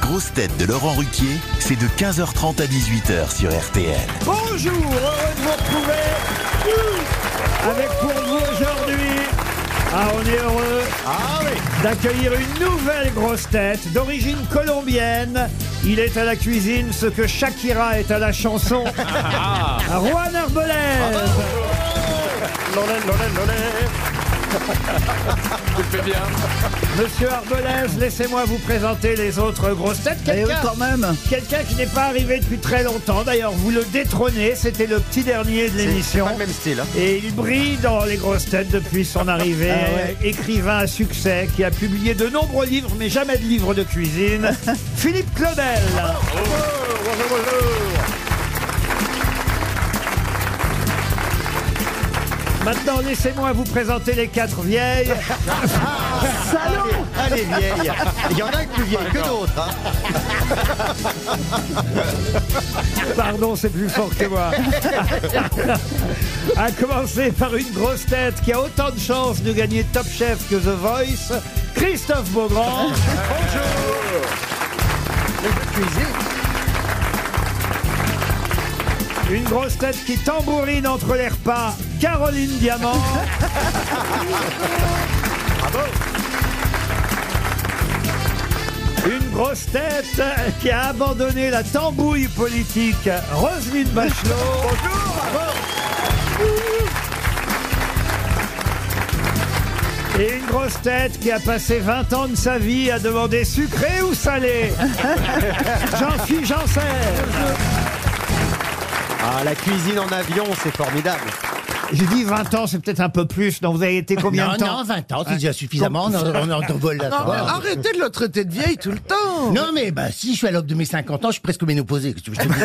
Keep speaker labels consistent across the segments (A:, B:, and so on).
A: grosses têtes de Laurent Ruquier, c'est de 15h30 à 18h sur RTL.
B: Bonjour, heureux de vous retrouver avec pour vous aujourd'hui. Ah, on est heureux d'accueillir une nouvelle grosse tête d'origine colombienne. Il est à la cuisine ce que Shakira est à la chanson. Juan Arbolez.
C: Tu le fais bien.
B: Monsieur Arbolez, laissez-moi vous présenter les autres grosses têtes. Quelqu'un
D: Eh même.
B: quelqu'un qui n'est pas arrivé depuis très longtemps. D'ailleurs, vous le détrônez. C'était le petit dernier de l'émission.
C: Pas le même style. hein.
B: Et il brille dans les grosses têtes depuis son arrivée.
D: Ah
B: Écrivain à succès qui a publié de nombreux livres, mais jamais de livres de cuisine. Philippe Claudel.
D: Oh,
B: Maintenant, laissez-moi vous présenter les quatre vieilles.
D: Ah, les vieilles. Il y en a qui plus vieilles que d'autres. hein.
B: Pardon, c'est plus fort que moi. à commencer par une grosse tête qui a autant de chances de gagner Top Chef que The Voice, Christophe Beaugrand. Une grosse tête qui tambourine entre les repas, Caroline Diamant. Une grosse tête qui a abandonné la tambouille politique, Roselyne Bachelot. Et une grosse tête qui a passé 20 ans de sa vie à demander sucré ou salé, Jean-Philippe Janssen.
D: Ah, la cuisine en avion, c'est formidable.
B: J'ai dit 20 ans, c'est peut-être un peu plus. Non, vous avez été combien
E: non,
B: de temps Ah,
E: non, 20 ans, c'est déjà suffisamment. On, en- on, en vole là.
F: Non, mais arrêtez de le traiter de vieille tout le temps.
E: Non, mais bah, si je suis à l'aube de mes 50 ans, je suis presque ménopausé. qu'est-ce que je te dis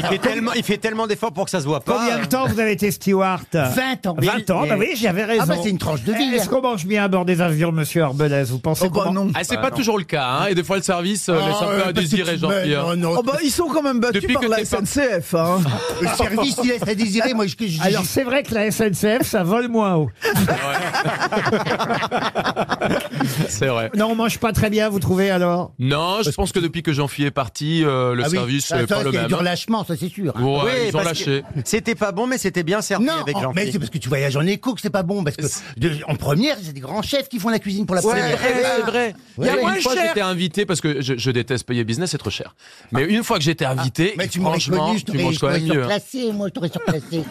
D: Il fait tellement, il fait tellement d'efforts pour que ça se voit pas.
B: Combien de temps vous avez été steward
E: 20 ans.
B: 20 ans,
E: Mais-
B: bah oui, j'avais raison.
E: Ah, bah, c'est une tranche de vie.
B: Est-ce qu'on mange bien à bord des avions, monsieur Arbelez Vous pensez qu'on-
C: Ah,
E: Bah,
C: c'est pas toujours le cas,
B: Ah.
C: hein. Et des fois, le service
E: Ah,
C: euh, laisse un peu à désirer, Jean-Pierre.
E: Non, non,
F: Oh bah ils sont quand même battus
C: Ah Depuis
F: par
C: que
F: la
C: t'es pas-
F: SNCF. hein.
E: le service, il laisse à désirer. Moi, je, je- je-
B: Alors c'est vrai que la SNCF, ça vole moins haut.
C: C'est vrai.
B: Non, on mange pas très bien, vous trouvez alors
C: Non, je pense que depuis que Jean-Pierre est parti, euh, le
E: Ah oui,
C: service
E: ça,
C: n'est
E: ça,
C: pas le
E: c'est
C: même. hein.
E: du relâchement, ça, c'est sûr.
C: Ouais,
D: Oui,
C: ils ont
D: parce que
C: lâché.
D: C'était pas bon, mais c'était bien servi
E: Non,
D: avec
E: en-
D: jean
E: mais c'est parce que tu voyages en éco que c'est pas bon. Parce que de- en première, c'est des grands chefs qui font la cuisine pour la
C: C'est
E: première.
C: vrai, c'est vrai.
E: Ouais.
C: Et
E: Moins
C: une fois,
E: cher.
C: j'étais invité parce que je, je déteste payer business, c'est trop cher. Mais une fois que j'étais invité,
E: Ah, Mais tu m'aurais
C: franchement,
E: connu, je
C: tu euh,
E: t'aurais
C: manges
E: je
C: quand
E: t'aurais
C: même mieux. hein.
E: surclassé, moi je t'aurais surclassé.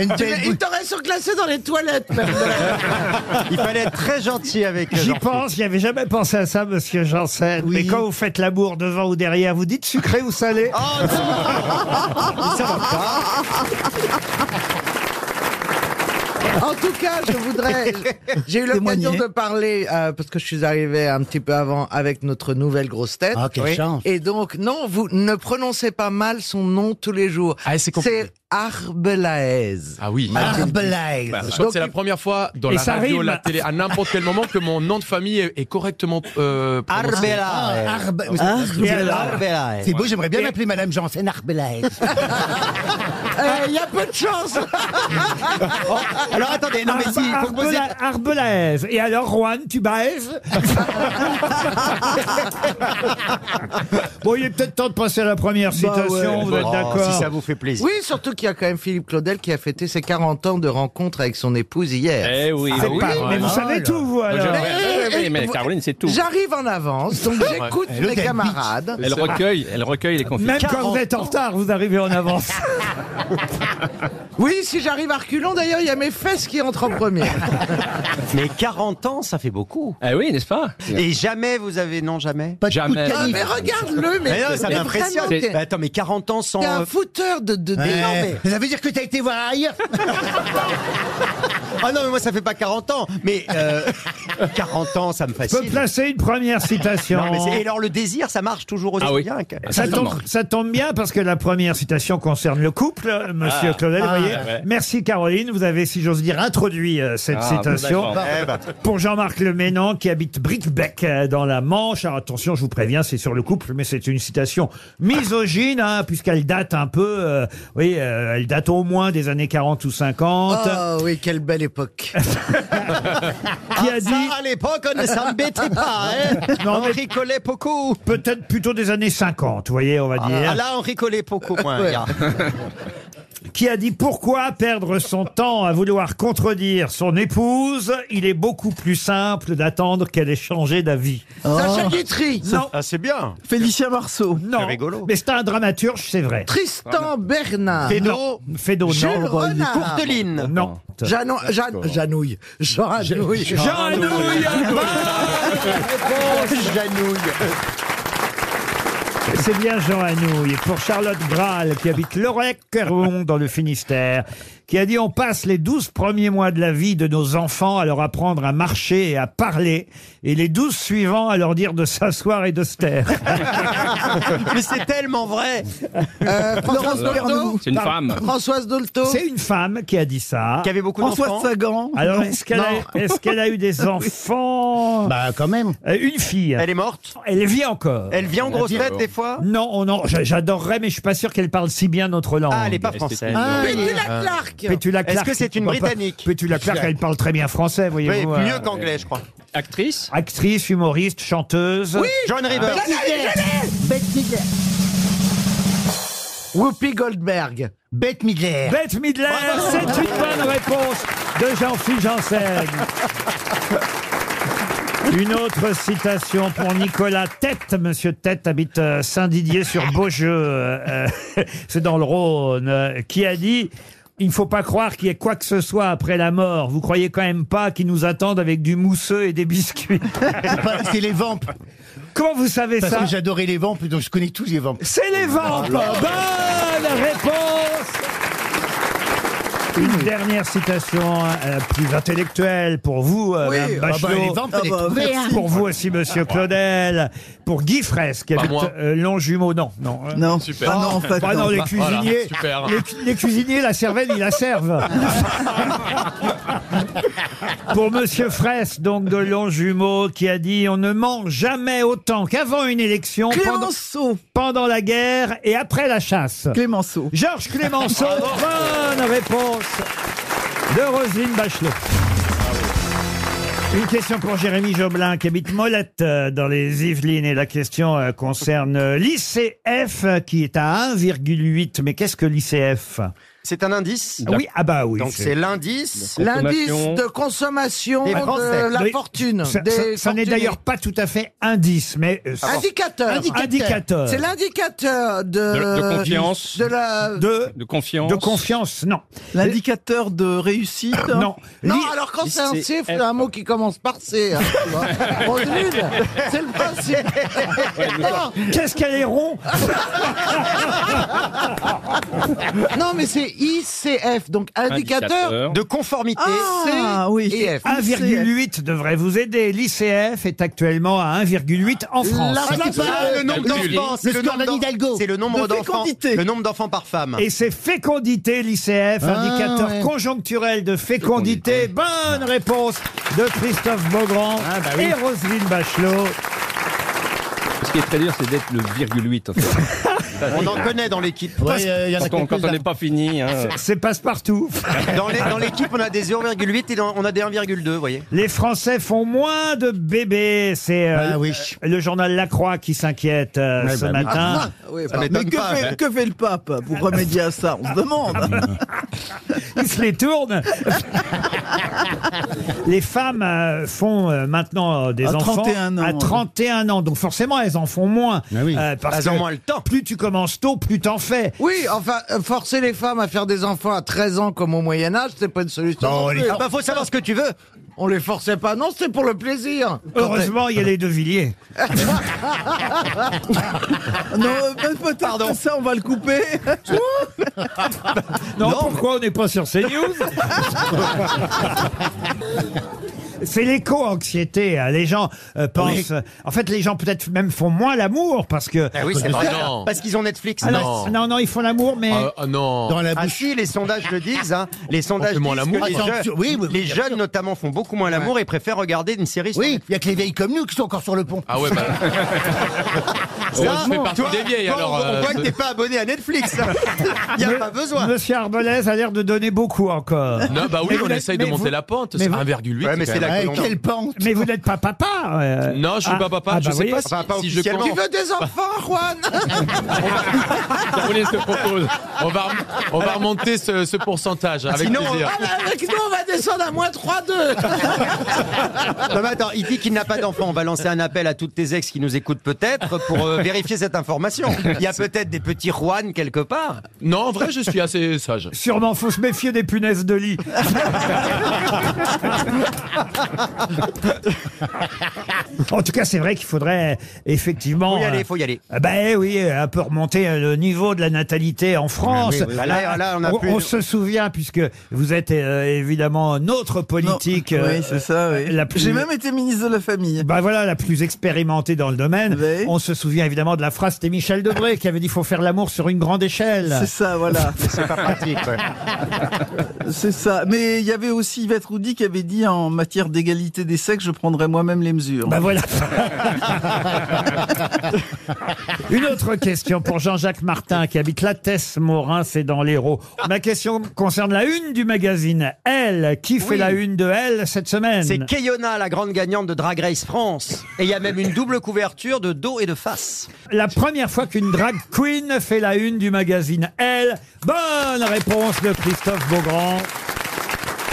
E: Une
F: Tu-
E: belle
F: Ils t'auraient surclassé dans les toilettes. même.
D: Il fallait être très gentil avec
B: J'y
D: Jean-Pierre.
B: pense, j'y avais jamais pensé à ça, monsieur Janssen. Mais quand vous faites l'amour devant ou derrière, vous dites sucré ou salé
G: Oh,
F: en tout cas, je voudrais. J'ai eu l'occasion de parler euh, parce que je suis arrivée un petit peu avant avec notre nouvelle grosse tête.
E: Ah, quelle chance.
F: Et donc non, vous ne prononcez pas mal son nom tous les jours.
C: Ah, c'est compliqué.
F: C'est Arbelaez.
C: Ah oui. bah,
E: Arbelaise.
C: Je crois que c'est la première fois dans
B: Et
C: la
B: ça
C: radio,
B: rime.
C: la télé, à n'importe quel moment que mon nom de famille est, est correctement euh, prononcé.
D: Arbela.
E: Ah, Arbe-
C: Hein?
E: Ah,
B: Et alors
D: Arbela.
E: C'est beau, j'aimerais bien m'appeler Madame Janssen Arbelaise.
F: Il
D: Euh,
F: y a peu de chance.
D: Oh, Alors attendez, non mais si, il faut que vous ayez-
B: Arbela- Arbelaise. Et alors, Juan, tu baises Bon, il est peut-être temps de passer à la première citation,
F: ouais.
B: vous êtes
D: Oh,
B: d'accord
D: Si ça vous fait plaisir.
F: Oui, surtout qu'il y a quand même Philippe Claudel qui a fêté ses 40 ans de rencontre avec son épouse hier.
H: Eh oui,
B: C'est
H: ah oui.
B: pas- Mais vous
E: voilà.
B: savez tout, vous,
H: Je-
B: alors
H: ouais,
F: Eh,
H: ouais,
F: eh,
H: mais
F: vous-
H: Caroline, c'est tout.
F: J'arrive en avance, donc j'écoute mes
E: Claudel
F: camarades.
H: Elle recueille, elle recueille les confidences.
B: Même quand vous êtes en retard, vous arrivez en avance.
F: Oui, si j'arrive à reculons, d'ailleurs, il y a mes fesses qui entrent en premier.
D: Mais 40 ans, ça fait beaucoup.
H: Eh oui, n'est-ce pas
D: Et jamais vous avez non jamais.
E: Pas de coup de
H: Jamais.
F: Ah,
E: canif.
F: mais regarde-le, mais,
D: Mais non, ça
F: mais
D: m'impressionne.
F: vraiment, T'es
D: Bah, attends, mais 40 ans sans
F: t'es
D: euh,
F: un fouteur de, de, de-
E: Ouais.
F: Non, mais-
E: Ça veut dire que t'as été voir ailleurs.
D: Ah non, mais moi ça fait pas 40 ans, mais euh, 40 ans ça me
B: Je peux
D: fascine.
B: placer une première citation.
D: Non, mais c'est- et alors le désir, ça marche toujours aussi
H: Ah oui.
D: bien. que-
B: ça,
H: Certainement.
B: tombe, ça tombe bien parce que la première citation concerne le couple, euh, monsieur Claudel. vous voyez.
H: Ah. ouais.
B: Merci Caroline, vous avez, si j'ose dire, introduit euh, cette
H: Ah,
B: citation.
H: bon, d'accord.
D: Eh ben,
B: Pour Jean-Marc Leménan qui habite Brickbeck euh, dans la Manche. Alors, attention, je vous préviens, c'est sur le couple, mais c'est une citation misogyne hein, puisqu'elle date un peu, euh, oui, euh, elle
D: Ah
B: date au moins des années 40 ou 50.
F: Oh oui, quelle belle époque.
B: qui a dit,
D: Ah, Ça, à l'époque, on ne s'embêtait pas. Hein
B: Non,
D: on
B: mais-
D: rigolait beaucoup.
B: peut-être plutôt des années 50, vous voyez, on va dire.
D: Ah, là, on rigolait beaucoup moins. gars.
B: qui a dit pourquoi perdre son temps à vouloir contredire son épouse Il est beaucoup plus simple d'attendre qu'elle ait changé d'avis.
F: Sacha Guitry.
B: Non,
D: Ah, Oh. c'est bien.
G: Félicien Marceau.
B: non,
D: rigolo.
B: mais c'est un dramaturge, c'est vrai.
F: Tristan Bernard.
B: Fédo, Fédo,
F: Jules
B: non.
F: Renard.
D: Courteline.
B: Non.
F: Jeanno- Jeanne- Jeannouille. Jeannouille.
B: Jeannouille C'est bien Jean Anouilh. Et Pour Charlotte Graal, qui habite lorec Caron dans le Finistère, qui a dit on passe les 12 premiers mois de la vie de nos enfants à leur apprendre à marcher et à parler, et les 12 suivants à leur dire de s'asseoir et de se taire.
D: Mais c'est tellement vrai.
F: Euh, Françoise Dolto.
H: C'est une femme.
F: Françoise Dolto.
B: C'est une femme qui a dit ça.
D: Qui avait beaucoup
G: François
D: d'enfants.
G: Sagan.
B: Alors, est-ce qu'elle a, est-ce qu'elle a eu des enfants
E: Bah, quand même.
B: Euh, Une fille.
D: Elle est morte.
B: Elle vit encore.
D: Elle vient en grosse tête des fois.
B: Non, oh non, j'a- j'adorerais, mais je suis pas sûr qu'elle parle si bien notre langue.
D: Ah, elle n'est pas française.
F: Pétula
D: Ah.
F: Clark.
B: Petula
D: Est-ce
B: Clark,
D: que c'est une
B: pourquoi pas
D: Britannique
B: Petula Clark, elle parle très bien français,
D: Oui,
B: voyez-vous.
D: mieux
B: euh,
D: qu'anglais, je crois.
H: Actrice.
B: Actrice, humoriste, chanteuse. Ah, bah, Oui
D: John River.
E: Bette Midler.
F: Whoopi Goldberg.
E: Bette Midler.
B: Bette Midler, Ah, c'est une bonne réponse de Jean-Philippe Janssen. Une autre citation pour Nicolas Tête. Monsieur Tête habite euh, Saint-Didier sur Beaujeu, euh, euh, c'est dans le Rhône, euh, qui a dit Il ne faut pas croire qu'il y ait quoi que ce soit après la mort. Vous croyez quand même pas qu'ils nous attendent avec du mousseux et des biscuits
E: C'est pas- C'est les vampes.
B: Comment vous savez
E: Parce
B: ça
E: que j'adorais les vampes, donc je connais tous les Ah, vampes.
B: C'est les vampes. Bonne réponse. Une dernière citation euh, plus intellectuelle pour vous, euh, Madame
E: Ah bah,
B: Bachelot.
E: les vampes, elle est trop-
B: pour vous aussi, Monsieur Claudel. Pour Guy Fraisse, qui
C: Pas
B: habite
C: moi.
B: euh, Longjumeau. Non, non. euh,
G: Non.
C: Super.
G: Ah non, en fait,
B: bah non,
G: non.
B: les
C: Voilà,
B: cuisiniers,
C: super.
B: les, cu- les cuisiniers, la cervelle, ils la servent. Pour Monsieur Fraisse, donc de Longjumeau, qui a dit on ne ment jamais autant qu'avant une élection, pendant,
G: Clémenceau.
B: pendant la guerre et après la chasse.
G: Clémenceau.
B: Georges Clémenceau, bonne réponse de Rosine Bachelot. Une question pour Jérémy Joblin qui habite Molette euh, dans les Yvelines et la question euh, concerne euh, l'ICF euh, qui est à 1,8. Mais qu'est-ce que l'ICF
D: C'est un indice.
B: Oui, ah bah oui.
D: Donc c'est l'indice.
F: L'indice
H: Consommation.
F: de consommation
D: Des
F: de
D: Français.
F: la
B: Oui.
F: fortune.
B: Ça,
F: des
B: ça- ça n'est
F: fortunés.
B: d'ailleurs pas tout à fait indice, mais euh,
D: Ah
F: Indicateur.
B: indicateur.
F: C'est l'indicateur de,
H: De- de confiance.
F: De la.
B: de,
H: De confiance.
B: de confiance, non.
G: L'indicateur de réussite.
B: Non.
F: Non,
B: L'I-
F: alors quand c'est un
H: ICF.
F: chiffre, c'est un mot qui commence par C. hein, tu vois. Roselyne, c'est le principe. Non,
B: Qu'est-ce qu'elle est rond
F: Non, mais c'est ICF, donc indicateur.
H: Indicateur.
D: De conformité.
G: Ah,
F: C
G: oui.
F: et F.
B: 1,8 devrait vous aider. L'ICF est actuellement à 1,8 en France.
F: La-
E: c'est pas-
D: le nombre
H: calcul.
D: d'enfants,
E: Le
D: c'est le
E: score
D: nombre
E: d'Anne
D: d'en-
E: Hidalgo.
D: c'est le
G: De
D: nombre d'enfants,
G: fécondité.
D: le nombre d'enfants par femme.
B: Et c'est fécondité, l'ICF, indicateur
E: ouais.
B: conjoncturel de fécondité. Bonne réponse de Christophe Beaugrand et Roselyne Bachelot.
H: Ce qui est très dur, c'est d'être le virgule 8. En fait.
D: On en connaît dans l'équipe.
E: Ouais, euh, y en a
H: quand on- quand on
E: quelques-uns.
H: n'est pas fini. hein.
B: C'est passe-partout.
D: Dans les- dans l'équipe, on a des 0,8 et dans- on a des 1,2, vous voyez.
B: Les Français font moins de bébés. C'est euh,
D: Bah
E: Ah oui.
B: le journal La Croix qui s'inquiète euh, ce matin.
G: Oui,
D: Ah, Ça
G: bah, mais
D: m'étonne
G: que
D: pas.
G: fait, que fait le pape pour remédier à ça On se demande.
B: Ah, Il se les tourne. les femmes euh, font euh, maintenant euh, des
G: À
B: enfants
G: 31 ans,
B: à
G: oui.
B: 31 ans. Donc forcément, elles en font moins.
E: oui.
B: Euh, parce
D: Ah Elles ont
B: que
D: moins le temps.
B: Plus tu commences tôt, plus t'en fais.
F: Oui, enfin, euh, forcer les femmes à faire des enfants à 13 ans comme au Moyen-Âge, c'est pas une solution.
E: Non, les-
D: Ah bah faut savoir ce que tu veux.
F: On les forçait pas, non, c'était pour le plaisir.
B: Heureusement, il y a les deux Villiers.
G: non, euh, peut-être que ça, on va le couper.
B: Non, pourquoi on n'est pas sur CNews C'est l'éco-anxiété. hein. Les gens euh, pensent. euh, En fait, les gens peut-être même font moins l'amour parce que.
D: Ah oui, c'est vrai.
C: non.
D: Parce qu'ils ont Netflix.
B: Ah
D: non.
B: non, non, non, ils font l'amour, mais.
C: Ah, ah non.
E: Dans la
D: Ah
E: bouche.
D: si, les sondages le disent. hein. Les sondages disent
C: moins l'amour.
D: que les,
E: Ah, c'est
D: jeunes-
E: absurde. Oui, oui, oui,
D: les
E: bien
D: jeunes notamment font beaucoup moins l'amour et préfèrent regarder une série. sur
E: Oui, il y a que les vieilles comme nous qui sont encore sur le pont.
C: Ah ouais, bah. Ça, je Oh, fais partie des vieilles,
D: Toi,
C: alors.
D: on, on
C: euh,
D: voit que t'es pas abonné à Netflix. Il y a pas besoin.
B: Monsieur Arbolez a l'air de donner beaucoup encore.
C: Non, bah oui,
B: Mais
C: on
B: vous-
C: essaye de
B: mais
C: monter
B: vous-
C: la pente.
B: mais
C: C'est
B: vous-
C: 1,8.
D: Ouais, mais c'est
C: quand
D: la
C: la
E: Ouais,
C: Colombie.
E: quelle pente
B: Mais vous n'êtes pas papa euh.
C: Non, je suis
B: Ah,
C: pas papa.
B: ah,
C: je
B: bah,
C: sais
B: voyez.
C: pas si,
D: Enfin, pas
C: si je
D: officiellement.
F: Tu veux des enfants, Juan
H: Caroline se propose.
C: On va, on va remonter ce, ce pourcentage hein, avec
D: Sinon,
C: plaisir.
F: Ah, bah, Avec nous, on va descendre à moins 3-2.
D: Non, mais attends, il dit qu'il n'a pas d'enfant. On va lancer un appel à toutes tes ex qui nous écoutent peut-être pour euh, vérifier cette information. Il y a peut-être des petits Juan quelque part.
C: Non, en vrai, je suis assez sage.
B: Sûrement, faut se méfier des punaises de lit. en tout cas, c'est vrai qu'il faudrait effectivement.
D: Faut y aller,
B: euh,
D: faut y aller.
B: Ah Ben oui, un peu remonter euh, le niveau de la natalité en France.
D: oui, oui. Bah là, là, on a plus-
B: se souvient, puisque vous êtes euh, évidemment notre politique.
G: Non.
B: euh,
G: oui, c'est ça, oui.
B: la plus-
G: J'ai même été ministre de la famille.
B: bah voilà, la plus expérimentée dans le domaine.
G: Oui.
B: On se souvient évidemment de la phrase, c'était Michel Debré qui avait dit faut faire l'amour sur une grande échelle.
G: C'est ça, voilà.
D: C'est pas pratique.
G: C'est ça. Mais il y avait aussi Yvette Roudy qui avait dit en matière d'égalité des sexes, je prendrai moi-même les mesures.
B: Bah voilà. Une autre question pour Jean-Jacques Martin qui habite la Tesse Morin, c'est dans l'Hérault. Ma question concerne la une du magazine Elle. Qui fait
D: Oui.
B: la une de Elle cette semaine
D: C'est Keyona, la grande gagnante de Drag Race France. Et il y a même une double couverture de dos et de face.
B: La première fois qu'une drag queen fait la une du magazine Elle. Bonne réponse de Christophe Beaugrand.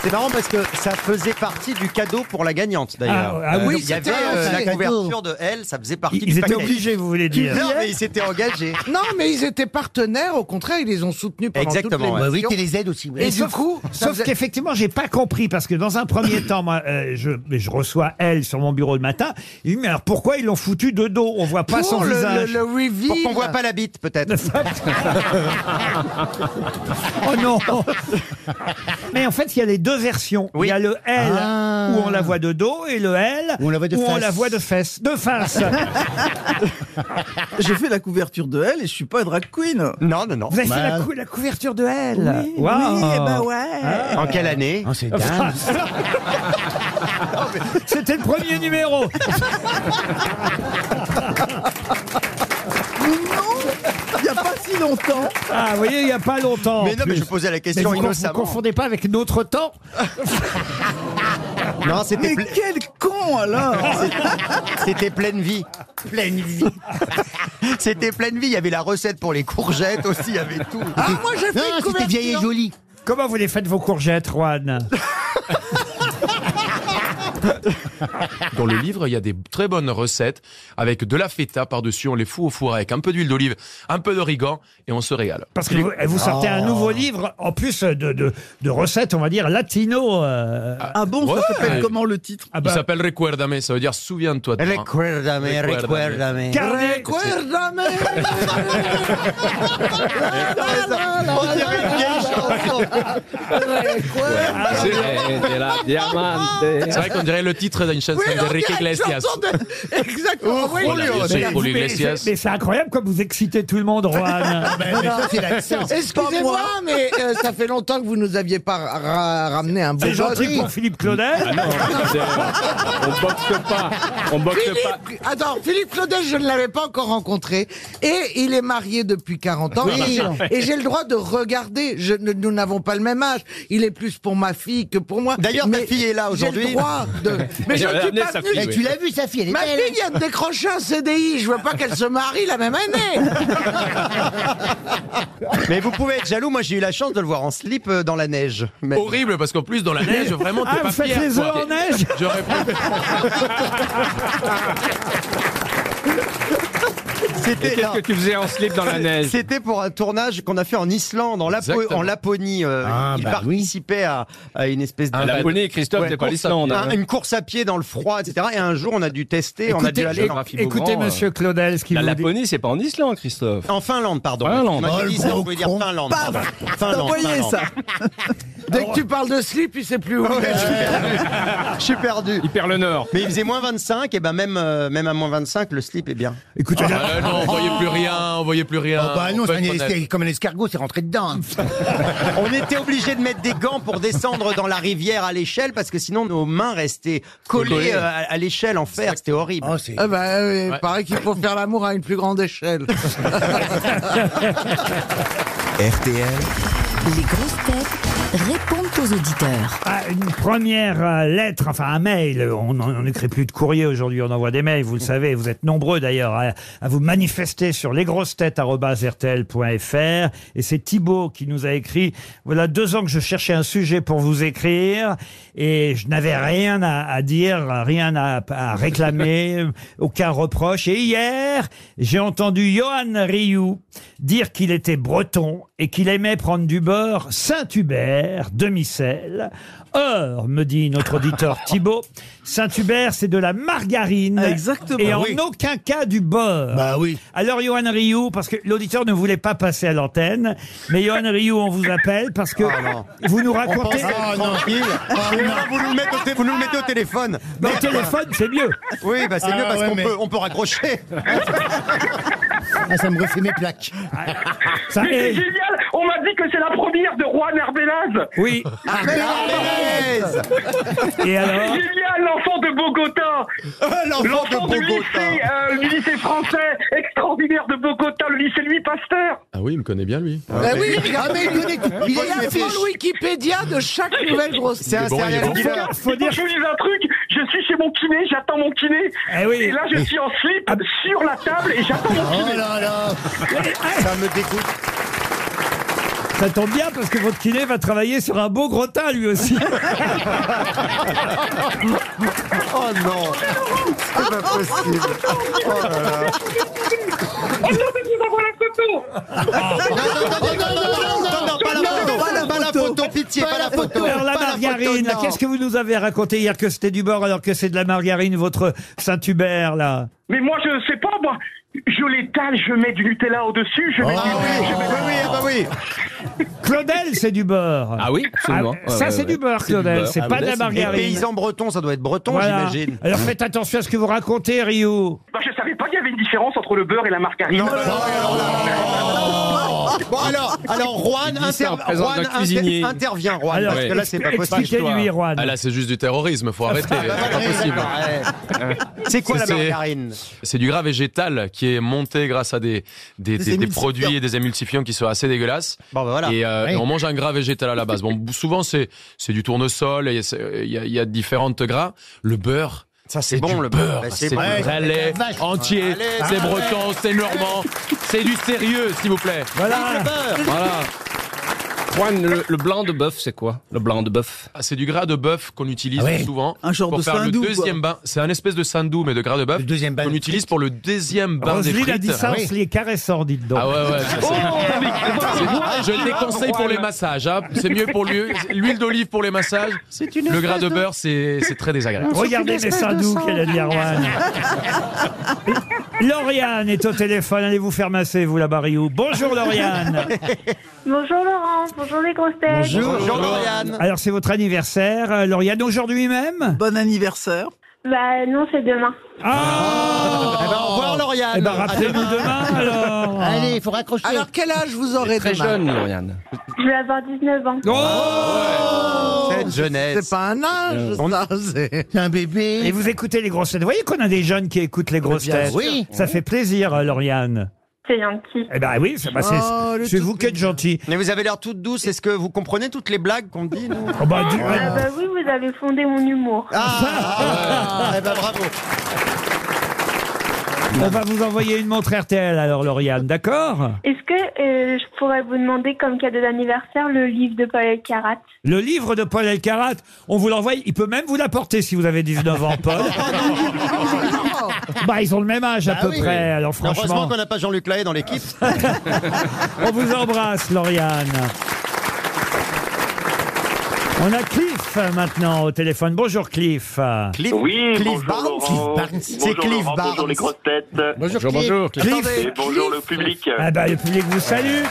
D: C'est marrant parce que ça faisait partie du cadeau pour la gagnante d'ailleurs.
B: Ah, ah oui,
D: il y avait
F: c'était un
D: euh, la
F: cadeau.
D: couverture de elle, ça faisait partie
B: Ils
D: du
B: étaient
D: paquet.
B: obligés, vous voulez dire.
D: Non, mais ils s'étaient engagés.
F: Non, mais ils étaient partenaires. Au contraire, ils les ont soutenus pendant
D: Exactement,
F: toute
D: ouais.
E: Bah oui,
F: l'émission.
E: t'es les aides aussi. ouais.
F: Et du coup, ça
B: Sauf
F: faisait-
B: qu'effectivement, j'ai pas compris parce que dans un premier temps, moi, euh, je, mais je reçois elle sur mon bureau le matin. Il me dit, mais alors pourquoi ils l'ont foutu de dos On voit pas son
F: pour le,
B: visage.
F: le, le reveal.
D: Pour qu'on voit pas la bite peut-être.
B: Oh non Mais en fait, il y a les deux versions. Il
D: Oui.
B: y a le L
E: Ah.
B: où on la voit de dos et le L
E: Où on la voit de face.
B: voit de face. De face.
G: J'ai fait la couverture de elle et je suis pas drag queen.
D: Non, non, non.
B: Vous avez fait
E: Bah.
B: la, cou- la couverture de L.
G: Oui,
B: Waouh.
G: oui, eh ben ouais.
D: En quelle année
E: Ah, c'est dingue.
B: C'était le premier numéro.
G: Mais non, il n'y a pas si longtemps.
B: Ah, vous voyez, il y a pas longtemps. en
D: Mais non, mais
B: plus.
D: je posais la
B: Mais
D: question
B: vous, ne
D: innocemment.
B: confondez pas avec notre temps.
D: Non, c'était
G: Mais
D: ple-
G: quel con alors
D: c'était pleine vie. Pleine vie. c'était pleine vie. Il y avait la recette pour les courgettes aussi, il y avait tout.
F: Ah, moi, j'ai fait
E: Non,
F: une
E: c'était
F: couverture.
E: vieille et jolie.
B: Comment vous les faites vos courgettes, Juan
C: Dans le livre, il y a des très bonnes recettes avec de la feta par-dessus. On les fout au four avec un peu d'huile d'olive, un peu d'origan et on se régale.
B: Parce que vous, vous sortez
C: Oh.
B: un nouveau livre, en plus de, de, de recettes, on va dire, latino. euh,
G: Ah bon,
C: Ouais.
G: ça s'appelle comment le titre
B: ah bah,
C: Il s'appelle Recuérdame, ça veut dire souviens-toi de moi.
D: Recuérdame,
C: recuérdame.
B: carnet-
F: Recuérdame.
D: On dirait une vieille chanson.
F: Recuérdame.
H: De la diamante.
C: C'est vrai qu'on dirait le titre d'une chanson
F: Oui, on dirait
C: d'Enrique
F: une
C: Iglesias.
F: chanson de- Exactement. oui.
C: Julio,
B: Mais-
C: c'est Julio
B: mais
C: Iglesias. Ah, bah,
B: c'est- mais c'est incroyable comme vous excitez tout le monde, Juan.
E: Mais ça, c'est l'accent.
F: Excusez-moi, mais euh, ça fait longtemps que vous nous aviez pas ra- ramené un beau
B: C'est gentil
F: body.
B: pour Philippe Claudel.
H: Non, c'est- Ah on boxe pas. On boxe pas.
F: Philippe, attends, Philippe Claudel, je ne l'avais pas encore rencontré. Et il est marié depuis 40 ans. Et, et j'ai le droit de regarder. Je, ne- nous n'avons pas le même âge. Il est plus pour ma fille que pour moi.
D: D'ailleurs, ta
F: Mais
D: fille est là
F: J'ai
D: aujourd'hui.
F: le droit de. Mais je
H: Elle a
F: ne suis
H: amené
F: pas
H: sa
F: venu.
H: fille,
E: Eh,
H: oui.
E: tu l'as vu, sa fille, elle est
F: Ma
E: belle.
F: fille vient de décrocher un CDI. Je veux pas qu'elle se marie la même année.
D: Mais vous pouvez être jaloux, moi j'ai eu la chance de le voir en slip euh, dans la neige. Mais-
C: Horrible parce qu'en plus dans la neige vraiment t'es
B: Ah,
C: pas
B: vous faites
C: fier,
B: les
C: quoi.
B: œufs en neige Ah,
C: J'aurais préféré-
D: C'était
H: Qu'est-ce que tu faisais en slip dans la neige
D: C'était pour un tournage qu'on a fait en Islande, en, Lapo-
C: Exactement.
D: en Laponie. euh,
E: Ah,
D: il
E: bah oui.
D: participait à, à une espèce de...
H: La Laponie, Christophe,
D: Ouais,
H: c'est pas
D: course-
H: l'Islande.
D: un-
H: hein.
D: une course à pied dans le froid, etc. Et un jour, on a dû tester, on a dû
B: Écoutez,
D: aller...
H: Laponie. Rafi Beaugrand,
B: écoutez,
H: euh,
B: monsieur Claudel, ce qu'il
H: La
B: vous dit.
H: Laponie, c'est pas en Islande, Christophe.
D: En Finlande, pardon.
H: Finlande.
D: Moi, j'ai
E: Oh,
D: dit
E: le
D: ça,
E: gros
D: on peut dire
E: con.
D: Finlande. pardon. Finlande,
G: Voyez
D: Finlande.
G: ça
F: Dès que tu parles de slip, il sait plus où.
D: Ouais, je suis perdu. Je suis perdu.
H: Il perd le nord.
D: Mais il faisait moins 25, et ben même, euh, même à moins 25, le slip est bien.
B: Écoutez,
C: Ah là, non, on voyait plus rien, on voyait plus rien.
E: Oh, bah non,
C: On peut
E: c'est un-
C: être honnête.
E: c'est comme un escargot, c'est rentré dedans. hein.
D: On était obligé de mettre des gants pour descendre dans la rivière à l'échelle, parce que sinon nos mains restaient collées
H: Collées.
D: euh, à, à l'échelle en fer. C'était horrible.
E: Oh,
B: Ah,
E: c'est-
F: Eh ben,
B: bah,
F: euh,
C: Ouais.
F: paraît qu'il faut faire l'amour à une plus grande échelle.
A: RTL,
I: Les grosses têtes répondent aux auditeurs.
B: Ah, une première euh, lettre, enfin un mail. On n'écrit plus de courrier aujourd'hui, on envoie des mails, vous le savez. Vous êtes nombreux d'ailleurs à, à vous manifester sur lesgrossetêtes.rtl.fr. Et c'est Thibaut qui nous a écrit Voilà deux ans que je cherchais un sujet pour vous écrire et je n'avais rien à, à dire, rien à, à réclamer, aucun reproche. Et hier, j'ai entendu Johan Rioux dire qu'il était breton et qu'il aimait prendre du beurre Saint-Hubert, demi-sel. Or, me dit notre auditeur Thibault, Saint-Hubert, c'est de la margarine.
D: Ah,
G: Exactement,
B: Et en
G: oui.
B: aucun cas du beurre.
E: Bah oui.
B: Alors, Johan Rioux, parce que l'auditeur ne voulait pas passer à l'antenne, mais Johan Rioux, on vous appelle parce que
D: Ah, non.
B: vous nous
D: On pense
B: racontez.
D: être tranquille. Et là, vous, nous le mettez au té- vous nous le mettez au téléphone.
B: Dans le Bah, téléphone, c'est mieux.
D: Oui, bah c'est
F: Ah,
D: mieux parce qu'on peut, on peut raccrocher.
E: Ah, ça me refait mes plaques.
B: Ah, Ça
J: C'est
B: est.
J: génial On m'a dit que c'est la première de Juan Arbelaz
B: Oui.
D: Arlénaise
B: Et alors
J: Génial, l'enfant de Bogota
D: L'enfant
J: L'enfant
D: de
J: du,
D: Bogota.
J: lycée, euh, du lycée français extraordinaire de Bogota, le lycée Louis Pasteur
C: Ah oui, il me connaît bien, lui.
F: Bah oui, regardez, il connaît tout. Il est la
D: fiche.
F: sur Wikipédia de chaque nouvelle grosse
D: C'est un
C: bon, il est
D: serial
C: bon.
D: killer.
B: Faut
J: Faut
B: dire.
J: que je vous dise un truc, je suis chez mon kiné, j'attends mon kiné
B: Eh oui. Ah.
J: Et là je suis en slip, sur la table, et j'attends mon
E: Oh
J: kiné
E: là là
B: Ah.
D: Ça me dégoûte.
B: Ça tombe bien parce que votre kiné va travailler sur un beau grottin lui aussi.
D: Oh non C'est pas possible.
J: Oh non, mais je vous envoie la photo
D: Non, non, non, non, non, non, non, non, pas la photo, pas la photo, pitié, pas la photo.
B: Alors la
D: pas la photo,
B: margarine,
D: non.
B: qu'est-ce que vous nous avez raconté hier que c'était du beurre alors que c'est de la margarine, votre Saint-Hubert là
J: Mais moi je sais pas, moi je l'étale, je mets du Nutella au-dessus, je mets
D: Ah
J: du...
D: oui, oui, oui, ah bah oui.
B: Claudel, c'est du beurre.
H: Ah oui, absolument.
B: Ah, ça,
H: Ouais,
B: c'est
H: ouais,
B: du
H: ouais.
B: beurre, Claudel, c'est
H: Ah,
B: pas de la
H: c'est du beurre.
D: Et
B: margarine.
D: paysan breton, ça doit être breton,
B: Voilà.
D: j'imagine.
B: Alors faites attention à ce que vous racontez, Rio.
J: Bah, je savais pas qu'il y avait une différence entre le beurre et la margarine
D: Bon alors, alors Juan,
H: dit ça en
D: inter-
H: présence
D: Juan
H: d'un
D: inter-
H: cuisinier.
D: intervient, Juan,
B: Alors,
D: parce que là c'est pas possible. Ah, bah,
B: Expliquez-lui, Juan.
C: Ah là, c'est juste du terrorisme, faut arrêter. c'est pas possible.
D: C'est quoi la
C: C'est-
D: margarine
C: C'est du gras végétal qui est monté grâce à des, des, des- des produits et des émulsifiants qui sont assez dégueulasses.
D: Bon bah voilà.
C: Et, euh, et on mange un gras végétal à la base. Bon, souvent c'est c'est du tournesol. et c'est- Il y a, il y a différentes gras. Le beurre.
D: Ça, c'est
C: c'est
D: bon,
C: du
D: le beurre.
C: beurre.
D: Bah, c'est
C: C'est
D: bon.
C: du vrai lait
E: vache.
C: entier. C'est breton, c'est normand. C'est du sérieux, s'il vous plaît.
B: Voilà.
H: Voilà. Juan, le, le blanc de bœuf, c'est quoi Le blanc de bœuf.
C: Ah, C'est du gras de bœuf qu'on utilise
E: Ah ouais.
C: souvent
G: Un genre
C: pour
G: de
C: faire le
G: sindou, quoi.
C: deuxième bain. C'est un espèce de sandou mais de gras de bœuf
E: Le deuxième bain
C: qu'on
E: de
C: utilise pour le deuxième bain des
B: Roselyne Oh,
C: frites.
B: a dit ça,
E: Ah oui.
B: on se les caressant, dites donc.
C: Ah ouais, ouais. ça, c'est- Ah, Je le déconseille pour les massages. hein. C'est mieux pour lui. L'huile d'olive pour les massages. Le gras de beurre, c'est c'est très désagréable.
B: Regardez les saindoux qu'elle a dit à Rouen. Lauriane est au téléphone. Allez vous faire masser, vous, là-bas, Rio. Bonjour, Lauriane.
K: Bonjour Laurent, bonjour les grosses têtes.
D: Bonjour Lauriane.
B: Alors, c'est votre anniversaire, euh, Lauriane, aujourd'hui même
G: Bon anniversaire.
K: Bah non, c'est demain.
B: Ah
D: Eh ben, au
C: Oh.
D: revoir Lauriane.
B: Eh ben,
D: À
B: rappelez-nous
D: demain.
B: demain, alors.
E: Allez, il faut raccrocher.
F: Alors quel âge vous aurez
H: Très
F: demain
H: jeune, Lauriane.
K: Je vais avoir 19
B: Oh
K: ans.
L: Oh
D: Cette
F: C'est
D: jeunesse.
F: pas un âge, ça, c'est-
E: C'est un bébé.
B: Et vous écoutez les grosses têtes. Vous voyez qu'on a des jeunes qui écoutent les grosses
E: Bien
B: têtes.
E: oui.
B: Ça fait plaisir, euh, Lauriane.
K: C'est gentil.
B: Eh ben oui, c'est bah, c'est-
F: Oh, le
B: c'est vous
F: tout
B: qui êtes gentil.
D: Mais vous avez l'air toute douce. Est-ce que vous comprenez toutes les blagues qu'on dit nous
B: Oh, bah, du-
K: Ah bah oui, vous avez fondé mon humour.
D: Ah, eh ben, bravo.
B: on va vous envoyer une montre RTL, alors, Lauriane, d'accord
K: Est-ce que euh, je pourrais vous demander comme cadeau d'anniversaire le livre de Paul Elkarat
B: Le livre de Paul Elkarat, on vous l'envoie. Il peut même vous l'apporter si vous avez 19 ans,
F: Oh,
B: Paul. bah, ils ont le même âge à peu
E: oui.
B: près. Alors,
D: Heureusement
B: franchement,
D: qu'on n'a pas Jean-Luc Lahaye dans l'équipe.
B: on vous embrasse, Lauriane. On a Cliff euh, maintenant au téléphone. Bonjour Cliff. Euh,
D: Cliff,
J: Oui,
D: Cliff
J: bonjour
D: Barnes.
J: Laurent.
E: Barnes.
D: C'est
J: Bonjour
D: Cliff
J: Laurent,
D: Barnes.
J: Bonjour les grosses têtes
E: Bonjour,
H: Bonjour,
E: Cliff.
H: bonjour.
J: Et bonjour le public
B: Ah bah, le public vous salue.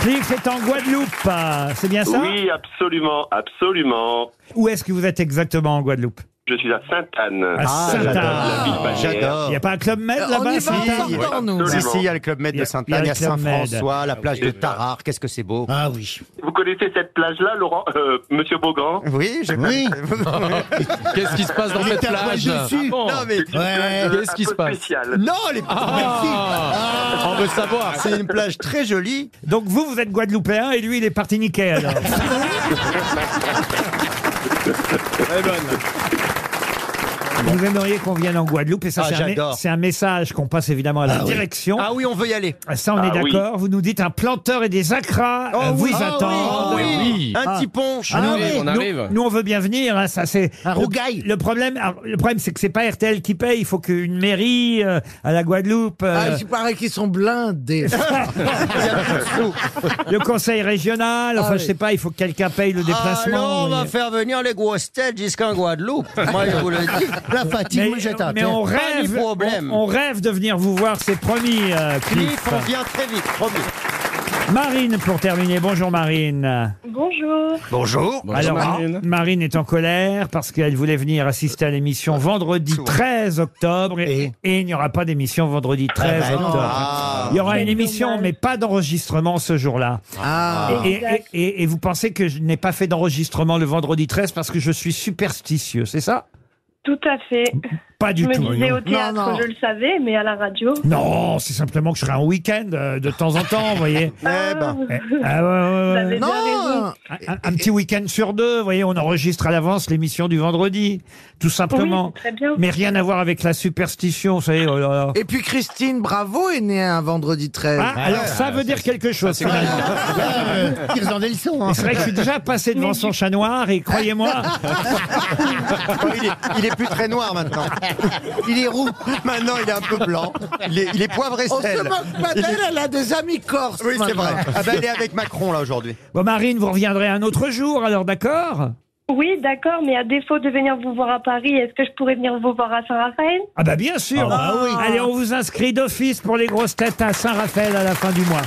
B: Cliff est en Guadeloupe. euh, C'est bien ça
J: Oui, absolument, absolument.
B: Où est-ce que vous êtes exactement en Guadeloupe
I: Je suis à Sainte-Anne.
B: Ah,
I: La- la- la
B: Sainte-Anne.
I: ville
M: Bah,
I: balnéaire.
B: Il n'y a pas un club med
D: Euh, on
B: là-bas
D: y
B: à
D: va en
B: Sainte-Anne
D: sortant,
I: Oui, nous.
D: Si,
I: absolument.
D: si, il y a le Club Med
I: Il y
D: de
I: a-
D: Sainte-Anne,
I: il
D: il
I: y
D: y
I: a
D: a
I: le Club Med.
D: Saint-François, la plage de
I: Oui.
D: Tarare, qu'est-ce que c'est beau.
E: Ah oui.
I: Vous connaissez cette plage-là, Laurent euh, Monsieur Beaugrand
D: Oui, je Oui.
C: Qu'est-ce qui se passe dans
I: Il
C: cette
I: était à poil
C: plage
I: dessus.
C: Ah bon
I: Non, mais- C'est une plage, euh,
C: Qu'est-ce qui
I: un
C: se
I: peu
C: passe
I: spéciale.
D: Non, les
B: Ah.
C: Ah On veut savoir.
D: C'est une plage très jolie.
B: Donc vous, vous êtes Guadeloupéen et lui, il est Martiniquais alors.
H: Très bonne.
B: Vous aimeriez qu'on vienne en Guadeloupe et ça,
D: Ah,
B: c'est un mé-
D: j'adore.
B: c'est un, message qu'on passe évidemment à la
D: Ah oui.
B: direction.
D: Ah oui, on veut y aller.
B: Ça, on
D: Ah
B: est
D: oui.
B: d'accord. Vous nous dites un planteur et des acras
D: Oh
B: euh, vous
D: oui. Ah
B: attendent.
D: oui, ah oui. Un petit punch.
B: Ah
D: On
B: non,
D: arrive,
B: mais
D: on
B: nous-
D: arrive.
B: Nous, on veut bien venir. hein, ça, c'est
E: un rougail.
B: Le, problème, alors, le problème, c'est que c'est pas RTL qui paye. Il faut qu'une mairie euh, à la Guadeloupe. euh,
F: Ah, il paraît qu'ils sont blindés.
B: le conseil régional, enfin
D: Ah
B: je
D: oui.
B: sais pas, il faut que quelqu'un paye le déplacement.
D: Ah, Alors, on va
B: oui.
D: faire venir les grosses têtes jusqu'en Guadeloupe. Moi, je vous le dis.
E: La fatigue
B: mais,
E: me jette à
B: mais
E: terre.
B: on
E: Pas
B: rêve,
E: du problème.
B: On, on rêve de venir vous voir, c'est promis, euh, Cliff.
D: Cliff, on vient très vite, promis.
B: Marine, pour terminer, bonjour Marine.
K: Bonjour.
D: Bonjour.
B: Alors, Marine. est en colère parce qu'elle voulait venir assister à l'émission vendredi 13 octobre et, et il n'y aura pas d'émission vendredi 13
E: bah non.
B: octobre.
E: Ah.
B: Il y aura
K: Quel
B: une émission,
K: dommage.
B: mais pas d'enregistrement ce jour-là. Et, et- et- et vous pensez que je n'ai pas fait d'enregistrement le vendredi 13 parce que je suis superstitieux, c'est ça
K: Tout à fait.
B: Pas du
K: je
B: tout.
K: me disais au théâtre,
B: Non, non.
K: je le savais, mais à la radio.
B: Non, c'est simplement que je serai en week-end euh, de temps en temps, vous voyez.
D: Eh ben.
B: Eh, ah ouais, ouais,
K: Vous
B: ouais.
D: Euh,
K: avez bien raison.
B: Un, un- un petit week-end sur deux, vous voyez, on enregistre à l'avance l'émission du vendredi, tout simplement.
K: Oui, très bien.
B: Mais rien à voir avec la superstition, vous savez. oh là là.
F: Et puis Christine Bravo est née un vendredi 13.
B: Ah, alors ça veut dire quelque chose. quand même.
E: Ils ont des leçons. hein.
B: C'est vrai que je suis déjà passé devant son chat noir et croyez-moi,
D: Oh, il, est, il est plus très noir maintenant. Il est roux. Maintenant, il est un peu blanc. Il est, il est poivre et
F: On se
D: sel.
F: moque pas d'elle, elle a des amis corses.
D: Oui, c'est
F: maintenant.
D: vrai. Ah ben, elle est avec Macron là aujourd'hui.
B: bon, Marine, vous reviendrez un autre jour, alors d'accord
K: Oui, d'accord, mais à défaut de venir vous voir à Paris, est-ce que je pourrais venir vous voir à Saint-Raphaël
B: Ah bah bien sûr. Allez, on vous inscrit d'office pour les grosses têtes à Saint-Raphaël à la fin du mois.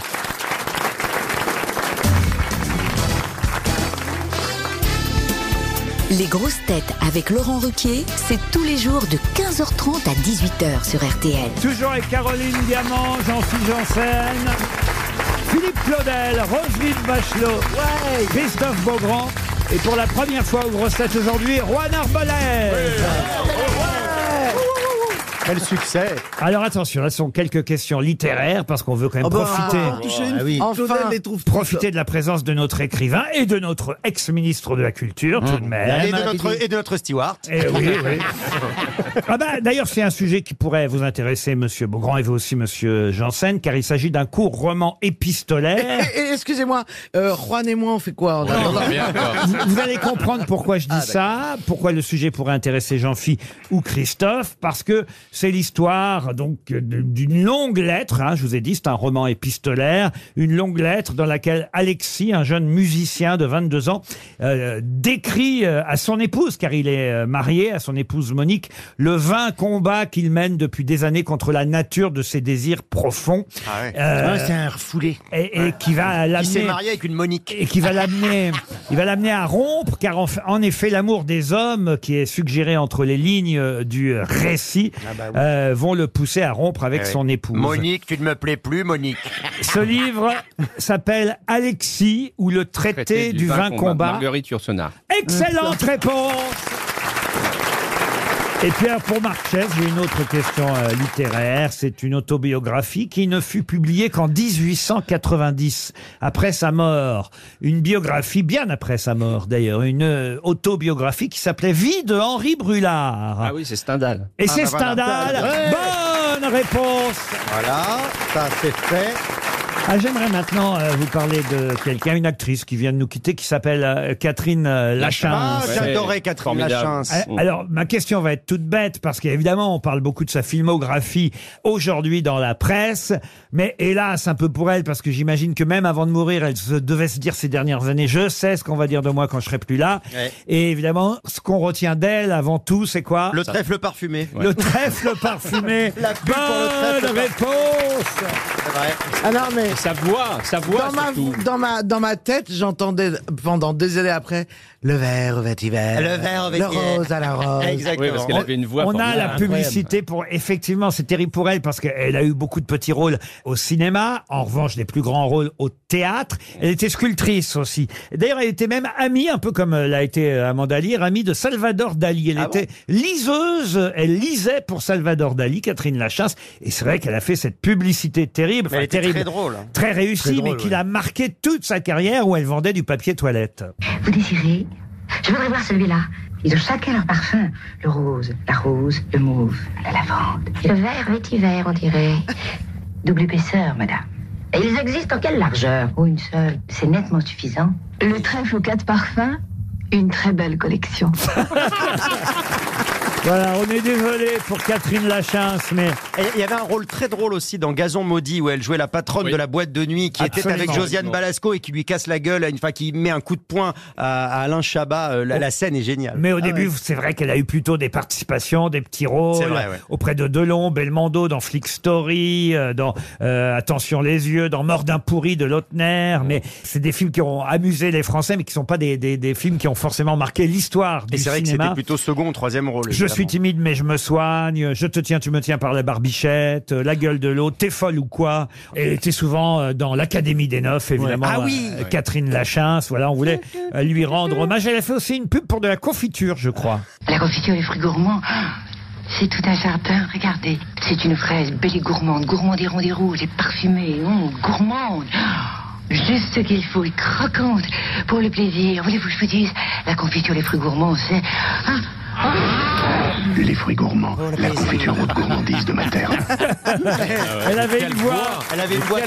N: Les grosses têtes avec Laurent Ruquier, c'est tous les jours de 15h30 à 18h sur RTL.
B: Toujours avec Caroline Diamant, Jean-Philippe Janssen, Philippe Claudel, Roselyne Bachelot, Christophe Beaugrand. Et pour la première fois aux grosses têtes aujourd'hui, Juan Arbalès.
D: Quel succès.
B: Alors attention, là ce sont quelques questions littéraires parce qu'on veut quand même
G: Ah bah,
B: profiter.
G: on peut toucher une
D: Ah oui.
G: Claudel
F: Enfin.
G: les trouve
B: Profiter de la présence de notre écrivain et de notre ex-ministre de la Culture, tout de
D: Et
B: même.
D: Mmh. de notre, et de notre steward.
B: Eh oui, oui. Ah bah, D'ailleurs, c'est un sujet qui pourrait vous intéresser, Monsieur Beaugrand, et vous aussi, Monsieur Janssen, car il s'agit d'un court roman épistolaire.
F: Et- et- Excusez-moi, euh, Juan et moi, on fait quoi en attendant
C: Bien, Ah, quoi.
B: Vous, vous allez comprendre pourquoi je dis ça, pourquoi le sujet pourrait intéresser Jean-Phi ou Christophe, parce que c'est l'histoire donc de- d'une longue lettre. hein, je vous ai dit, c'est un roman épistolaire, une longue lettre dans laquelle Alexis, un jeune musicien de 22 ans, euh, décrit euh, à son épouse, car il est euh, marié à son épouse Monique, le vain combat qu'il mène depuis des années contre la nature de ses désirs profonds,
D: Ah ouais.
B: euh,
E: Ah, c'est un refoulé.
B: et, et qui va
D: Il s'est
B: l'amener
D: marié avec une Monique.
B: et qui va l'amener, il va l'amener à rompre, car en, en effet, l'amour des hommes, qui est suggéré entre les lignes euh, du récit, euh, vont le pousser à rompre avec
D: Ah bah Eh oui.
B: son épouse.
D: Monique, tu ne me plais plus, Monique.
B: Ce livre s'appelle Alexis ou le traité, du, vain combat.
H: Marguerite Yourcenar.
B: Excellente réponse. Et puis alors, pour Marchès, j'ai une autre question euh, littéraire. C'est une autobiographie qui ne fut publiée qu'en 1890, après sa mort. Une biographie, bien après sa mort d'ailleurs, une euh, autobiographie qui s'appelait Vie de Henri Brulard.
H: Ah oui, c'est Stendhal.
B: Et
D: Ah,
B: c'est
D: bah voilà.
B: Stendhal.
D: Ouais.
B: Bonne réponse.
D: Voilà, ça c'est fait.
B: Ah, J'aimerais maintenant euh, vous parler de quelqu'un, une actrice qui vient de nous quitter, qui s'appelle euh, Catherine euh,
D: Ah,
B: Lachance.
H: Ouais.
D: j'adorais Catherine
H: Formidable.
D: Lachance.
B: Ah, Alors, ma question va être toute bête, parce qu'évidemment, on parle beaucoup de sa filmographie aujourd'hui dans la presse, mais hélas, un peu pour elle, parce que j'imagine que même avant de mourir, elle se devait se dire ces dernières années, je sais ce qu'on va dire de moi quand je serai plus là.
D: Ouais.
B: Et évidemment, ce qu'on retient d'elle avant tout, c'est quoi
D: Le trèfle parfumé.
B: Le trèfle parfumé.
D: La pub pour le trèfle
B: Bonne réponse
D: C'est vrai.
F: Ah non, mais
H: sa voix, sa voix
F: Dans ma,
H: surtout.
F: dans, ma, dans ma tête, j'entendais pendant des années après le vert au vêtement,
B: Le vert au
F: le
B: vêtement.
F: rose à la rose.
H: Oui, parce qu'elle avait une voix
B: On a
H: formidable.
B: la publicité pour effectivement, c'est terrible pour elle parce qu'elle a eu beaucoup de petits rôles au cinéma. En revanche, des plus grands rôles au théâtre. Elle était sculptrice aussi. D'ailleurs, elle était même amie, un peu comme euh, l'a été euh, Amanda Lear, amie de Salvador Dali.
D: Ah
B: Elle était liseuse. Elle lisait pour Salvador Dali, Catherine Lachasse. Et c'est vrai qu'elle a fait cette publicité terrible,
D: Mais elle
B: enfin,
D: était très
B: terrible,
D: drôle, hein.
B: très réussie,
D: Très drôle,
B: mais qui l'a marqué toute sa carrière où elle vendait du papier toilette.
O: Vous désirez Je voudrais voir celui-là. Ils ont chacun leur parfum. Le rose, la rose, le mauve, la lavande. Le vert vétiver, on dirait. Double épaisseur, madame. Et ils existent en quelle largeur Oh, une seule. C'est nettement suffisant.
P: Le trèfle aux quatre parfums, une très belle collection.
B: Voilà, on est désolé pour Catherine Lachasse, mais.
D: Et Il y avait un rôle très drôle aussi dans Gazon maudit où elle jouait la patronne de la boîte de nuit qui était avec
B: Absolument.
D: Josiane Balasco et qui lui casse la gueule à une fois qui met un coup de poing à, à Alain Chabat. Euh, La, la scène est géniale.
B: Mais au début, c'est vrai qu'elle a eu plutôt des participations, des petits rôles
D: C'est vrai, ouais.
B: auprès de Delon, Belmondo dans Flick Story, euh, dans euh, Attention les yeux, dans Mort d'un pourri de Lautner. Mais c'est des films qui ont amusé les Français, mais qui sont pas des, des, des films qui ont forcément marqué l'histoire du
D: Et c'est vrai que c'était
B: cinéma.
D: plutôt second, troisième rôle.
B: Je
D: évidemment.
B: suis timide, mais je me soigne. Je te tiens, tu me tiens par la barbichette. euh, La gueule de l'eau, t'es folle ou quoi Et Elle était souvent euh, dans l'Académie des Neufs, évidemment.
D: Ouais. Ah
B: euh,
D: oui
B: euh, Catherine Lachasse, voilà, on voulait euh, lui rendre hommage. Elle a fait aussi une pub pour de la confiture, je crois.
P: La confiture et fruits gourmands, c'est tout un jardin, regardez. C'est une fraise belle et gourmande, gourmande et ronde et rouge et parfumée, hum, gourmande. Juste ce qu'il faut et croquante pour le plaisir. Voulez-vous que je vous dise, la confiture et fruits gourmands, c'est... Ah,
J: Les fruits gourmands, la confiture haute gourmandise de ma terre.
E: Ah
B: Elle avait une voix.
D: Elle avait une voix.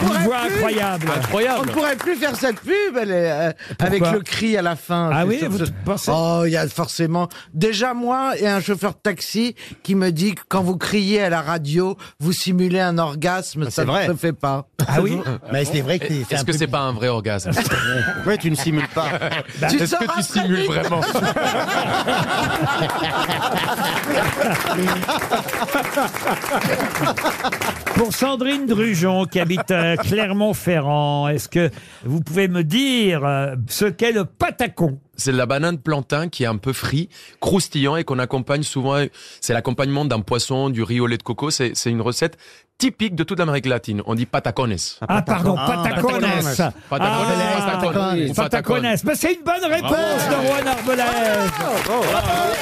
B: Une voix incroyable.
F: On ne pourrait plus faire cette pub elle est, euh,
B: Pourquoi
F: avec le cri à la fin.
B: Ah
F: Je
B: oui,
F: suis sûr
B: vous
F: que ce-
B: pensez
F: Oh, il y a forcément. Déjà moi et un chauffeur de taxi qui me dit que quand vous criez à la radio, vous simulez un orgasme. ça
C: vrai.
F: ne se fait pas.
B: Ah
F: Ah Bah,
C: Mais c'est vrai que Est-ce que c'est pas un vrai orgasme
D: Ouais, tu ne simules pas.
F: Tu
C: Est-ce que
F: sauras
C: tu
F: très
C: simules
F: vite.
C: vraiment
B: Pour Sandrine Drujon, qui habite euh, Clermont-Ferrand, est-ce que vous pouvez me dire euh, ce qu'est le patacon
C: C'est de la banane plantain qui est un peu frit, croustillant et qu'on accompagne souvent. C'est l'accompagnement d'un poisson, du riz au lait de coco. C'est c'est une recette typique de toute l'Amérique latine. On dit patacones.
B: Ah, pardon, patacones.
C: Patacones,
B: Ah, patacones.
C: patacones.
B: Patacones. Mais c'est une bonne réponse de
C: Bravo.
B: Juan Arbelaez.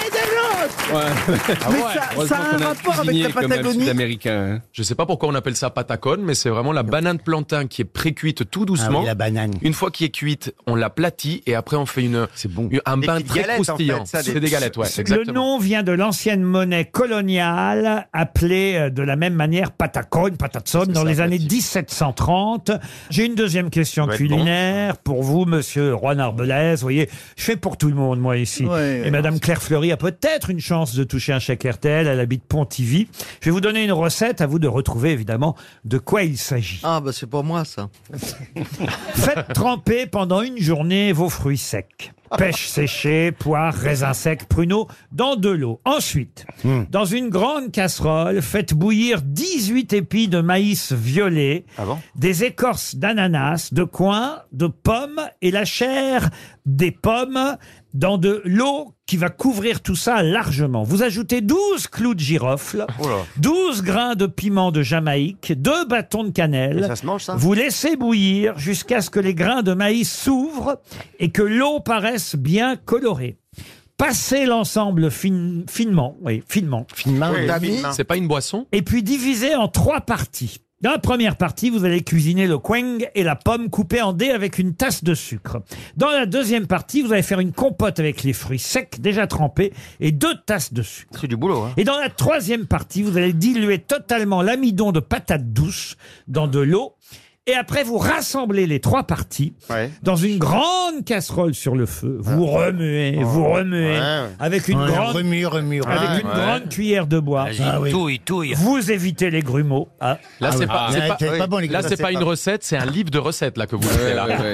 H: Ah ouais, heureusement qu'on a un cuisinier comme un Sud-Américain, hein.
C: Je sais pas pourquoi on appelle ça patacone, mais c'est vraiment la banane plantain qui est pré-cuite tout doucement.
E: Ah oui, la banane.
C: Une fois qui est cuite, on l'aplatit et après on fait une, une- un
D: Des
C: bain
D: petites
C: très
D: galettes, en fait,
C: croustillant.
D: ça, des-
C: C'est des galettes, ouais,
B: Le
C: exactement.
B: nom vient de l'ancienne monnaie coloniale, appelée euh, de la même manière patacone, patatson, dans les années 1730. J'ai une deuxième question
Q: va être
B: culinaire pour vous, monsieur Juan Arbelaez. Vous voyez, je fais pour tout le monde, moi, ici. Et madame Claire Fleury a peut-être une chance de toucher un chèque RTL. Elle habite Pontivy. Je vais vous donner une recette, à vous de retrouver, évidemment, de quoi il s'agit.
F: Ah bah c'est pour moi ça.
B: Faites tremper pendant une journée vos fruits secs. Pêche séchée, poires, raisins secs, pruneaux, dans de l'eau. Ensuite,
D: Mm.
B: dans une grande casserole, faites bouillir 18 épis de maïs violet,
D: Ah
B: des écorces d'ananas, de coin, de pommes et la chair des pommes dans de l'eau qui va couvrir tout ça largement. Vous ajoutez 12 clous de girofle,
D: Oh
B: 12 grains de piment de Jamaïque, deux bâtons de cannelle.
D: Mais ça se mange, ça
B: Vous laissez bouillir jusqu'à ce que les grains de maïs s'ouvrent et que l'eau paraisse bien colorée. Passez l'ensemble fin- finement, oui, finement. Finement,
C: Oui, finement. C'est pas une boisson
B: Et puis divisez en trois parties. Dans la première partie, vous allez cuisiner le queng et la pomme coupée en dés avec une tasse de sucre. Dans la deuxième partie, vous allez faire une compote avec les fruits secs déjà trempés et deux tasses de sucre.
D: C'est du boulot. Hein.
B: Et dans la troisième partie, vous allez diluer totalement l'amidon de patate douce dans de l'eau. Et après, vous rassemblez les trois parties dans une grande casserole sur le feu. Vous
D: Ah.
B: remuez, vous remuez, avec une
E: Ouais,
B: grande,
E: remue, remue, remue.
B: avec une
E: Ah, Ouais.
B: grande cuillère de bois.
E: Ah, Ah oui. touille,
B: Vous évitez les grumeaux. Ah.
C: Là,
B: Ah
C: c'est
B: oui.
C: pas, c'est pas- là, c'est pas une recette, c'est un livre de recettes là que vous faites là.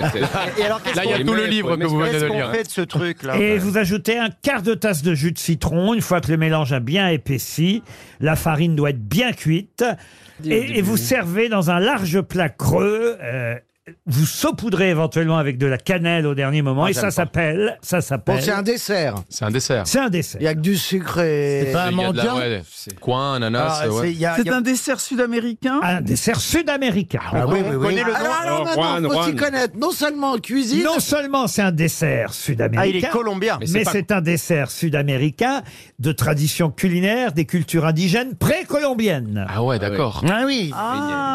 D: Et alors, qu'est-ce
C: là, il y a
D: qu'on-
C: tout le livre que vous venez de
D: Qu'est-ce
C: lire.
D: qu'on fait de ce truc là
B: Et vous ajoutez un quart de tasse de jus de citron. Une fois que le mélange a bien épaissi, la farine doit être bien cuite. Et, et vous servez dans un large plat creux eux. euh, vous saupoudrez éventuellement avec de la cannelle au dernier moment
C: Ah,
B: et
C: j'aime
B: ça
C: pas.
B: s'appelle ça s'appelle
C: Bon, c'est un
B: dessert.
C: C'est un dessert.
B: C'est un dessert. Il y a que du sucre et
C: Il y a de la- ouais, Coin,
B: Ah,
C: ananas. ouais.
G: C'est un dessert sud-américain
B: Un dessert sud-américain.
G: Ah oui, oui, oui.
F: Alors, alors maintenant, faut s'y connaître, non seulement en cuisine.
B: Non seulement c'est un dessert sud-américain.
F: Ah, il est colombien.
B: Mais
F: Mais
B: c'est,
F: c'est pas-
B: un dessert sud-américain de tradition culinaire des cultures indigènes précolombiennes.
C: Ah ouais, d'accord.
B: Ah oui.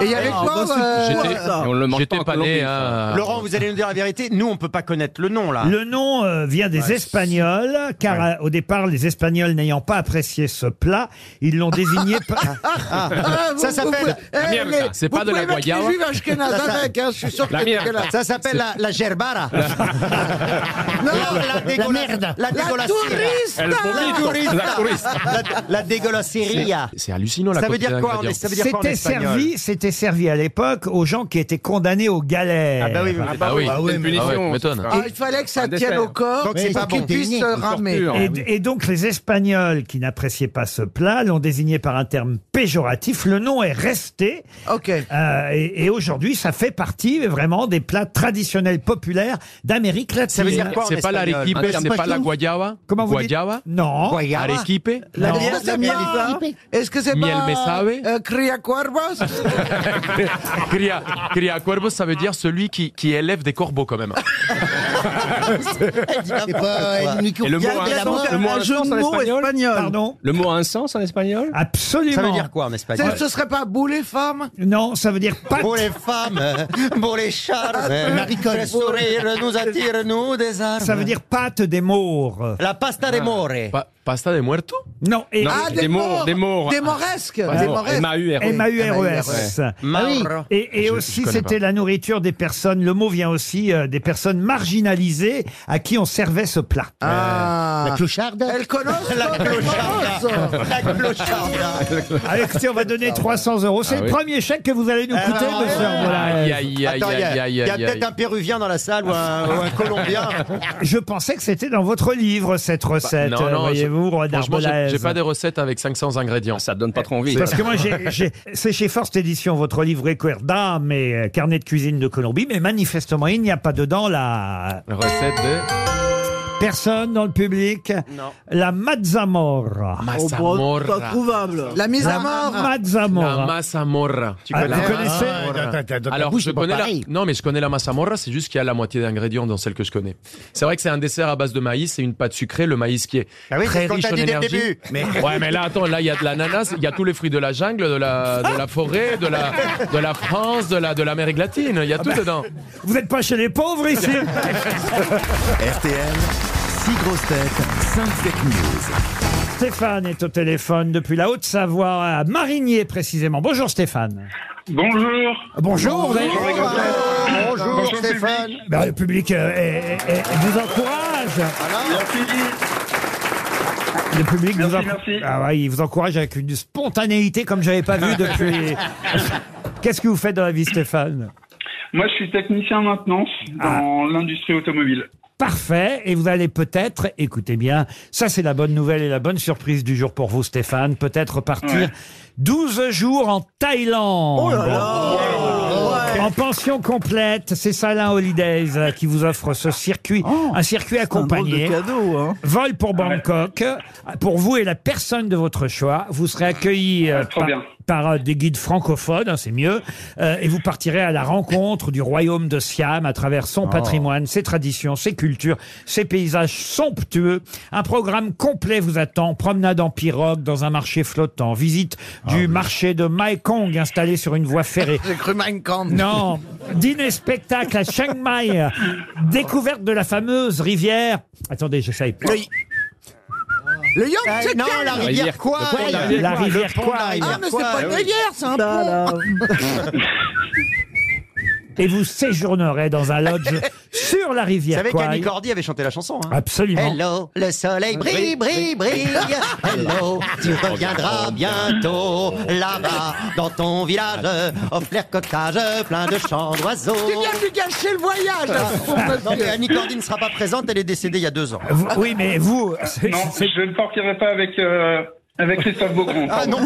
D: Et il y avait
B: Ah,
D: quoi, euh,
C: J'étais-
D: ça
C: on le mange
D: J'étais
C: pas en
D: pas né,
C: Colombie,
D: hein.
C: ça.
D: Laurent, vous allez nous dire la vérité. Nous, on peut pas connaître le nom là.
B: Le nom euh, vient des
D: Ah. Ouais.
B: Espagnols, car euh, au départ, les Espagnols n'ayant pas apprécié ce plat, ils l'ont désigné par...
F: Ah, ah, vous-
D: ça
F: vous
D: s'appelle.
F: pouvez- eh, les- vous pouvez mettre les juifs ashkénazes
D: Ça, ça-
F: avec, hein, je suis sûr que
D: La
F: c'est
D: merde.
F: ashkénaze.
D: Ça s'appelle la, la gerbara. non, la, dégueulasse-
F: merde.
D: La
F: La
D: dégueulasse-
F: touriste. El
D: La
F: vomito.
D: touriste.
F: La touriste.
D: La- La dégueulasseria.
C: C'est hallucinant la
D: Ça veut
C: quantité
D: dire quoi en-
C: d'ingrédients.
D: ça veut dire quoi en
B: C'était
D: espagnol
B: servi, c'était servi à l'époque aux gens qui étaient condamnés aux galères.
D: Ah bah oui,
C: Ah bah oui, Ah oui, c'est une mais- punition, ah ouais, m'étonne. ça.
F: Ah, il fallait que ça
B: Un
F: tienne
B: dessert.
F: au corps
B: Donc c'est
F: pour
B: pas
F: qu'il
B: bon.
F: puisse
B: Une hein. Ah
F: se ramer.
B: Et, et donc les Espagnols qui n'appréciaient pas ce plat l'ont désigné par un terme péjoratif. Le nom est resté. Euh,
F: Ok.
B: et et aujourd'hui, ça fait partie vraiment des plats traditionnels populaires d'Amérique latine.
C: veut dire quoi en C'est pas espagnol l'arequipe, Un c'est pas la passion guayaba
B: Comment vous
C: Guayaba
B: dites Non.
C: Guayaba Arequipe
F: La
B: Non.
F: bière, c'est miel Est-ce que c'est
C: Miel
F: pas
C: me sabe
F: euh, Cria Cuervos
C: Cria, cria cuervo, ça veut dire celui qui, qui élève des corbeaux quand même.
H: Et le mot a un sens, le mot a un sens en espagnol
B: Pardon
H: Le mot a un sens en espagnol
B: Absolument.
F: C'est- Ce serait pas boule les femmes
B: Non, ça veut dire pas.
D: Pour les femmes, pour les charmes,
F: Maricole.
D: le sourire nous attire, nous des armes.
B: Ça veut dire pâte des morts.
D: La pasta Ah, de more.
C: Pa- pasta de muerto
B: Non, et-
H: Non, des, morts, des morts.
F: ah, Des moresques.
H: Pas
F: Des
H: morts,
F: moresques.
B: Hmm.
H: M-A-U-R-E.
B: E. M-A-U-R-E-S.
H: Ouais.
B: Ah oui.
H: Marre.
B: Et, et
H: Je-
B: aussi,
H: je connais
B: c'était
H: pas.
B: la nourriture des personnes. Le mot vient aussi euh, des personnes marginalisées à qui on servait ce plat.
D: Euh,
F: Ah. La
B: clocharde
F: Elle connaît la
D: La
H: Ah
D: clocharda.
B: Allez, écoutez, on va donner 300 euros. C'est
D: Ah
B: le
D: oui.
B: premier chèque que vous allez nous coûter,
D: Alors,
B: monsieur
D: ouais.
B: Ambroise.
D: Attends, il y a, il y a peut-être un Péruvien dans la salle ou un, ou un Colombien.
B: Je pensais que c'était dans votre livre, cette recette,
C: Non,
B: euh,
C: non,
B: voyez-vous,
C: je-
B: Roy
C: franchement, j'ai- j'ai
B: d'Arbolaise.
C: pas des recettes avec 500 ingrédients. Ça donne pas trop envie.
B: Parce que moi, j'ai- j'ai- c'est chez Forst Édition, votre livre Recuerda, mais euh, carnet de cuisine de Colombie, mais manifestement, il n'y a pas dedans la...
C: Recette de...
B: Personne dans le public La mazzamorra.
C: Mazzamorra. Oh, pas trouvable.
F: La mise à mort.
B: La mazzamorra.
C: La massamorra.
B: Tu connais- Ah, vous connaissez Ah, attends, attends,
C: Alors,
B: oui,
C: je
B: c'est pas
C: connais la...
B: pareil.
C: Non, mais je connais la massamorra, c'est juste qu'il y a la moitié d'ingrédients dans celle que je connais. C'est vrai que c'est un dessert à base de maïs et une pâte sucrée, le maïs qui est
D: Ah oui, c'est
C: très
D: ce qu'on
C: riche
D: t'a
C: en
D: dit dès le
C: énergie.
D: début. Mais-
C: Ouais, mais là, attends, là, il y a de l'ananas, il y a tous les fruits de la jungle, de la, de la forêt, de la, de la France, de la, de l'Amérique latine, il y a tout dedans.
B: Ah bah, Vous n'êtes pas chez les pauvres ici
A: RTL, 6 grosses têtes, 5 fake news.
B: Stéphane est au téléphone depuis la Haute-Savoie, à Marigné précisément. Bonjour Stéphane.
J: Bonjour.
B: Bonjour, vous avez-
J: Bonjour, Stéphane.
B: Ben, le public euh, est- est- est- vous encourage. Le public vous, en- Ah ouais, il vous encourage avec une spontanéité comme j'avais pas vu depuis. Qu'est-ce que vous faites dans la vie, Stéphane
J: Moi, je suis technicien maintenance
B: Ah.
J: dans l'industrie automobile.
B: Parfait. Et vous allez peut-être, écoutez bien, ça c'est la bonne nouvelle et la bonne surprise du jour pour vous, Stéphane, peut-être partir 12 jours en Thaïlande.
J: Oh
B: En pension complète, c'est Salin Holidays euh, qui vous offre ce circuit,
J: Oh.
B: un circuit accompagné.
J: hein.
B: Vol pour
J: Ah
B: Bangkok. Pour vous et la personne de votre choix, vous serez accueilli euh,
J: trop
B: par,
J: bien.
B: par, euh, des guides francophones, hein, c'est mieux, euh, et vous partirez à la rencontre du royaume de Siam à travers
J: Oh.
B: son patrimoine, ses traditions, ses cultures, ses paysages somptueux. Un programme complet vous attend, promenade en pirogue dans un marché flottant, visite
D: Ah
B: du marché de Maekong installé sur une voie ferrée.
F: J'ai cru Mein Kampf.
B: Non, dîner spectacle à Chiang Mai, découverte de la fameuse rivière. Attendez, je savais plus.
F: Le Yang
H: Euh,
D: Ah,
F: Tse-Kiang.
D: non, la rivière quoi
B: La rivière quoi
F: Ah, mais c'est pas une rivière, c'est un pont.
B: Et vous séjournerez dans un lodge sur la
D: Vous
B: rivière
D: savez
B: Kwai.
D: qu'Annie Cordy avait chanté la chanson. hein.
B: Absolument.
D: Hello, le soleil brille, brille, brille. Hello, tu reviendras bientôt là-bas, dans ton village, au flair cottage, plein de chants d'oiseaux.
F: Tu viens de lui gâcher le voyage. là, ce pauvre
D: Non, mais
F: monsieur.
D: Annie Cordy ne sera pas présente, elle est décédée il y a deux ans.
B: Vous- Oui, mais vous,
J: Non, je ne partirai pas avec euh, Avec Christophe Beaugrand.
B: Ah, non.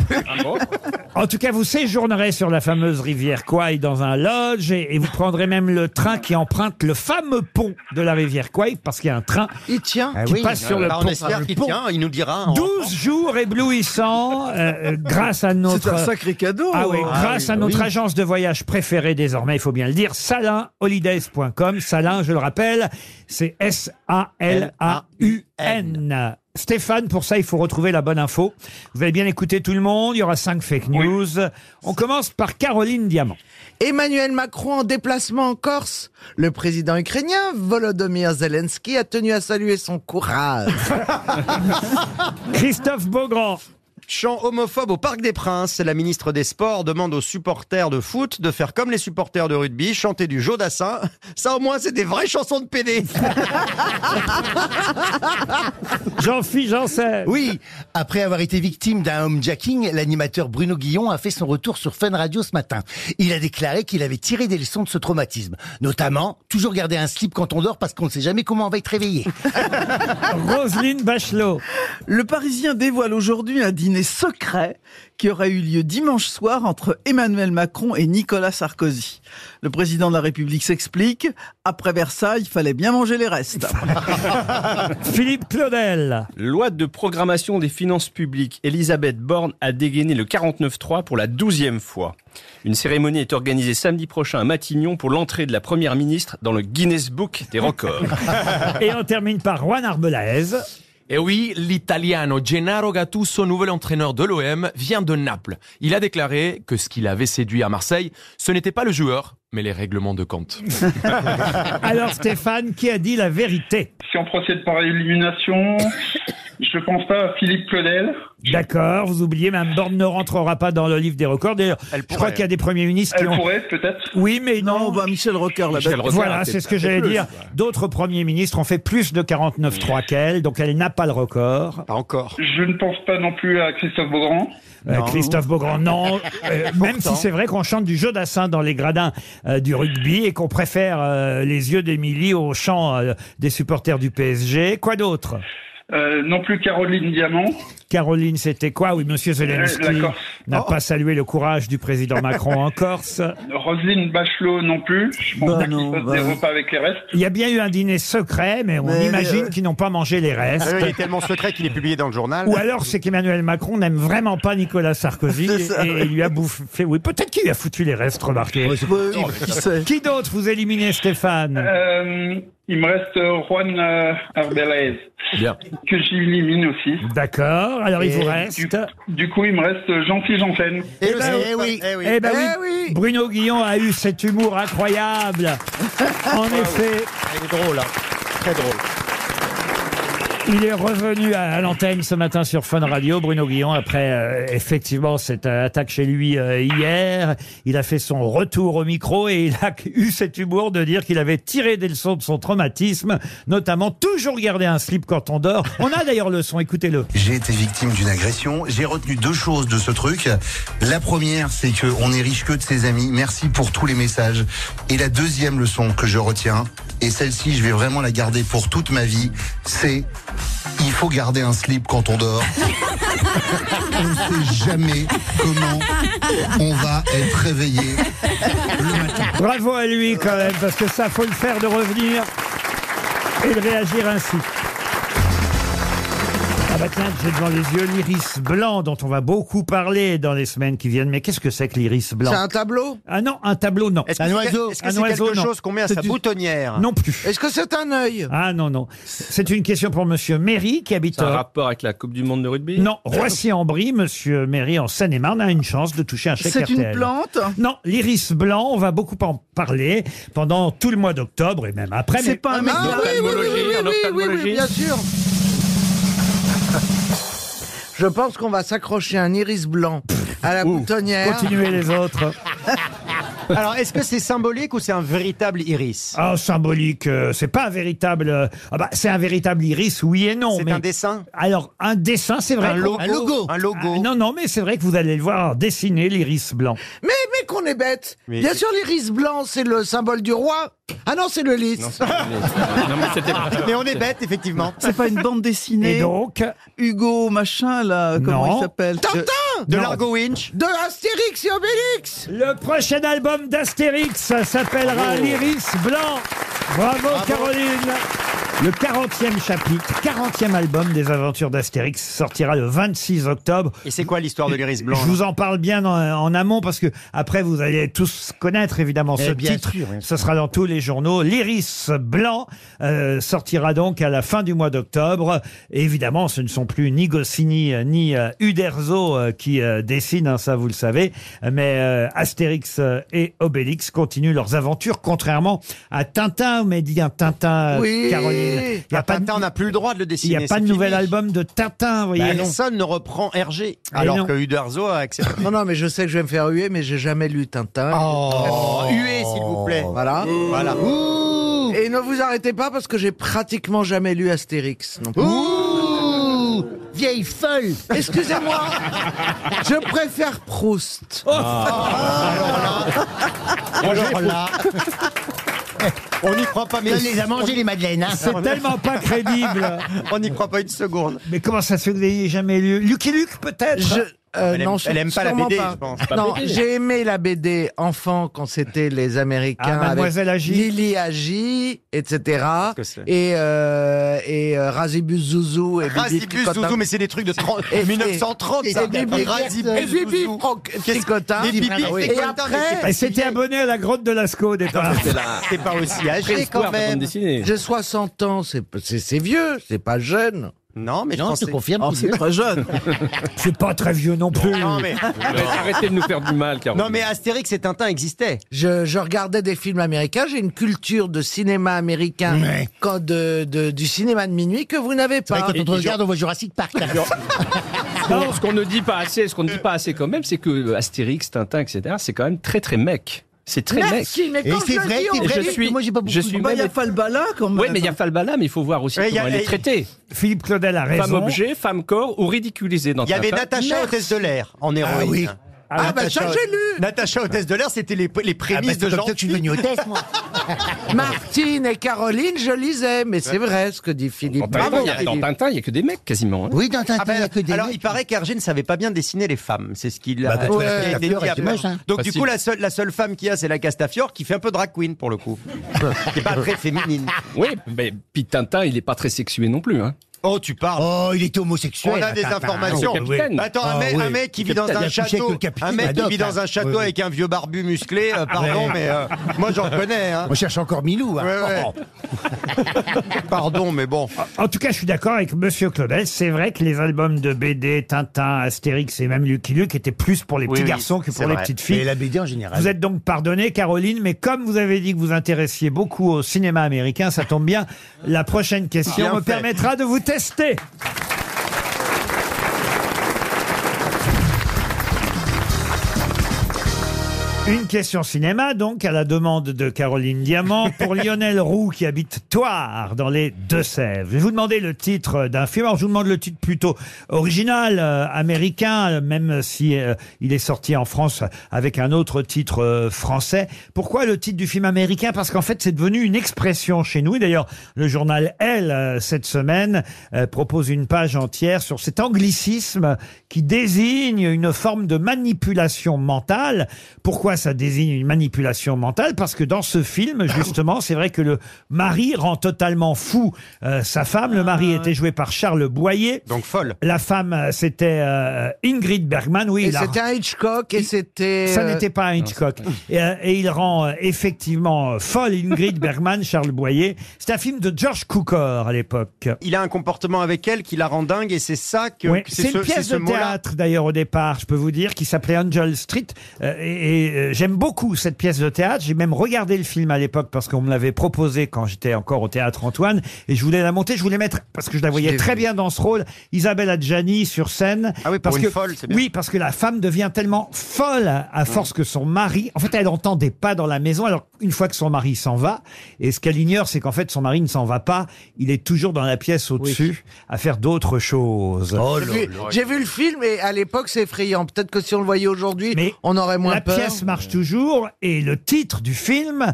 B: En tout cas, vous séjournerez sur la fameuse rivière Kouai dans un lodge et, et vous prendrez même le train qui emprunte le fameux pont de la rivière Kouai parce qu'il y a un train Ah
F: Il tient.
B: qui passe sur le
D: Bah,
B: pont.
D: On espère qu'il
B: Le pont.
D: tient, il nous dira. en-
B: 12 jours éblouissants euh, euh, grâce à notre
G: C'est un sacré cadeau.
B: Ah oui,
G: Ah
B: grâce
G: oui,
B: à notre
G: oui.
B: agence de voyage préférée désormais, il faut bien le dire, salinholidays.com. Salin, je le rappelle, c'est S A L A U N. Stéphane, pour ça, il faut retrouver la bonne info. Vous allez bien écouter tout le monde. Il y aura cinq fake news. On commence par Caroline Diamant.
F: Emmanuel Macron en déplacement en Corse. Le président ukrainien Volodymyr Zelensky a tenu à saluer son courage.
B: Christophe Beaugrand.
D: Chant homophobe au Parc des Princes, la ministre des Sports demande aux supporters de foot de faire comme les supporters de rugby, chanter du Jodassin. Ça au moins c'est des vraies chansons de PD.
B: J'en fiche, j'en sais.
E: Oui, après avoir été victime d'un homejacking, l'animateur Bruno Guillon a fait son retour sur Fun Radio ce matin. Il a déclaré qu'il avait tiré des leçons de ce traumatisme, notamment toujours garder un slip quand on dort parce qu'on ne sait jamais comment on va être réveillé.
B: Roselyne Bachelot.
G: Le Parisien dévoile aujourd'hui un dîner secret qui aura eu lieu dimanche soir entre Emmanuel Macron et Nicolas Sarkozy. Le président de la République s'explique. Après Versailles, il fallait bien manger les restes.
B: Philippe Claudel.
H: Loi de programmation des finances publiques. Elisabeth Borne a dégainé le 49-3 pour la douzième fois. Une cérémonie est organisée samedi prochain à Matignon pour l'entrée de la première ministre dans le Guinness Book des records.
B: Et on termine par Juan Arbelaez.
C: Et Eh oui, l'italiano Gennaro Gattuso, nouvel entraîneur de l'OM, vient de Naples. Il a déclaré que ce qu'il avait séduit à Marseille, ce n'était pas le joueur, mais les règlements de compte.
B: Alors Stéphane, qui a dit la vérité
J: Si on procède par élimination, je pense pas à Philippe Claudel.
B: D'accord, vous oubliez, Mme Borne ne rentrera pas dans le livre des records. D'ailleurs, je crois qu'il y a des premiers ministres qui
J: Elle
B: ont...
J: pourrait peut-être.
B: Oui, mais non.
G: bah, Michel Rocard, la bête.
B: Voilà, c'est ce que j'allais dire. D'autres premiers ministres ont fait plus de 49,3 qu'elle, donc elle n'a pas le record.
D: Pas encore.
J: Je ne pense pas non plus à Christophe Beaugrand.
B: Euh, Christophe Beaugrand, non. Euh, même si c'est vrai qu'on chante du jeu d'assin dans les gradins euh, du rugby et qu'on préfère euh, les yeux d'Émilie au chant euh, des supporters du PSG. Quoi d'autre
J: Euh, non plus Caroline Diamant.
B: Caroline, c'était quoi Oui, Monsieur
J: Euh,
B: Zelensky
J: la Corse.
B: n'a pas salué le courage du président Macron en Corse.
J: Roselyne Bachelot non plus. Je pense
B: Bah
J: pas qu'ils
B: non,
J: fassent
B: bah
J: des
B: non.
J: repas avec les restes.
B: Il y a bien eu un dîner secret, mais on
D: Mais,
B: imagine
D: euh,
B: qu'ils n'ont pas mangé les restes.
D: Ah il est tellement secret qu'il est publié dans le journal.
B: Ou alors c'est qu'Emmanuel Macron n'aime vraiment pas Nicolas Sarkozy
D: C'est ça,
B: et, et
D: oui.
B: il lui a bouffé. Oui, peut-être qu'il lui a foutu les restes, remarquez. Qui d'autre vous éliminez, Stéphane
J: Euh, il me reste euh, Juan euh, Arbelaez. Que j'élimine aussi.
B: D'accord. Alors il
J: Et
B: vous reste.
J: Du, du coup, il me reste Jean-Philippe Janssen.
B: Eh ben, eh ben oui. Bruno Guillon a eu cet humour incroyable. En
F: Ah,
B: effet.
D: C'est drôle, hein. très drôle.
B: Il est revenu à à l'antenne ce matin sur Fun Radio, Bruno Guillon, après euh, effectivement cette euh, attaque chez lui euh, hier. Il a fait son retour au micro et il a eu cet humour de dire qu'il avait tiré des leçons de son traumatisme, notamment toujours garder un slip quand on dort. On a d'ailleurs le son, écoutez-le.
Q: J'ai été victime d'une agression. J'ai retenu deux choses de ce truc. La première, c'est que on n'est riche que de ses amis. Merci pour tous les messages. Et la deuxième leçon que je retiens, et celle-ci, je vais vraiment la garder pour toute ma vie, c'est il faut garder un slip quand on dort. on ne sait jamais comment on va être réveillé.
B: Bravo à lui quand même, parce que ça, faut le faire de revenir et de réagir ainsi. Ah bah tiens, j'ai devant les yeux l'iris blanc dont on va beaucoup parler dans les semaines qui viennent. Mais qu'est-ce que c'est que l'iris blanc
F: C'est un tableau
B: Ah non, un tableau, non.
D: Est-ce que c'est- est-ce que c'est quelque chose qu'on met à
B: C'est
D: sa
B: du-
D: boutonnière
B: Non plus.
F: Est-ce que c'est un œil
B: Ah non, non. C'est une question pour Monsieur Méry qui habite...
H: C'est un
B: euh,
H: rapport avec la Coupe du Monde de rugby
B: Non, Roissy-en-Brie, Monsieur Méry en Seine-et-Marne a une chance de toucher un chèque
G: C'est une
B: RTL.
G: plante
B: Non, l'iris blanc, on va beaucoup en parler pendant tout le mois d'octobre et même après.
G: C'est pas un mec
F: Ah oui, oui, oui, oui, oui, oui, oui, oui, oui, bien sûr. Je pense qu'on va s'accrocher un iris blanc à la boutonnière.
B: Continuez les autres.
D: Alors, est-ce que c'est symbolique ou c'est un véritable iris
B: Ah, symbolique, euh, c'est pas un véritable. euh, ah bah, c'est un véritable iris, oui et non.
D: C'est
B: mais-
D: un dessin
B: Alors, un dessin, c'est vrai.
D: Un
B: qu'on-
D: logo Un logo.
B: Ah, non, non, mais c'est vrai que vous allez le voir dessiner l'iris blanc.
F: Mais, mais qu'on est bête.
H: Mais-
F: Bien sûr, l'iris blanc, c'est le symbole du roi. Ah non, c'est le lys.
G: Mais on est bête,
D: effectivement.
G: C'est pas une bande dessinée.
F: Et donc
G: Hugo, machin, là, comment
B: Non.
G: il s'appelle
B: Tintin De Largo
G: Winch
F: De Astérix et Obélix
B: Le prochain album d'Astérix s'appellera
F: Bravo.
B: L'Iris Blanc. Bravo, Caroline. Le 40e chapitre, 40e album des aventures d'Astérix sortira le 26 octobre.
D: Et c'est quoi l'histoire de l'iris blanc
B: Je vous en parle bien en, en amont parce que après vous allez tous connaître évidemment
D: Eh
B: ce
D: bien
B: titre.
D: sûr, oui.
B: Ce sera dans tous les journaux. L'iris blanc euh, sortira donc à la fin du mois d'octobre. Et Évidemment, ce ne sont plus ni Goscinny euh, ni euh, Uderzo euh, qui euh, dessinent, hein, ça vous le savez. Mais euh, Astérix euh, et Obélix continuent leurs aventures, contrairement à Tintin. Mais dit un Tintin, euh,
D: Oui.
B: Caroline. Il y a
D: Ah,
B: pas de-
D: Tintin, on n'a plus le droit de
B: il
D: le
B: y
D: dessiner. Bah,
B: a pas de nouvel album de Tintin, vous voyez. Eh
D: Personne ne reprend Hergé.
B: non.
D: Alors que Uderzo a accepté.
F: Non, non, mais je sais que je vais me faire huer, mais j'ai jamais lu Tintin.
D: Oh, huer, s'il vous plaît.
F: Voilà.
D: Voilà.
F: Et ne vous arrêtez pas parce que j'ai pratiquement jamais lu Astérix. non plus.
E: Ouh Vieille folle
F: Excusez-moi Je préfère Proust.
E: Oh.
B: Ah,
E: Bonjour là
D: On n'y croit
B: Ah,
D: pas, mais.
E: On les a mangés, les madeleines, hein.
B: C'est tellement pas crédible.
D: Ah, On n'y croit pas une seconde.
B: Mais comment ça se fait que vous n'ayez jamais lu Lucky Luke, peut-être
F: Je- euh,
D: Elle aime-
F: non,
D: elle aime pas la
F: sûrement
D: BD, je pense. Pas
F: Non,
D: BD.
F: j'ai aimé la BD enfant quand c'était les Américains
B: Ah, Mademoiselle
F: avec
B: Agi.
F: Lily Agi, etc.
D: c'est
F: Et euh, et euh, Razibus Zouzou et
D: Razibus Zouzou, mais c'est des trucs de 30 1930,
F: et-
D: ça.
F: et Bibi-
D: Razibus
F: et Bibi
D: Zouzou.
F: Fro- Fricotin.
D: Bibi Fricotin,
F: Ah Oui.
D: mais
F: Et
D: c'est
F: après,
B: Et c'était abonné à la grotte de Lascaux au
D: Ah,
B: départ.
D: C'est pas aussi
F: j'ai
D: âgé
F: quand même, j'ai 60 ans, c'est c'est- c'est vieux, c'est pas jeune.
D: Non, mais Oh,
E: Non, je te confirme qu'il est
G: C'est très jeune.
B: C'est pas très vieux non plus.
D: Ah, Non, mais,
H: Arrêtez de nous faire du mal, Caroline.
D: non, mais Astérix et Tintin existaient.
F: Je, je regardais des films américains, j'ai une culture de cinéma américain, quand de, de- du cinéma de minuit que vous n'avez
E: C'est vrai,
F: pas.
E: Quand on te regarde, on voit Jurassic Park. hein.
H: Non, ce qu'on ne dit pas assez, ce qu'on ne dit pas assez quand même, c'est que euh, Astérix, Tintin, etc., c'est quand même très très mec. C'est très mec.
F: Merci, mais
E: Et
F: quand
E: c'est
F: je
E: vrai,
F: le dis,
E: c'est
F: on
E: vrai.
H: Je
E: parce que
H: suis-
E: Moi, j'ai pas beaucoup.
H: je suis
G: Bah, Il y a
H: même.
G: Falbala quand même.
H: Ouais, mais il y a Falbala, mais il faut voir aussi
D: Ouais, il y a-
H: comment elle est traitée.
B: Philippe Claudel a raison.
H: Femme objet, femme corps ou ridiculisée dans
D: Il y avait
H: Tintin.
D: Natacha Hôtesse de l'air en héroïne.
E: oui.
F: Ah, bah ça, j'ai lu.
D: Natacha Hôtesse de l'air, c'était les, les
E: Ah, bah,
D: prémices
E: c'est
D: de
E: comme
D: Jean.
E: ça que je suis devenu hôtesse, moi.
F: Martine et Caroline, je lisais, mais c'est vrai ce que dit Philippe.
H: Dans Tintin,
F: Bravo,
H: il y a- Dans
F: Philippe.
H: Tintin, il n'y a que des mecs quasiment. hein.
E: Oui, dans Tintin,
D: Ah ben,
E: il y a que des.
D: alors,
E: mecs.
D: il paraît qu'Hergé ne savait pas bien dessiner les femmes. C'est ce qu'il
E: Bah,
D: a,
E: t'as-
D: ce qui
E: t'as-
D: a
E: t'as
D: été
E: peur,
D: dit
E: et
D: après.
E: c'est moche, hein.
D: Donc, du
C: Facile.
D: coup, la seule, la seule femme qu'il y a, c'est la Castafiore qui fait un peu drag queen pour le coup. qui est pas très féminine.
H: Oui, mais puis Tintin, il n'est pas très sexué non plus. Hein.
D: Oh, tu parles.
E: Oh, il était homosexuel.
D: On a des
E: Tintin.
D: informations.
E: Ah, oui.
H: Capitaine.
D: Bah, Attends, un,
E: Ah,
D: mec,
E: oui.
D: un mec qui vit
E: Capitaine,
D: dans
E: il
D: un
E: a couché avec
D: château,
E: le capitaine
D: un mec qui
E: Haddock,
D: vit dans
E: hein.
D: un
E: Oui,
D: château
E: oui.
D: avec un vieux barbu musclé, euh, pardon,
E: Ouais.
D: mais euh, moi j'en connais. Hein.
E: On cherche encore Milou. hein.
D: Ouais, ouais.
E: Oh,
D: Pardon, Oh mais bon.
B: En tout cas, je suis d'accord avec Monsieur Claudel. C'est vrai que les albums de BD, Tintin, Astérix et même Lucky Luke étaient plus pour les petits
D: oui,
B: garçons que
D: c'est
B: pour les
D: vrai.
B: petites
E: Et
B: filles.
E: la BD en général.
B: Vous êtes donc pardonné, Caroline, mais comme vous avez dit que vous intéressiez beaucoup au cinéma américain, ça tombe bien. La prochaine question
D: Bien
B: me
D: fait.
B: permettra de vous tester. Une question cinéma, donc, à la demande de Caroline Diamant, pour Lionel Roux, qui habite Toire, dans les Deux-Sèvres. Je vais vous demander le titre d'un film. Alors, je vous demande le titre plutôt original, euh, américain, euh, même si euh, il est sorti en France avec un autre titre euh, français. Pourquoi le titre du film américain Parce qu'en fait, c'est devenu une expression chez nous. Et D'ailleurs, le journal Elle, euh, cette semaine, euh, propose une page entière sur cet anglicisme qui désigne une forme de manipulation mentale. Pourquoi ça désigne une manipulation mentale Parce que dans ce film, justement, c'est vrai que le mari rend totalement fou euh, sa femme. Le mari était joué par Charles Boyer.
D: Ah. Donc folle.
B: La femme, euh, c'était euh, Ingrid Bergman. Oui,
F: Et
B: la-
F: c'était un Hitchcock et c'était.
B: ça
F: euh,
B: n'était pas un Hitchcock. Et, euh, et il rend euh, effectivement euh, folle Ingrid Bergman, Charles Boyer. C'est un film de George Cukor à l'époque.
D: Il a un comportement avec elle qui la rend dingue et c'est ça que
B: Ouais,
D: que
B: C'est une
D: ce-
B: pièce
D: c'est ce
B: de
D: mot-là.
B: théâtre d'ailleurs au départ, je peux vous dire, qui s'appelait Angel Street. Euh, et et, euh, j'aime beaucoup cette pièce de théâtre. J'ai même regardé le film à l'époque parce qu'on me l'avait proposé quand j'étais encore au théâtre Antoine. Et je voulais la monter, je voulais mettre, parce que je la voyais
F: l'ai
B: très
F: vu.
B: bien dans ce rôle, Isabelle Adjani sur scène.
D: Ah oui, pour
B: parce
D: une
B: que,
D: folle, c'est bien.
B: Oui, parce que la femme devient tellement folle
E: Mm.
B: à force que son mari. En fait, elle entend des pas dans la maison. Alors, une fois que son mari s'en va, et ce qu'elle ignore, c'est qu'en fait, son mari ne s'en va pas. Il est toujours dans la pièce au-dessus à faire d'autres
F: euh,
B: choses.
E: Oh
F: J'ai vu- j'ai vu le film et à l'époque c'est effrayant. Peut-être que si on le voyait aujourd'hui,
B: Mais
F: on aurait moins
B: la
F: peur.
B: pièce marche toujours et le titre du film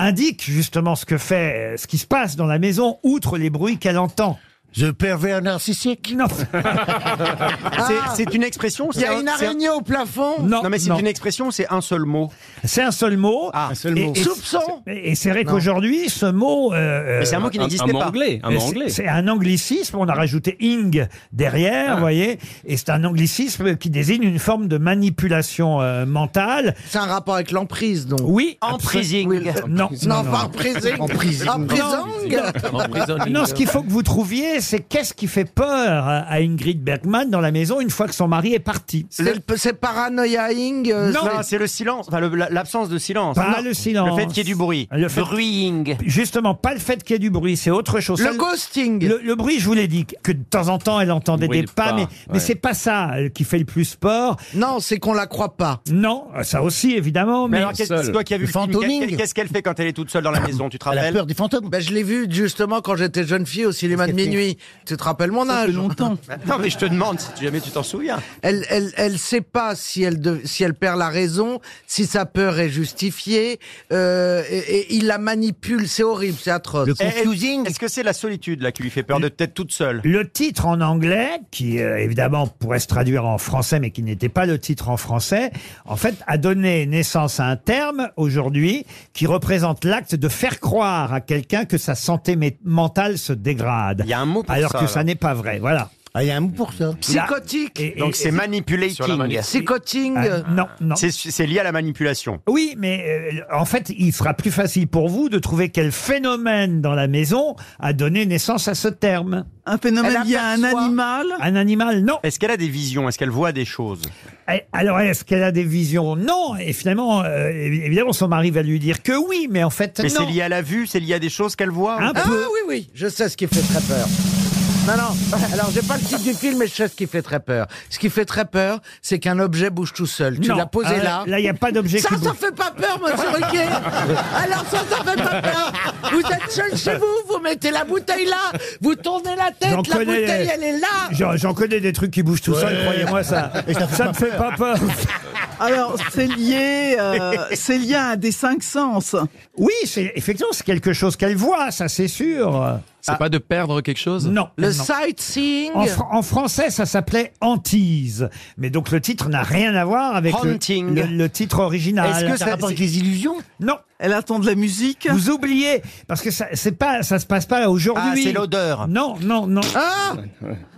B: indique justement ce que fait, ce qui se passe dans la maison, outre les bruits qu'elle entend.
E: Je pervers narcissique
B: Non
D: C'est- c'est une expression,
F: Il y
D: c'est
F: a
D: un-
F: une
D: c'est un-
F: araignée au plafond.
D: Non, mais c'est une expression, c'est un seul mot.
B: C'est un seul mot.
D: Ah, un seul mot.
F: Soupçon.
B: Et c'est vrai
D: Non.
B: qu'aujourd'hui, ce mot. euh,
D: Mais c'est un mot qui
B: euh,
D: n'existait Un- un mot pas. anglais, un
B: Mais
D: mot
B: c'est-
D: anglais.
B: C'est un anglicisme. On a rajouté ing
D: Ah.
B: derrière, vous voyez. Et c'est un anglicisme qui désigne une forme de manipulation euh, mentale.
F: C'est un rapport avec l'emprise, donc.
B: Oui.
D: Emprising.
B: Oui, euh, Non.
F: Non, pas emprising. Emprising. Emprising.
B: Emprising. Non, ce qu'il faut que vous trouviez, c'est qu'est-ce qui fait peur à à Ingrid Bergman dans la maison une fois que son mari est parti.
F: C'est le- C'est paranoïaing. euh,
D: Non, c'est le silence, enfin le- la- l'absence de silence.
B: Pas
D: Non.
B: le silence.
D: Le fait qu'il y ait du bruit.
B: Le fait-
D: Bruiting.
B: Justement, pas le fait qu'il y ait du bruit, c'est autre chose.
F: Le
B: Ça,
F: ghosting.
B: Le, le bruit, je vous l'ai dit, que de temps en temps, elle entendait
H: Bruit
B: des
H: de
B: pas,
H: pas,
B: mais, mais
H: ouais.
B: c'est pas ça euh, qui fait le plus peur.
F: Non, c'est qu'on la croit pas.
B: Non, ça aussi, évidemment,
D: Mais
B: mais,
D: alors, qu'est-ce-
H: seul.
D: c'est toi qui as vu le film,
E: Fantoming.
D: qu'est- Qu'est-ce qu'elle fait quand elle est toute seule dans la maison Tu te
E: Ah, Elle a
D: rappelles
E: peur du fantôme.
F: Ben, je l'ai vu justement quand j'étais jeune fille au cinéma de
D: Qu'est-ce qu'elle
F: minuit. Tu te rappelles mon
G: Ça fait
F: âge
G: longtemps.
D: Non, mais je te demande si tu- jamais tu t'en souviens.
F: Elle, elle, elle sait pas si elle, de- si elle perd la raison, si sa peur est justifiée, euh, et, et il la manipule. C'est horrible, c'est atroce.
E: Le
D: Eh, eh,
E: confusing.
D: Est-ce que c'est la solitude là qui lui fait peur de peut-être toute seule
B: Le titre en anglais, qui euh, évidemment pourrait se traduire en français, mais qui n'était pas le titre en français, en fait, a donné naissance à un terme aujourd'hui qui représente l'acte de faire croire à quelqu'un que sa santé mé- mentale se dégrade.
D: Il y a un mot pour
B: alors
D: ça,
B: que
D: là.
B: ça n'est pas vrai. Voilà.
E: Ah, il y a un mot pour ça.
F: Psychotique.
B: Et- et-
D: Donc c'est
B: et-
C: sur la
D: manipulating.
C: mani-
F: Psychoting.
B: Ah,
F: euh,
B: non, non.
D: C'est- C'est lié à la manipulation.
B: Oui, mais euh, en fait, il sera plus facile pour vous de trouver quel phénomène dans la maison a donné naissance à ce terme.
G: Un phénomène
F: Elle
G: lié à un
F: aperçoit-
G: animal
B: Un animal, non.
D: Est-ce qu'elle a des visions Est-ce qu'elle voit des choses
B: Eh, Alors, est-ce qu'elle a des visions Non. Et finalement, euh, évi- évidemment, son mari va lui dire que oui, mais en fait,
D: Mais
B: non.
D: c'est lié à la vue, c'est lié à des choses qu'elle voit
B: Un
F: Ah
B: peu.
F: oui, oui, je sais ce qui fait très peur. Non, non, alors j'ai pas le titre du film, mais je sais ce qui fait très peur. Ce qui fait très peur, c'est qu'un objet bouge tout seul. Tu
B: Non.
F: l'as posé
B: Ah,
F: là.
B: Là, il n'y a pas d'objet
F: Ça,
B: qui
F: ça
B: bouge.
F: fait pas peur, monsieur Riquet Alors ça, ça fait pas peur Vous êtes seul chez vous, vous mettez la bouteille là, vous tournez la tête,
B: J'en
F: la
B: connais.
F: bouteille, elle est là
B: J'en j'en connais des trucs qui bougent tout seul, croyez-moi, ça
E: Et ça fait
B: ça
E: pas
B: me fait pas peur.
G: Alors, c'est lié, euh, c'est lié à un des cinq sens.
B: Oui, c'est effectivement, c'est quelque chose qu'elle voit, ça c'est sûr.
C: C'est pas de perdre quelque chose
B: Ah. Non.
F: Le
B: non.
F: sightseeing
B: En, fr- en français, ça s'appelait hantise. Mais donc le titre n'a rien à voir avec le,
D: Haunting.
B: le- le titre original.
D: Est-ce que ça-
E: Rapport avec les illusions
B: Non,
G: Elle attend de la musique.
B: vous oubliez parce que ça c'est pas ça se passe pas aujourd'hui.
D: Ah, c'est l'odeur.
B: Non, non, non.
F: Ah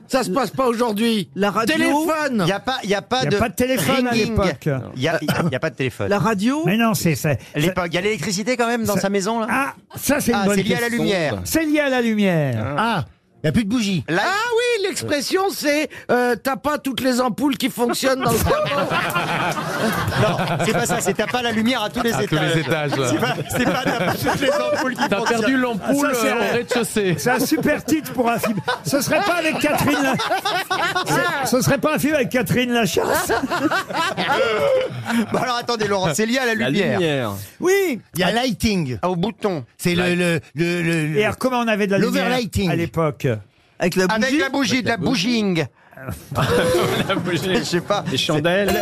F: Ça se passe pas aujourd'hui
G: La radio.
D: Il
F: Téléphone
D: n'y a pas, il y a pas
B: Il y a
D: de
B: pas de téléphone à
D: ringing.
B: l'époque.
D: Il n'y a, il y a pas de téléphone.
G: La radio.
B: Mais non, c'est ça.
D: À l'époque, il y a l'électricité quand même dans sa maison là.
B: Ah, ça c'est une
D: Ah,
B: bonne
D: c'est lié à la
B: question.
D: lumière.
B: C'est lié à la lumière.
E: Ah, il n'y a plus de bougie.
D: Là,
F: Ah oui, l'expression c'est euh, t'as pas toutes les ampoules qui fonctionnent dans le cerveau.
D: non, c'est pas ça. C'est t'as pas la lumière à tous les
C: À tous
D: étages.
C: les étages.
D: C'est pas, c'est pas t'as pas toutes les ampoules qui
C: T'as perdu l'ampoule
B: Ah, ça, c'est
C: euh,
B: vrai.
C: au rez-de-chaussée.
B: C'est un super titre pour un film. Ce serait pas avec Catherine. Ah. La... Ce- Ce serait pas un film avec Catherine Lachasse.
F: Ah,
D: Bon, Ah. Bah alors attendez Laurent, c'est lié à la
H: La
D: lumière.
H: lumière.
B: Oui.
E: Il y a lighting.
D: Ah, au bouton.
E: C'est le, le, le, le- le-
B: Et alors comment on avait de la lumière
E: L'overlighting.
B: à l'époque
G: Avec la
D: Avec
G: bougie.
D: la bougie, de la bouging. Je sais pas.
H: Des chandelles.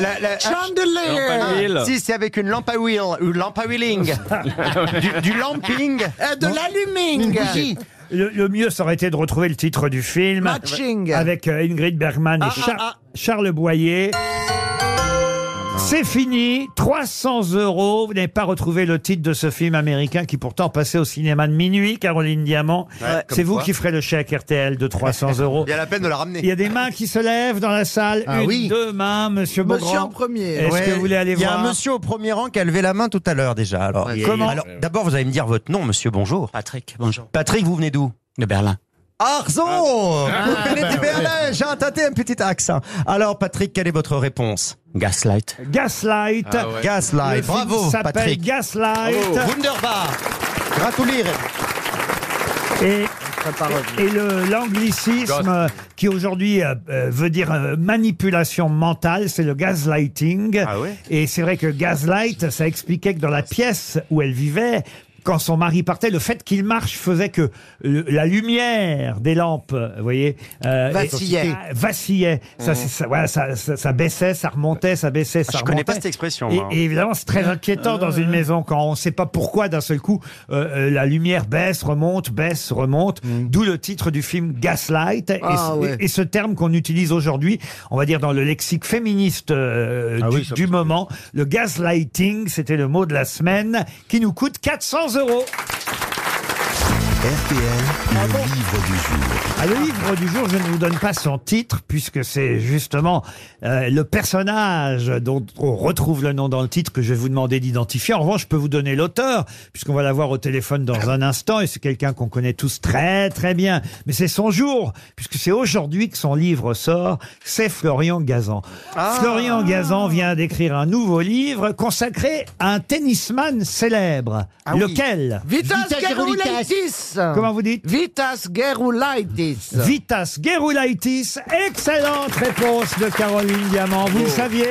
D: La- la-
H: Lampe à
F: Chandelier
H: huile.
D: Si c'est avec une lampe à huile ou lampe à wheeling, du, du lamping,
F: Euh, De
E: une
F: l'alluming
E: bougie.
B: Le, le mieux, ça aurait été de retrouver le titre du film.
F: Matching. Ah,
B: Avec euh, Ingrid Bergman et Char- Charles Boyer. C'est fini, 300 euros. Vous n'avez pas retrouvé le titre de ce film américain qui pourtant passait au cinéma de minuit, Caroline Diamant.
D: Ouais,
B: C'est
D: comme
B: vous
D: quoi.
B: qui ferez le chèque RTL de 300 euros.
D: il y a la peine de la
B: Il y
D: ramener.
B: a des mains qui se lèvent dans la salle.
E: Ah
B: Une,
E: oui.
B: deux mains, monsieur Beaugrand.
F: Monsieur en premier.
B: Est-ce que vous voulez aller
D: Il y a
B: voir
D: un monsieur au premier rang qui a levé la main tout à l'heure déjà. Alors,
B: Comment
D: Alors, d'abord, vous allez me dire votre nom, monsieur. Bonjour. Patrick. Bonjour. Patrick, vous venez d'où De Berlin. Arzon
B: Ah,
D: Vous
B: bah
D: venez de Berlin. J'ai entendu un petit accent. Alors, Patrick, quelle est votre réponse Gaslight.
B: Gaslight.
C: Ah ouais.
B: Le
D: Gaslight.
B: film
D: Bravo,
B: s'appelle
D: Patrick.
B: Gaslight.
F: Oh,
D: Wunderbar. Gratuliere.
B: Et, et le- l'anglicisme euh, qui aujourd'hui euh, euh, veut dire euh, manipulation mentale, c'est le gaslighting.
D: Ah ouais
B: et c'est vrai que gaslight, ça expliquait que dans la pièce où elle vivait, quand son mari partait, le fait qu'il marche faisait que le- la lumière des lampes, vous voyez, euh,
D: Vacillait.
B: et- ah, vacillait. Ça,
D: Mm.
B: c'est- ça, voilà, ça, ça- ça baissait, ça remontait, ça baissait, ça
D: Ah, je connais
B: remontait.
D: pas cette expression,
B: Et,
D: moi.
B: et évidemment, c'est très inquiétant dans une maison quand on ne sait pas pourquoi d'un seul coup euh, euh, la lumière baisse, remonte, baisse, remonte. D'où le titre du film Gaslight et,
F: Mm. Ah,
B: ce-
F: ouais.
B: et ce terme qu'on utilise aujourd'hui, on va dire dans le lexique féministe euh,
F: Ah
B: du, du moment. Le gaslighting, c'était le mot de la semaine qui nous coûte 400 euros.
A: RTL, le livre du jour.
B: Ah, le livre du jour, je ne vous donne pas son titre, puisque c'est justement euh, le personnage dont on retrouve le nom dans le titre que je vais vous demander d'identifier. En revanche, je peux vous donner l'auteur, puisqu'on va l'avoir au téléphone dans un instant, et c'est quelqu'un qu'on connaît tous très très bien. Mais c'est son jour, puisque c'est aujourd'hui que son livre sort, c'est Florian Gazan. Florian Gazan vient d'écrire un nouveau livre consacré à un tennisman célèbre.
D: Ah
L: Ah
B: Lequel
F: Vitas Gerulaitis
B: Comment vous dites
F: Vitas Gerulaitis
B: Vitas Gerulaitis, excellente réponse de Caroline Diamant. Oh, Vous le saviez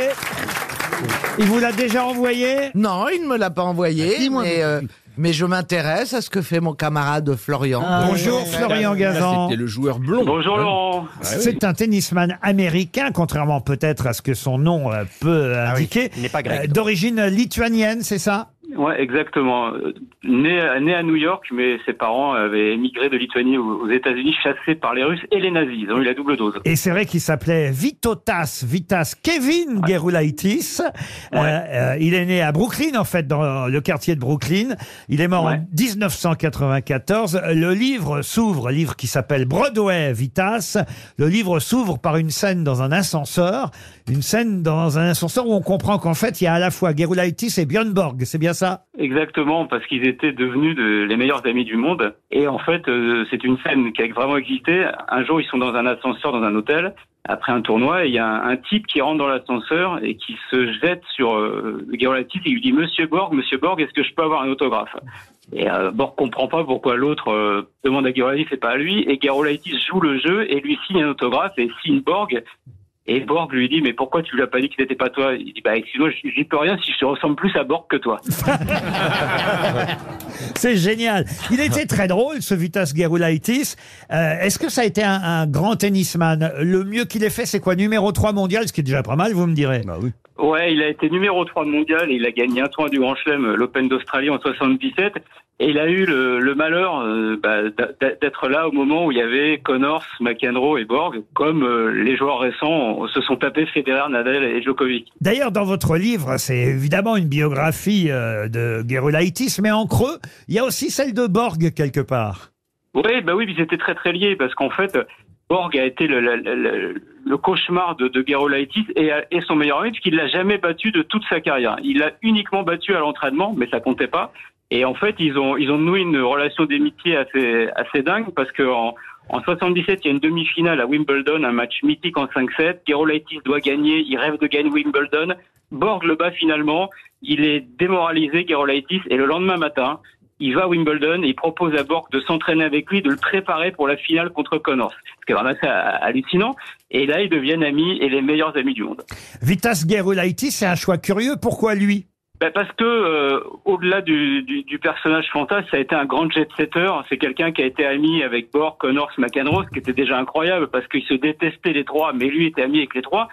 B: Il vous l'a déjà envoyé
F: Non, il ne me l'a pas
D: Ah,
F: envoyé, mais, euh, mais je m'intéresse à ce que fait mon camarade Florian.
B: Ah, Bonjour Florian Gazan.
H: le joueur blond. Hein
B: Bonjour
D: Ah
B: Laurent. C'est un tennisman américain, contrairement peut-être à ce que son nom euh, peut indiquer.
D: Ah il n'est pas grec.
B: Euh, D'origine lituanienne, c'est ça
I: Ouais, exactement. Euh, Né, à- né à New York, mais ses parents avaient émigré de Lituanie aux aux États-Unis, chassés par les Russes et les nazis. Ils ont eu la double dose.
B: Et c'est vrai qu'il s'appelait Vitotas Vitas Kevin Gerulaitis. Euh, euh, il est né à Brooklyn, en fait, dans le quartier de Brooklyn. Il est mort en 1994. Le livre s'ouvre, livre qui s'appelle Broadway Vitas. Le livre s'ouvre par une scène dans un ascenseur. Une scène dans un ascenseur où on comprend qu'en fait, il y a à la fois Gerulaitis et Björn Borg. C'est bien ça
I: Exactement, parce qu'ils étaient devenus de- les meilleurs amis du monde. Et en fait, euh, c'est une scène qui a vraiment existé. Un jour, ils sont dans un ascenseur dans un hôtel. Après un tournoi, et il y a un, un type qui rentre dans l'ascenseur et qui se jette sur euh, Gerolaitis et lui dit Monsieur Borg, Monsieur Borg, est-ce que je peux avoir un autographe Et euh, Borg comprend pas pourquoi l'autre euh, demande à Gerolaitis et pas à lui. Et Gerolaitis joue le jeu et lui signe un autographe et signe Borg. Et Borg lui dit Mais pourquoi tu lui as pas dit que c'était pas toi Il dit Bah excuse-moi, j'y j'y peux rien si je te ressemble plus à Borg que toi.
B: C'est génial. Il était très drôle, ce Vitas Gerulaitis. Euh, Est-ce que ça a été un, un grand tennisman Le mieux qu'il ait fait, c'est quoi Numéro 3 mondial, ce qui est déjà pas mal, vous me direz.
I: Ouais, il a été numéro 3 mondial et il a gagné un tournoi du Grand Chelem, euh, l'Open d'Australie en 77. Et il a eu le, le malheur euh, bah, d'a- d'a- d'être là au moment où il y avait Connors, McEnroe et Borg, comme euh, les joueurs récents euh, se sont tapés Federer, Nadal et Djokovic.
B: D'ailleurs, dans votre livre, c'est évidemment une biographie euh, de Gerulaitis, mais en creux, il y a aussi celle de Borg, quelque part.
I: Oui, bah oui, ils étaient très très liés parce qu'en fait, Borg a été le, le- le- le cauchemar de, de Gerolaitis et, a- et son meilleur ami puisqu'il l'a jamais battu de toute sa carrière. Il l'a uniquement battu à l'entraînement, mais ça comptait pas. Et en fait, ils ont ils ont noué une relation d'amitié assez assez dingue parce que en, en 77, il y a une demi-finale à Wimbledon, un match mythique en 5-7. Gerolaitis doit gagner, il rêve de gagner Wimbledon. Borg le bat finalement, il est démoralisé, Gerolaitis, et le lendemain matin, il va à Wimbledon et il propose à Borg de s'entraîner avec lui, de le préparer pour la finale contre Connors. Ce qui est vraiment assez hallucinant. Et là, ils deviennent amis et les meilleurs amis du monde.
B: Vitas Gerulaitis, c'est un choix curieux. Pourquoi lui
I: Bah, parce que euh, au-delà du, du- du personnage fantasme, ça a été un grand jet-setter. C'est quelqu'un qui a été ami avec Borg, Connors, McEnroe, ce qui était déjà incroyable parce qu'ils se détestaient les trois, mais lui était ami avec les trois.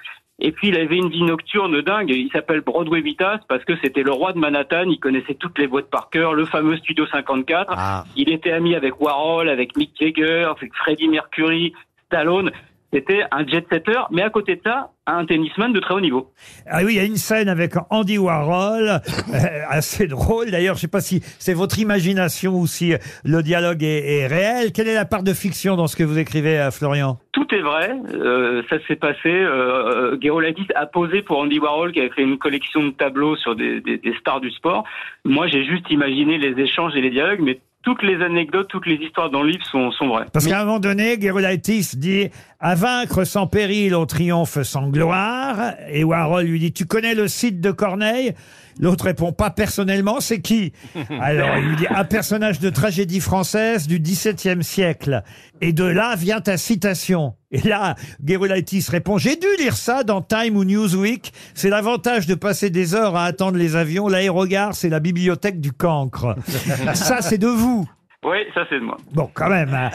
I: Et puis il avait une vie nocturne dingue. Il s'appelle Broadway Vitas parce que c'était le roi de Manhattan. Il connaissait toutes les boîtes par cœur, le fameux Studio 54. Il était ami avec Warhol, avec Mick Jagger, avec Freddie Mercury, Stallone. C'était un jet-setter, mais à côté de ça, un tennisman de très haut niveau.
B: Ah oui, il y a une scène avec Andy Warhol, euh, assez drôle d'ailleurs. Je sais pas si c'est votre imagination ou si euh, le dialogue est, est réel. Quelle est la part de fiction dans ce que vous écrivez, euh, Florian
I: Tout est vrai, euh, ça s'est passé. Euh, Gerolaitis a posé pour Andy Warhol qui avait fait une collection de tableaux sur des, des- des stars du sport. Moi, j'ai juste imaginé les échanges et les dialogues, mais toutes les anecdotes, toutes les histoires dans le livre sont, sont vraies.
B: Parce qu'à un moment donné, Gerulaitis dit À vaincre sans péril, on triomphe sans gloire. Et Warhol lui dit, tu connais le site de Corneille L'autre répond, pas personnellement, c'est qui Alors il lui dit, un personnage de tragédie française du XVIIe siècle. Et de là vient ta citation. Et là, Gerulaitis répond, j'ai dû lire ça dans Time ou Newsweek. C'est l'avantage de passer des heures à attendre les avions. L'aérogare, c'est la bibliothèque du cancre. ça, c'est de vous.
I: Oui, ça c'est de moi.
B: Bon, quand même. hein.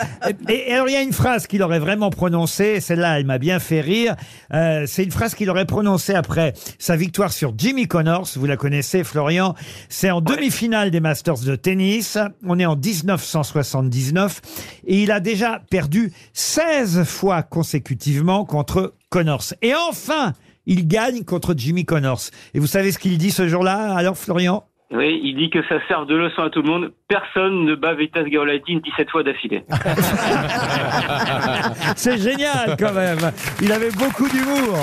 B: Et, et alors, il y a une phrase qu'il aurait vraiment prononcée. Celle-là, elle m'a bien fait rire. Euh, c'est une phrase qu'il aurait prononcée après sa victoire sur Jimmy Connors. Vous la connaissez, Florian. C'est en demi-finale des Masters de tennis. On est en 1979. Et il a déjà perdu 16 fois consécutivement contre Connors. Et enfin, il gagne contre Jimmy Connors. Et vous savez ce qu'il dit ce jour-là, alors, Florian
I: Oui, il dit que ça sert de leçon à tout le monde. Personne ne bat Vitas Gaolaitis 17 fois d'affilée.
B: C'est génial quand même. Il avait beaucoup d'humour.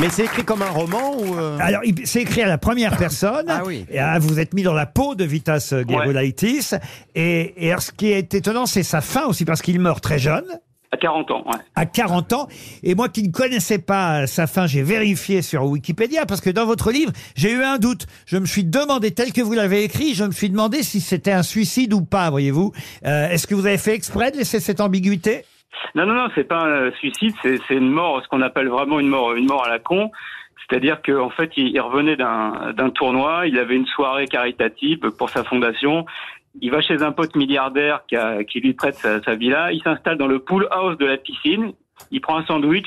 D: Mais c'est écrit comme un roman ou euh,
B: Alors, il- c'est écrit à la première personne.
D: Ah oui.
B: Et, ah, vous êtes mis dans la peau de Vitas Gerulaitis. Et, et alors, ce qui est étonnant, c'est sa fin aussi, parce qu'il meurt très jeune.
I: À 40 ans, ouais.
B: à 40 ans. Et moi qui ne connaissais pas sa fin, j'ai vérifié sur Wikipédia parce que dans votre livre, j'ai eu un doute. Je me suis demandé, tel que vous l'avez écrit, je me suis demandé si c'était un suicide ou pas, voyez-vous. Euh, Est-ce que vous avez fait exprès de laisser cette ambiguïté
I: Non, non, non, c'est pas un suicide, c'est c'est une mort, ce qu'on appelle vraiment une mort, une mort à la con. C'est-à-dire qu'en fait, il, il revenait d'un d'un tournoi, il avait une soirée caritative pour sa fondation. Il va chez un pote milliardaire qui, a- qui lui prête sa, sa villa. Il s'installe dans le pool house de la piscine. Il prend un sandwich,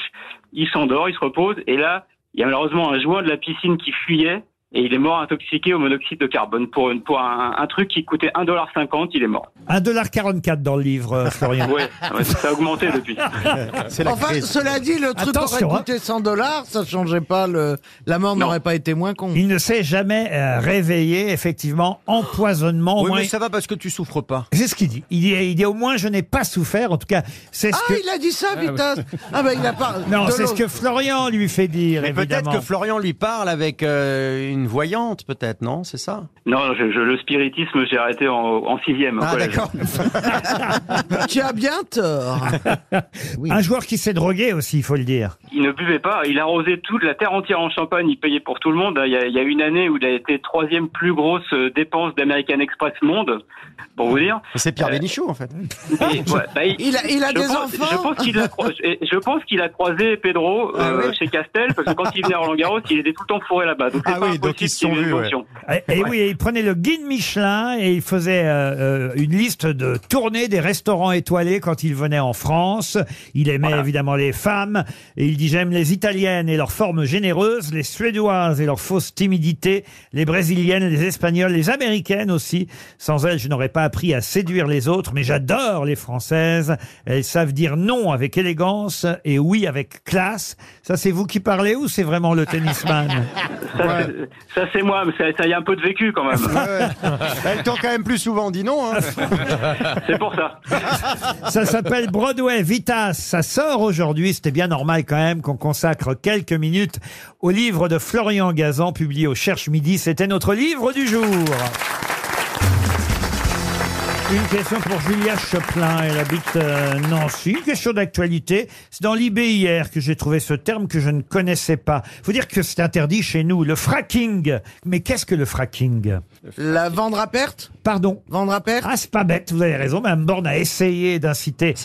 I: il s'endort, il se repose. Et là, il y a malheureusement un joint de la piscine qui fuyait et il est mort intoxiqué au monoxyde de carbone pour, une, pour un, un truc qui coûtait 1,50$. Il est mort.
B: 1,44$ dans le livre, euh, Florian.
I: Ouais, ah ouais, ça a augmenté depuis.
F: Enfin, cela dit, le truc
B: Attention,
F: aurait
B: hein.
F: coûté 100 dollars, ça changeait pas le. La mort n'aurait pas été moins con.
B: Il ne s'est jamais euh, réveillé, effectivement, empoisonnement. au
F: Oui,
B: moins-
F: mais ça
D: va parce que tu souffres pas.
B: C'est ce qu'il dit. Il dit, il dit, au moins, je n'ai pas souffert. En tout cas, c'est ce que...
F: Ah, il a dit ça, Vitas Ah, ben il a pas.
B: Non,
F: de
B: c'est ce
F: l'eau.
B: que Florian lui fait dire,
D: Mais peut-être
B: évidemment.
D: que Florian lui parle avec euh, une voyante, peut-être, non C'est ça
I: Non, je, je- le spiritisme, j'ai arrêté en, en sixième. au
D: Ah,
I: collège.
D: d'accord.
F: Tu as bien tort.
B: Un joueur qui s'est drogué aussi, il faut le dire.
I: Il ne buvait pas, il arrosait toute la terre entière en champagne, il payait pour tout le monde. Il y a, il y a une année où il a été troisième plus grosse euh, dépense d'American Express Monde, pour vous dire.
D: C'est
B: Euh,
D: Pierre Bénichou, en fait.
I: Et, ouais, bah,
F: Il a- il a
I: je
F: des
I: pense-
F: enfants Ah
I: Je pense qu'il a, cro- et je pense qu'il a croisé Pedro euh, chez Castel, parce que quand il venait à Roland-Garros, il était tout le temps fourré là-bas. Donc c'est
F: Ah
I: pas impossible qu'il ait une jonction.
B: Et, et Eh, oui, et il prenait le guide Michelin et il faisait euh, euh, une liste de tournées des restaurants étoilés quand il venait en France. Il aimait évidemment les femmes et il dit j'aime les italiennes et leurs formes généreuses, les suédoises et leur fausse timidité, les brésiliennes, les espagnoles, les américaines aussi. Sans elles, je n'aurais pas appris à séduire les autres, mais j'adore les françaises. Elles savent dire non avec élégance et oui avec classe. Ça, c'est vous qui parlez ou c'est vraiment le tennisman
I: Ça, c'est- ça, c'est moi, mais ça, ça y a un peu de vécu quand même.
D: Elles t'ont quand même plus souvent dit non. Hein.
I: c'est pour ça.
B: Ça s'appelle Broadway Vitas. Ça sort aujourd'hui. C'était bien normal quand même qu'on consacre quelques minutes au livre de Florian Gazan publié au Cherche Midi. C'était notre livre du jour. Une question pour Julia Choplin, elle habite euh, Nancy. Une question d'actualité. C'est dans l'IB hier que j'ai trouvé ce terme que je ne connaissais pas. Faut dire que c'est interdit chez nous, le fracking. Mais qu'est-ce que le fracking
F: La vendre à perte
B: Pardon
F: Vendre à perte
B: Ah, c'est pas bête, vous avez raison. Mme Borne a essayé d'inciter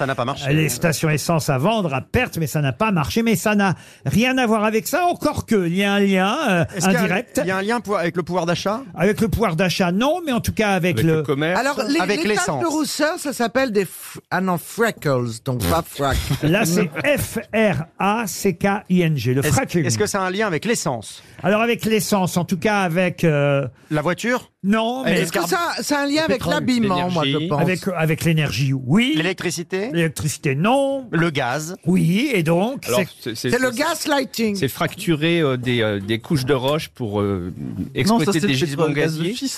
B: les stations essence à vendre à perte, mais ça n'a pas marché. Mais ça n'a rien à voir avec ça, encore que il y a un lien euh,
D: Est-ce qu'il y a-
B: indirect.
D: Il y a un lien pour- avec le pouvoir d'achat
B: Avec le pouvoir d'achat, non, mais en tout cas avec, le...
F: Alors, les,
D: avec
F: les taches
D: l'essence.
F: de rousseur, ça s'appelle des. f- Ah non, freckles, donc pas frack.
B: Là, c'est F-R-A-C-K-I-N-G, le
D: Est-ce
B: fracking.
D: est-ce que ça a un lien avec l'essence
B: Alors avec l'essence, en tout cas avec... euh,
D: La voiture
B: Non, mais...
F: Eh, Est-ce que ça, ça a un lien avec
B: pétrole,
F: l'habillement, moi, je pense
B: Avec, euh, avec l'énergie, oui.
D: L'électricité
B: L'électricité, non.
D: Le gaz
B: Oui, et donc...
H: Alors,
B: c'est-
H: c'est-
F: C'est le gaslighting.
H: C'est fracturer euh, des, euh, des couches de roche pour euh, exploiter
B: ça, c'est hein,
H: des
B: le
H: gisements
B: pétrole gaz de
H: gaziers.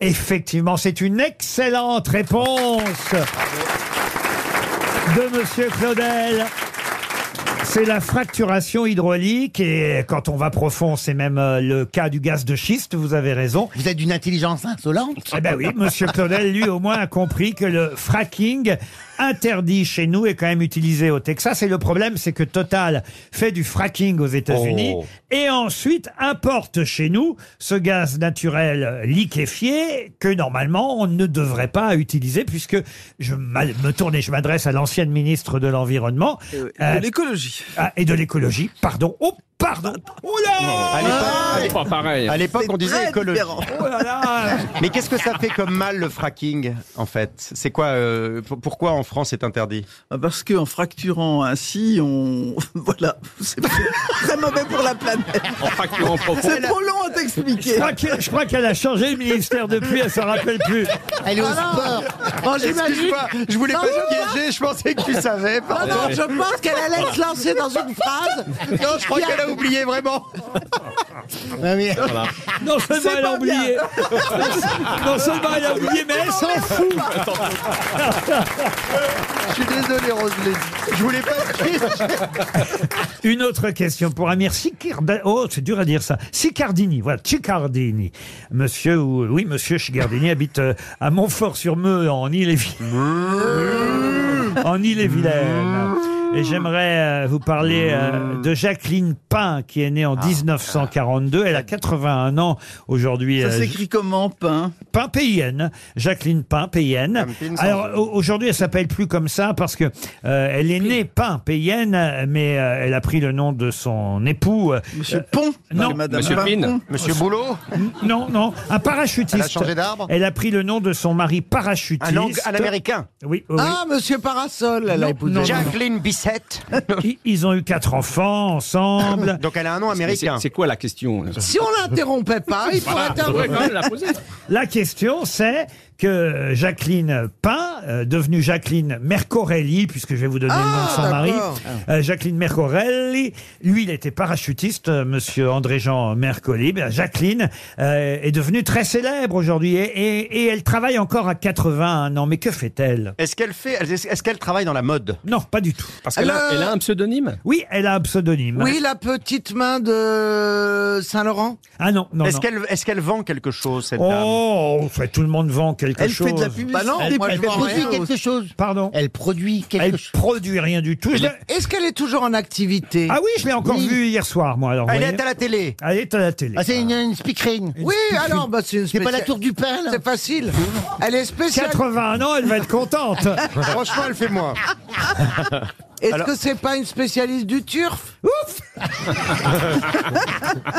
B: Effectivement, c'est une excellente réponse de Monsieur Claudel. C'est la fracturation hydraulique et quand on va profond, c'est même euh, le cas du gaz de schiste, vous avez raison.
E: Vous êtes d'une intelligence insolente.
B: Eh ben oui, Monsieur Claudel, lui, au moins, a compris que le fracking interdit chez nous est quand même utilisé au Texas. Et le problème, c'est que Total fait du fracking aux États-Unis
M: Oh.
B: et ensuite importe chez nous ce gaz naturel liquéfié que normalement on ne devrait pas utiliser puisque je m'al- me tourne et je m'adresse à l'ancienne ministre de l'Environnement. Euh, ah,
G: de l'écologie.
B: et de l'écologie, pardon. Oh, pardon. Oh là
H: pareil.
D: À l'époque, on disait écologie.
B: Oh là là
D: Mais qu'est-ce que ça fait comme mal le fracking, en fait C'est quoi euh, pour- Pourquoi en France c'est interdit
F: Bah,
G: Parce qu'en fracturant ainsi, on. voilà. C'est très mauvais pour la planète.
H: En fracturant profond.
G: C'est trop long à t'expliquer.
B: Je crois qu'elle- je crois qu'elle a changé le ministère depuis, elle s'en rappelle plus.
G: Elle est au sport.
F: Ah Oh, j'imagine.
D: Excuse-moi, je voulais
F: Non,
D: pas
F: non,
D: te piéger, je pensais que tu savais.
F: Non, non, je pense qu'elle allait se lancer dans une phrase.
D: Non, je crois qu'elle a oublié vraiment.
E: Ah,
B: Non seulement elle a oublié, non seulement elle a oublié, mais elle s'en fout.
D: Je suis désolé, Roselyne. Je voulais pas te piéger.
B: Une autre question pour Amir Sicardini. Oh, c'est dur à dire ça. Sicardini, voilà, Cicardini. Monsieur, ou- oui, monsieur Cicardini habite euh, à Montfort-sur-Meux, en Ille-et-Vilaine. en Ille-et-Vilaine. Et j'aimerais euh, vous parler euh, de Jacqueline Pain, qui est née
G: Ah,
B: en 1942. Elle a 81 ans aujourd'hui.
G: Ça
B: euh,
G: s'écrit comment, pain
B: Pain PIN, Jacqueline Pain PIN.
G: Pain, ça,
B: Alors au- aujourd'hui, elle s'appelle plus comme ça parce que euh, elle est née Pain PIN, mais euh, elle a pris le nom de son époux. euh,
G: Monsieur
B: euh,
G: Pont
B: Non,
G: C'est madame Monsieur Pain Pin Pont Monsieur Boulot
B: N- Non, non, un parachutiste.
D: Elle a changé d'arbre
B: Elle a pris le nom de son mari
D: Un ang-
B: parachutiste.
D: un Américain.
B: Oui. oui.
F: Ah, monsieur Parasol, elle a
B: Non,
F: épousé.
B: non, non.
D: Jacqueline Bissette.
B: Ils- Ils ont eu quatre enfants ensemble.
D: Donc elle a un nom américain.
H: C'est quoi la question euh, là
F: Si on l'interrompait pas, il pourrait
H: faudrait quand même
F: interrompre.
H: la poser.
B: La question, c'est que Jacqueline Pain, euh, devenue Jacqueline Mercorelli, puisque je vais vous donner le nom de son mari,
F: Ah, d'accord.
B: euh, Jacqueline Mercorelli, lui, il était parachutiste, euh, monsieur André-Jean Mercoli. Ben, Jacqueline euh, est devenue très célèbre aujourd'hui et, et- et elle travaille encore à 81 ans. Mais que fait-elle
D: Est-ce qu'elle fait Est-ce qu'elle travaille dans la mode
B: Non, pas du tout.
H: Parce qu'elle a,
F: Alors-
H: elle a un pseudonyme
B: Oui, elle a un pseudonyme.
F: Oui, la petite main de Saint-Laurent.
B: Ah non, non,
D: Est-ce
B: non.
D: qu'elle est-ce qu'elle vend quelque chose cette dame
B: Oh, enfin, tout le monde vend quelque
F: Elle
B: chose.
F: fait de la publicité.
G: Bah non, moi,
F: elle
G: je vends
F: produit
G: rien.
F: quelque chose.
B: Pardon.
E: Elle produit quelque
B: Elle
E: chose.
B: produit rien du tout. Je l'ai-
F: Est-ce qu'elle est toujours en activité
B: Ah oui, je l'ai encore
E: Oui.
B: vue hier soir, moi. Alors,
D: Elle
B: voyez.
D: est à la télé.
B: Elle est à la télé.
E: Ah, c'est une, une speakerine.
F: Oui, alors, bah, c'est une
E: C'est pas la
F: spéciale-
E: tour du pain, là.
F: C'est facile. Elle est spéciale.
B: 81 ans, elle va être contente.
D: Franchement, elle fait moins.
F: Est-ce
D: Alors-
F: que c'est pas une spécialiste du turf
B: Ouf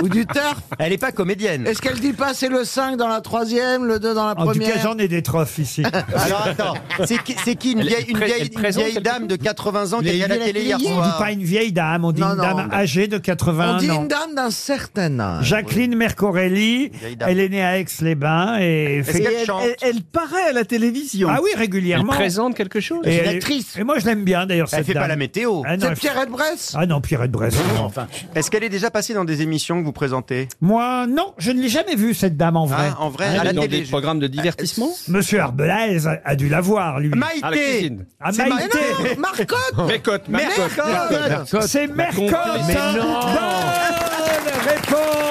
F: ou du turf
D: Elle est pas comédienne.
F: Est-ce qu'elle dit pas c'est le 5 dans la troisième, le 2 dans la
B: En tout
F: première
B: cas, j'en ai des trophées ici.
D: Alors attends, c'est qui, c'est qui une
H: Elle- elle
D: vieille, une
H: pré-
D: vieille-
H: elle
D: une
H: présente
D: vieille
H: quelque
D: dame de 80 ans qui est à la télé hier
B: On ne dit
D: soir
B: pas une vieille dame, on dit
F: Non,
B: une
F: non,
B: dame
F: on-
B: âgée de
F: On
B: 81
F: dit
B: ans.
F: une dame d'un certain âge.
B: Jacqueline Mercorelli,
D: Vieille dame.
B: elle est née à Aix-les-Bains et
D: Est-ce
B: fait-
G: Et
D: qu'elle
G: elle,
D: chante
G: elle- elle paraît à la télévision.
B: Ah oui,
H: Elle
B: régulièrement.
H: présente quelque chose
B: Et
E: C'est une
B: elle-
E: actrice.
B: Et moi, je l'aime bien d'ailleurs.
D: Elle
B: cette
D: fait pas
B: dame.
D: la météo.
B: Ah non,
F: C'est
B: elle-
F: Pierrette Bresse
B: Ah non, Pierrette Brest.
D: Est-ce qu'elle est déjà passée dans des émissions que vous présentez
B: Moi, non, je ne l'ai jamais vue, cette dame en vrai.
D: Hein, En vrai,
H: Elle
D: à
H: est
D: la
H: dans
D: télé. Euh,
H: des programmes de divertissement
B: Monsieur Arbelez a, a dû la voir, lui.
H: À la
D: Maïté
H: cuisine.
B: Ah,
D: C'est
F: Mais
B: Maïté.
F: non, Marcotte
H: Mercotte, Mercotte.
B: C'est Mercotte.
H: Mais
B: non. Bonne réponse.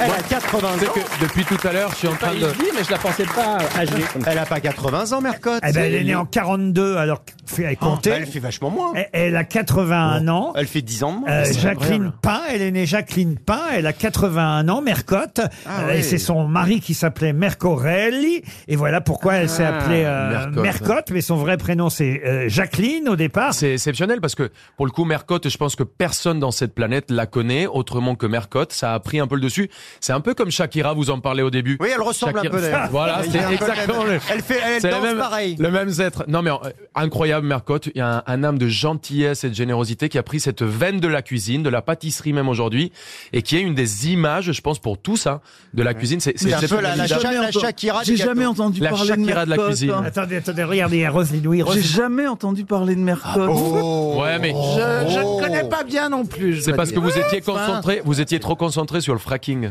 D: Elle a 80
C: C'est
D: ans.
C: que depuis tout à l'heure, je suis en train de.
H: Oui, mais je la pensais pas âgée.
D: Elle a pas 80 ans, Mercotte.
B: Eh ben, elle est née en 42, alors que- fait
D: Oh,
B: compter.
D: Elle fait vachement moins.
B: Elle- Elle a 81 ans.
D: Elle fait 10 ans de moins.
B: Euh,
D: C'est
B: Jacqueline
D: incroyable.
B: Pain, elle est née Jacqueline Pain, elle a 81 ans, Mercotte,
D: Ah,
B: Euh, et c'est son mari qui s'appelait Mercorelli, et voilà pourquoi elle
D: Ah.
B: s'est appelée euh, Mercotte.
C: Mercotte.
B: mais son vrai prénom c'est euh, Jacqueline au départ.
C: C'est exceptionnel parce que pour le coup, Mercotte, je pense que personne dans cette planète la connaît autrement que Mercotte. Ça a pris un peu le dessus. C'est un peu comme Shakira, vous en parlez au début.
D: Oui, elle ressemble
C: Shakira-
D: un peu d'ailleurs.
C: Voilà,
D: Elle
C: c'est
D: fait un peu
C: exactement
D: le même-
C: le-
D: Elle fait, elle
C: C'est
D: danse
C: le même,
D: pareil.
C: le même être. Non mais euh, incroyable Mercotte, il y a un, un âme de gentillesse et de générosité qui a pris cette veine de la cuisine, de la pâtisserie même aujourd'hui, et qui est une des images, je pense, pour tout ça de la cuisine. C'est c'est
D: un peu
C: exceptionnel.
D: la- la
G: J'ai
D: Cha-
G: jamais
D: la
G: entendu-
D: Shakira du
G: J'ai
D: gâteau.
G: jamais entendu
C: La
G: parler de
C: Shakira de la
G: Mercotte,
C: cuisine.
G: hein.
B: Attendez, attendez, regardez, il y a Roselyne, oui,
G: J'ai
B: Roselyne.
G: jamais entendu parler de Mercotte.
D: Oh.
C: Ouais, mais-
F: je, je
D: Oh.
F: ne connais pas bien non plus. je
C: C'est
F: dois
C: parce que
F: dire.
C: vous étiez concentré, vous étiez trop concentré sur le fracking.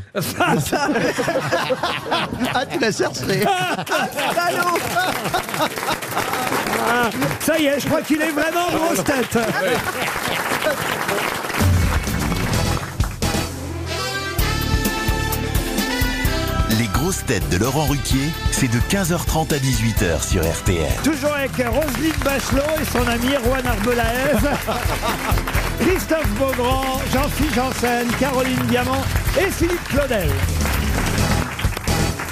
D: Ah, tu l'as cherché.
B: Ah, bah
G: Allô
B: Ah, Ça y est, je crois qu'il est vraiment grosse tête.
A: Les grosses grosses têtes de Laurent Ruquier, c'est de 15h30 à 18h sur RTL.
B: Toujours avec Roselyne Bachelot et son ami Juan Arbelaez, Christophe Beaugrand, Jean-Philippe Janssen, Caroline Diamant et Philippe Claudel.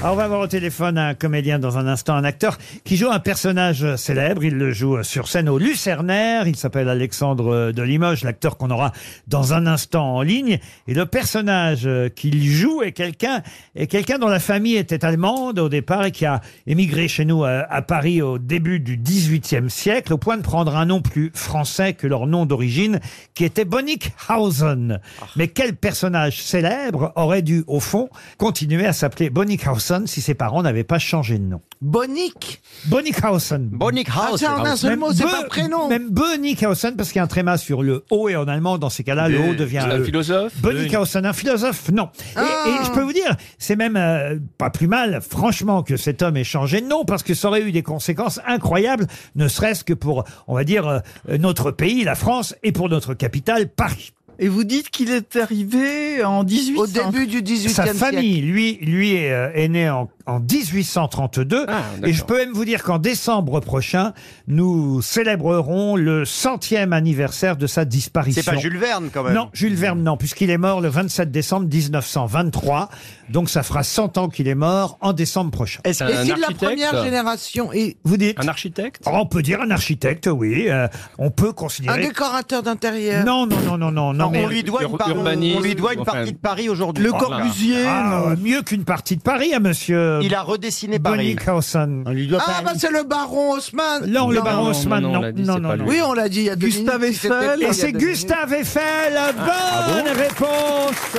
B: Alors, on va avoir au téléphone un comédien dans un instant, un acteur qui joue un personnage célèbre. Il le joue sur scène au Lucernaire. Il s'appelle Alexandre de Limoges, l'acteur qu'on aura dans un instant en ligne. Et le personnage qu'il joue est quelqu'un est quelqu'un dont la famille était allemande au départ et qui a émigré chez nous à, à Paris au début du XVIIIe siècle, au point de prendre un nom plus français que leur nom d'origine, qui était Bonnickhausen.
F: Ah.
B: Mais quel personnage célèbre aurait dû, au fond, continuer à s'appeler Bonnickhausen si ses parents n'avaient pas changé de nom
F: Bonnick
B: Bonnickhausen.
F: Bonnickhausen. Ah, tiens, en un seul
B: Même
F: mot, c'est
B: Bo-
F: pas prénom.
B: Même Bonnickhausen, parce qu'il y a un tréma sur le O, et en allemand, dans ces cas-là, le
H: Des-
B: O devient
H: un
B: E.
H: philosophe
B: Bonnickhausen, un philosophe, non. Et- Et, je peux vous dire, c'est même euh, pas plus mal, franchement, que cet homme ait changé de nom, parce que ça aurait eu des conséquences incroyables, ne serait-ce que pour, on va dire, euh, notre pays, la France, et pour notre capitale, Paris.
G: Et vous dites qu'il est arrivé en 18 Au début du 18e
B: Sa famille, lui, lui est, euh, est né en, en 1832. et je peux même vous dire qu'en décembre prochain, nous célébrerons le centième anniversaire de sa disparition.
D: C'est pas Jules Verne, quand même.
B: Non, Jules Verne, non, puisqu'il est mort le 27 décembre 1923. Donc ça fera 100 ans qu'il est mort en décembre prochain.
F: Est-ce qu'il la première génération et
B: Vous dites Oh,
H: Un architecte
B: On peut dire un architecte, oui. euh, on peut
F: un
B: considérer...
F: décorateur d'intérieur
B: Non, non, non, non, non, non.
D: on,
B: mais-
D: lui doit une par- on lui doit une partie de Paris aujourd'hui.
B: Oh là. Ah, mieux qu'une partie de Paris, à monsieur.
D: Il a redessiné Paris.
B: Bonnickhausen.
F: Ah, bah c'est le baron Haussmann
B: Non, le baron Haussmann, non. non, non, non.
F: Oui, on l'a dit il y a deux
G: Gustave
F: minutes, c'était
G: Eiffel.
F: pas il y a
B: Et c'est
F: deux
B: Gustave Eiffel. Bonne
L: Ah
B: réponse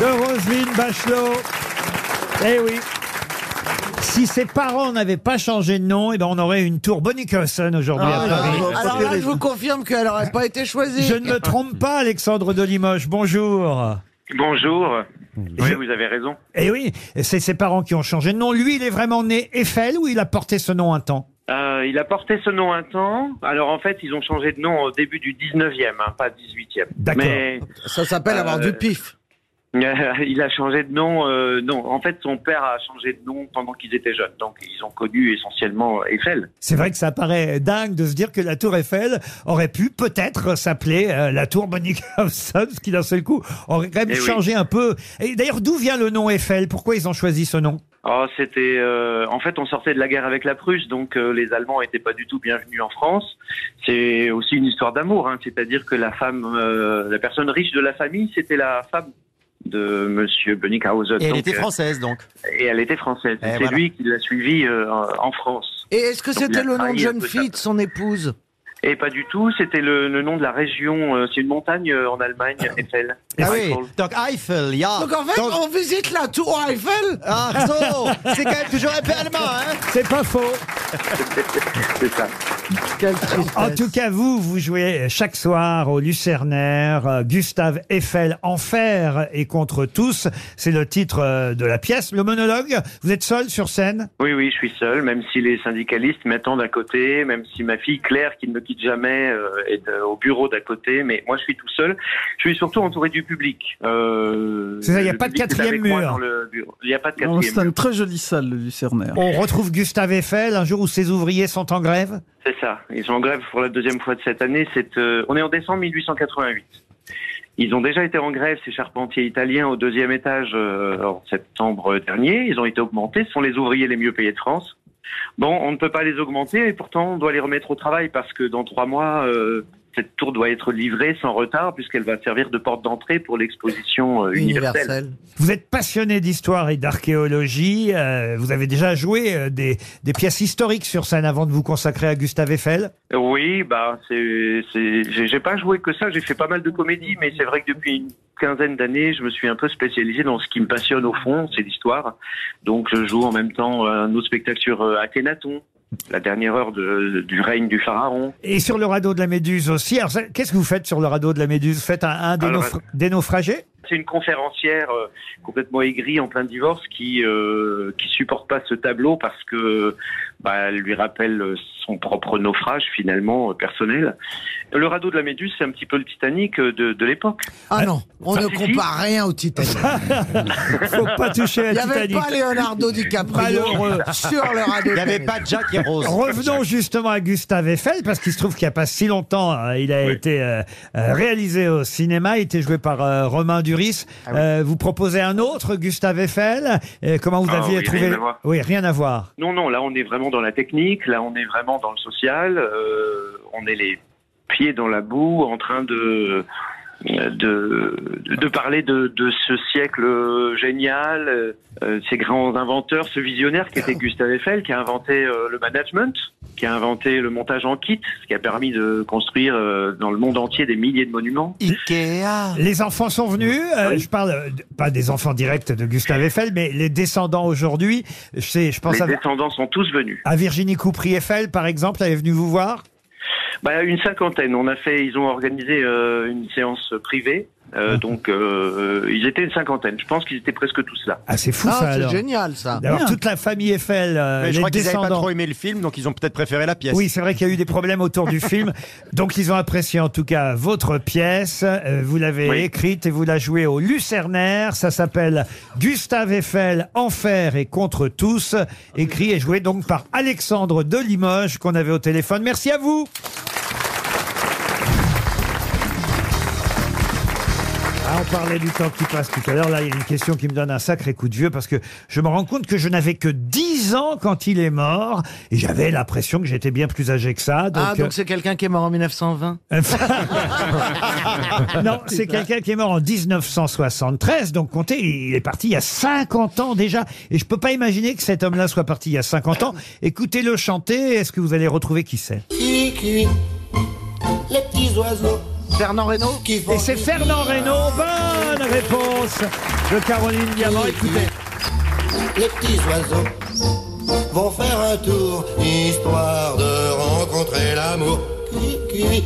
B: de Roselyne Bachelot. Eh oui. Si ses parents n'avaient pas changé de nom, eh ben on aurait une tour Bonnickhausen aujourd'hui
F: Ah,
B: à Paris.
F: alors, alors là, je vous confirme qu'elle n'aurait pas été choisie.
B: Je ne me trompe pas, Alexandre de Limoges. Bonjour.
M: Bonjour. Oui, vous avez raison.
B: Eh oui, c'est ses parents qui ont changé de nom. Lui, il est vraiment né Eiffel ou il a porté ce nom un temps
M: Euh, il a porté ce nom un temps. Alors en fait, ils ont changé de nom au début du 19e, hein, pas 18e.
B: D'accord.
M: Mais
F: Ça s'appelle avoir
M: Euh,
F: du pif.
M: il a changé de nom. euh, non, en fait, son père a changé de nom pendant qu'ils étaient jeunes. Donc, ils ont connu essentiellement Eiffel.
B: C'est vrai que ça paraît dingue de se dire que la tour Eiffel aurait pu peut-être s'appeler euh, la tour Bonnickhausen, ce qui d'un seul coup aurait quand même
M: Eh oui.
B: changé un peu. Et d'ailleurs, d'où vient le nom Eiffel Pourquoi ils ont choisi ce nom
M: Oh, c'était. euh, en fait, on sortait de la guerre avec la Prusse, donc euh, les Allemands n'étaient pas du tout bienvenus en France. C'est aussi une histoire d'amour, hein, c'est-à-dire que la femme, euh, la personne riche de la famille, c'était la femme de Monsieur Bennickhausen.
D: Et elle
M: Donc,
D: était
M: euh,
D: française, donc.
M: Et elle était française.
D: Eh,
M: C'est
D: voilà.
M: lui qui l'a suivie euh, en France.
F: Et est-ce que
M: Donc, il
F: c'était
M: a
F: le nom de
M: trahi un
F: jeune
M: peu
F: fille de son épouse
M: Et pas du tout, c'était le, le nom de la région. euh, C'est une montagne euh, en Allemagne, Eiffel.
D: Ah oui, donc Eiffel, ja.
F: Donc en fait, on visite la tour Eiffel
D: Arzo, c'est quand même toujours un peu allemand, hein
B: C'est pas faux.
M: C'est ça.
B: En tout cas, vous, vous jouez chaque soir au Lucernaire, euh, Gustave Eiffel, Enfer et contre tous. C'est le titre euh, de la pièce. Le monologue, vous êtes seul sur scène
M: Oui, oui, je suis seul, même si les syndicalistes m'attendent à côté, même si ma fille Claire, qui ne me quitte jamais, euh, est euh, au bureau d'à côté, mais moi je suis tout seul. Je suis surtout entouré du public. Euh,
B: C'est ça, il y a
M: le
B: pas de
M: public est
B: quatrième
M: avec moi
B: mur.
M: dans le bureau. Il n'y a pas de
G: Non,
M: quatrième
G: C'est
M: mur.
G: une très jolie salle, le Lucernaire.
B: On retrouve Gustave Eiffel un jour où ses ouvriers sont en grève
M: C'est ça. Ils sont en grève pour la deuxième fois de cette année. C'est, euh, on est en décembre 1888. Ils ont déjà été en grève, ces charpentiers italiens, au deuxième étage euh, en septembre dernier. Ils ont été augmentés. Ce sont les ouvriers les mieux payés de France. Bon, on ne peut pas les augmenter et pourtant on doit les remettre au travail parce que dans trois mois, euh, cette tour doit être livrée sans retard puisqu'elle va servir de porte d'entrée pour l'exposition euh, universelle.
B: Vous êtes passionné d'histoire et d'archéologie. euh, vous avez déjà joué euh, des, des pièces historiques sur scène avant de vous consacrer à Gustave Eiffel.
M: Oui, bah c'est, c'est, j'ai, j'ai pas joué que ça. J'ai fait pas mal de comédies, mais c'est vrai que depuis une quinzaine d'années, je me suis un peu spécialisé dans ce qui me passionne au fond, c'est l'histoire. Donc je joue en même temps un autre spectacle sur euh, Akhenaton, la dernière heure de- du règne du pharaon.
B: Et sur le radeau de la Méduse aussi. Alors, ça, qu'est-ce que vous faites sur le radeau de la Méduse Vous faites un, un des,
M: Alors,
B: naufra- des naufragés
M: C'est une conférencière euh, complètement aigrie en plein divorce qui euh, qui supporte pas ce tableau parce que bah, elle lui rappelle son propre naufrage finalement euh, personnel. Le radeau de la Méduse, c'est un petit peu le Titanic euh, de, de l'époque.
F: Ah non, on
M: Ah,
F: ne
M: si,
F: compare rien au Titanic.
M: Faut pas toucher à
F: Il n'y avait
B: Titanic.
F: pas Leonardo DiCaprio
B: Malheureux.
F: sur le radeau.
B: Revenons justement à Gustave Eiffel, parce qu'il se trouve qu'il n'y a pas si longtemps, euh, il a été euh, euh, réalisé au cinéma, il était joué par euh, Romain Duris.
M: Ah
B: Euh, vous proposez un autre Gustave Eiffel. Euh, comment vous
M: Ah
B: aviez
M: oui,
B: trouvé
M: rien à voir.
B: Oui, rien à voir.
M: Non, non, là on est vraiment dans la technique, là on est vraiment dans le social, euh, on est les pieds dans la boue en train de de, de parler de, de ce siècle euh, génial, euh, ces grands inventeurs, ce visionnaire qui était Gustave Eiffel, qui a inventé euh, le management, qui a inventé le montage en kit, ce qui a permis de construire euh, dans le monde entier des milliers de monuments.
B: Les enfants sont venus.
M: Ah
B: euh, Je parle euh, de- pas des enfants directs de Gustave Eiffel, mais les descendants aujourd'hui. Je sais, je pense
M: Les
B: à,
M: descendants sont tous venus.
B: à Virginie Coupry Eiffel, par exemple, elle est venue vous voir.
M: Bah, une cinquantaine. On a fait, ils ont organisé euh, une séance privée.
B: Ah.
M: Euh, donc, euh, ils étaient une cinquantaine. Je pense qu'ils étaient presque tous là.
B: Ah, c'est fou
F: Ah,
B: ça
F: c'est
B: alors.
F: génial ça.
B: Alors toute la famille Eiffel, euh,
D: Mais je
B: les
D: crois qu'ils n'avaient pas
B: descendants.
D: trop aimé le film, donc ils ont peut-être préféré la pièce.
B: Oui, c'est vrai qu'il y a eu des problèmes autour du film. Donc, ils ont apprécié en tout cas votre pièce. Euh, vous l'avez écrite et vous la jouez au Lucernaire. Ça s'appelle Gustave Eiffel, Enfer et contre tous. Écrit et joué donc par Alexandre de Limoges qu'on avait au téléphone. Merci à vous. Ah, on parlait du temps qui passe tout à l'heure. Là, il y a une question qui me donne un sacré coup de vieux parce que je me rends compte que je n'avais que 10 ans quand il est mort et j'avais l'impression que j'étais bien plus âgé que ça. Donc,
F: ah,
B: euh,
F: donc c'est quelqu'un qui est mort en 1920
B: non, c'est quelqu'un qui est mort en 1973, donc comptez, il est parti il y a 50 ans déjà. Et je peux pas imaginer que cet homme-là soit parti il y a 50 ans. Écoutez-le chanter, est-ce que vous allez retrouver qui c'est
F: Qui Les petits oiseaux. Fernand Reynaud
B: Et c'est Fernand Reynaud, bonne réponse de Caroline Diamant, écoutez.
L: Les petits oiseaux vont faire un tour, histoire de rencontrer l'amour. Cuicui.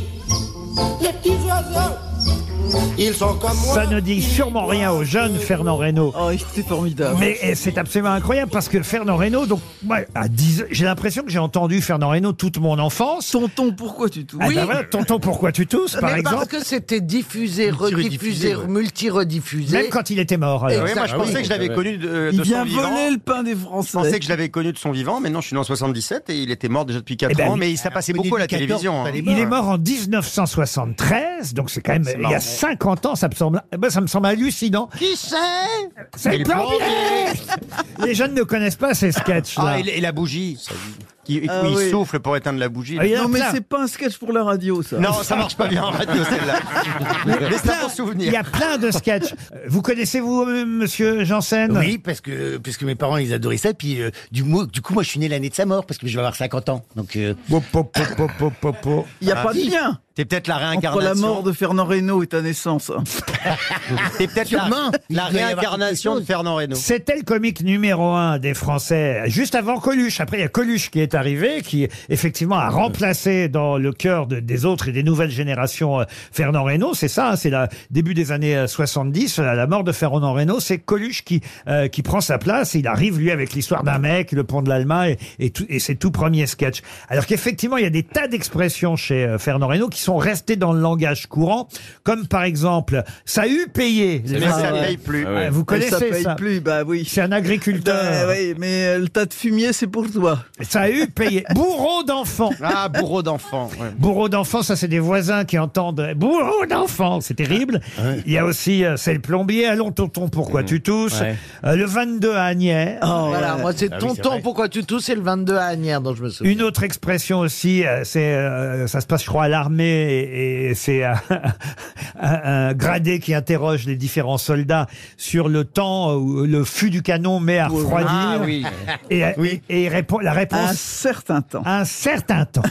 L: Les petits oiseaux, ils sont comme moi.
B: Ça ne dit sûrement rien au jeune Fernand Reynaud.
G: Oh, c'était formidable.
B: Mais eh, c'est absolument incroyable parce que Fernand Reynaud, donc, moi, à 10 j'ai l'impression que j'ai entendu Fernand Reynaud toute mon enfance.
G: Tonton, pourquoi tu tousses
B: Ah,
F: Oui.
B: bah voilà, tonton, pourquoi tu tousses, par
F: Mais
B: exemple
F: parce que c'était diffusé, rediffusé, multi-rediffusé.
B: Même quand il était mort. alors.
D: Oui, moi Ah,
G: Ah
D: je pensais que je l'avais connu de, de
G: Il
D: son
G: vient
D: vivant.
G: voler le pain des Français.
D: Je pensais que je l'avais connu de son vivant, mais non, je suis né en 77 et il était mort déjà depuis 4
B: Eh ben,
D: ans, mais ça passait beaucoup à la télévision. hein.
B: Il est mort en 1973, donc c'est quand même
D: C'est
B: il y a
D: marrant.
B: 50 ans, ça me semble, eh ben, ça me semble hallucinant.
F: Qui c'est
B: C'est le plombier Les jeunes ne connaissent pas ces sketchs-là.
D: Ah, et, et la bougie. Il, il-
G: Ah
D: il
G: oui.
D: souffle pour éteindre la
B: Ah,
D: bougie.
G: non, mais c'est pas un sketch pour la radio, ça.
D: Non, ça marche pas bien en radio celle-là. Mais c'est un bon
B: Il
D: souvenir.
B: y a plein de sketchs. Vous connaissez-vous, euh, monsieur Janssen
E: Oui, parce que, parce que mes parents, ils adoraient ça. Puis, euh, du, mo- du coup, moi, je suis né l'année de sa mort, parce que je vais avoir 50 ans. Donc, euh,
G: Il n'y a pas de
E: Ah, si.
G: lien
D: T'es peut-être la
G: entre la
D: réincarnation.
G: mort de Fernand Reynaud et ta naissance.
D: T'es peut-être la,
E: Sûrement, il
D: la
E: doit y avoir
D: réincarnation de Fernand Reynaud.
B: C'était le comique numéro un des Français, juste avant Coluche. Après, il y a Coluche qui est arrivé, qui effectivement a remplacé dans le cœur de- des autres et des nouvelles générations euh, Fernand Reynaud. C'est ça, hein, c'est le début des années euh, 70, à la mort de Fernand Reynaud. C'est Coluche qui, euh, qui prend sa place. Il arrive, lui, avec l'histoire d'un mec, le pont de l'Allemagne et, et tout- et ses tout premiers sketchs. Alors qu'effectivement, il y a des tas d'expressions chez euh, Fernand Reynaud qui sont restées dans le langage courant, comme par exemple « ça a eu payé ».
D: Mais ça paye plus.
B: Ah, Vous connaissez
G: ça
B: ça,
G: paye plus, bah oui.
B: C'est un agriculteur.
G: Bah oui, mais euh, le tas de fumier, c'est pour toi.
B: Ça a eu payé. Bourreau d'enfants.
D: Ah, bourreau d'enfant. ouais.
B: Bourreau d'enfants, ça c'est des voisins qui entendent euh, bourreau d'enfants, c'est terrible. Il y a aussi euh, c'est le plombier, allons tonton pourquoi tu tousses.
D: Ouais.
B: Euh, le 22 à Agnières.
G: Oh,
F: Voilà, moi c'est
B: Ah oui, c'est
F: Tonton,
B: vrai.
F: pourquoi tu tousses, c'est le 22 à Agnières dont je me souviens.
B: Une autre expression aussi, euh, c'est euh, ça se passe je crois à l'armée et, et c'est euh, un, un gradé qui interroge les différents soldats sur le temps où le fût du canon met à refroidir.
D: Ah oui.
B: Et, et- et il répond, la réponse
G: Un certain temps.
B: Un certain temps.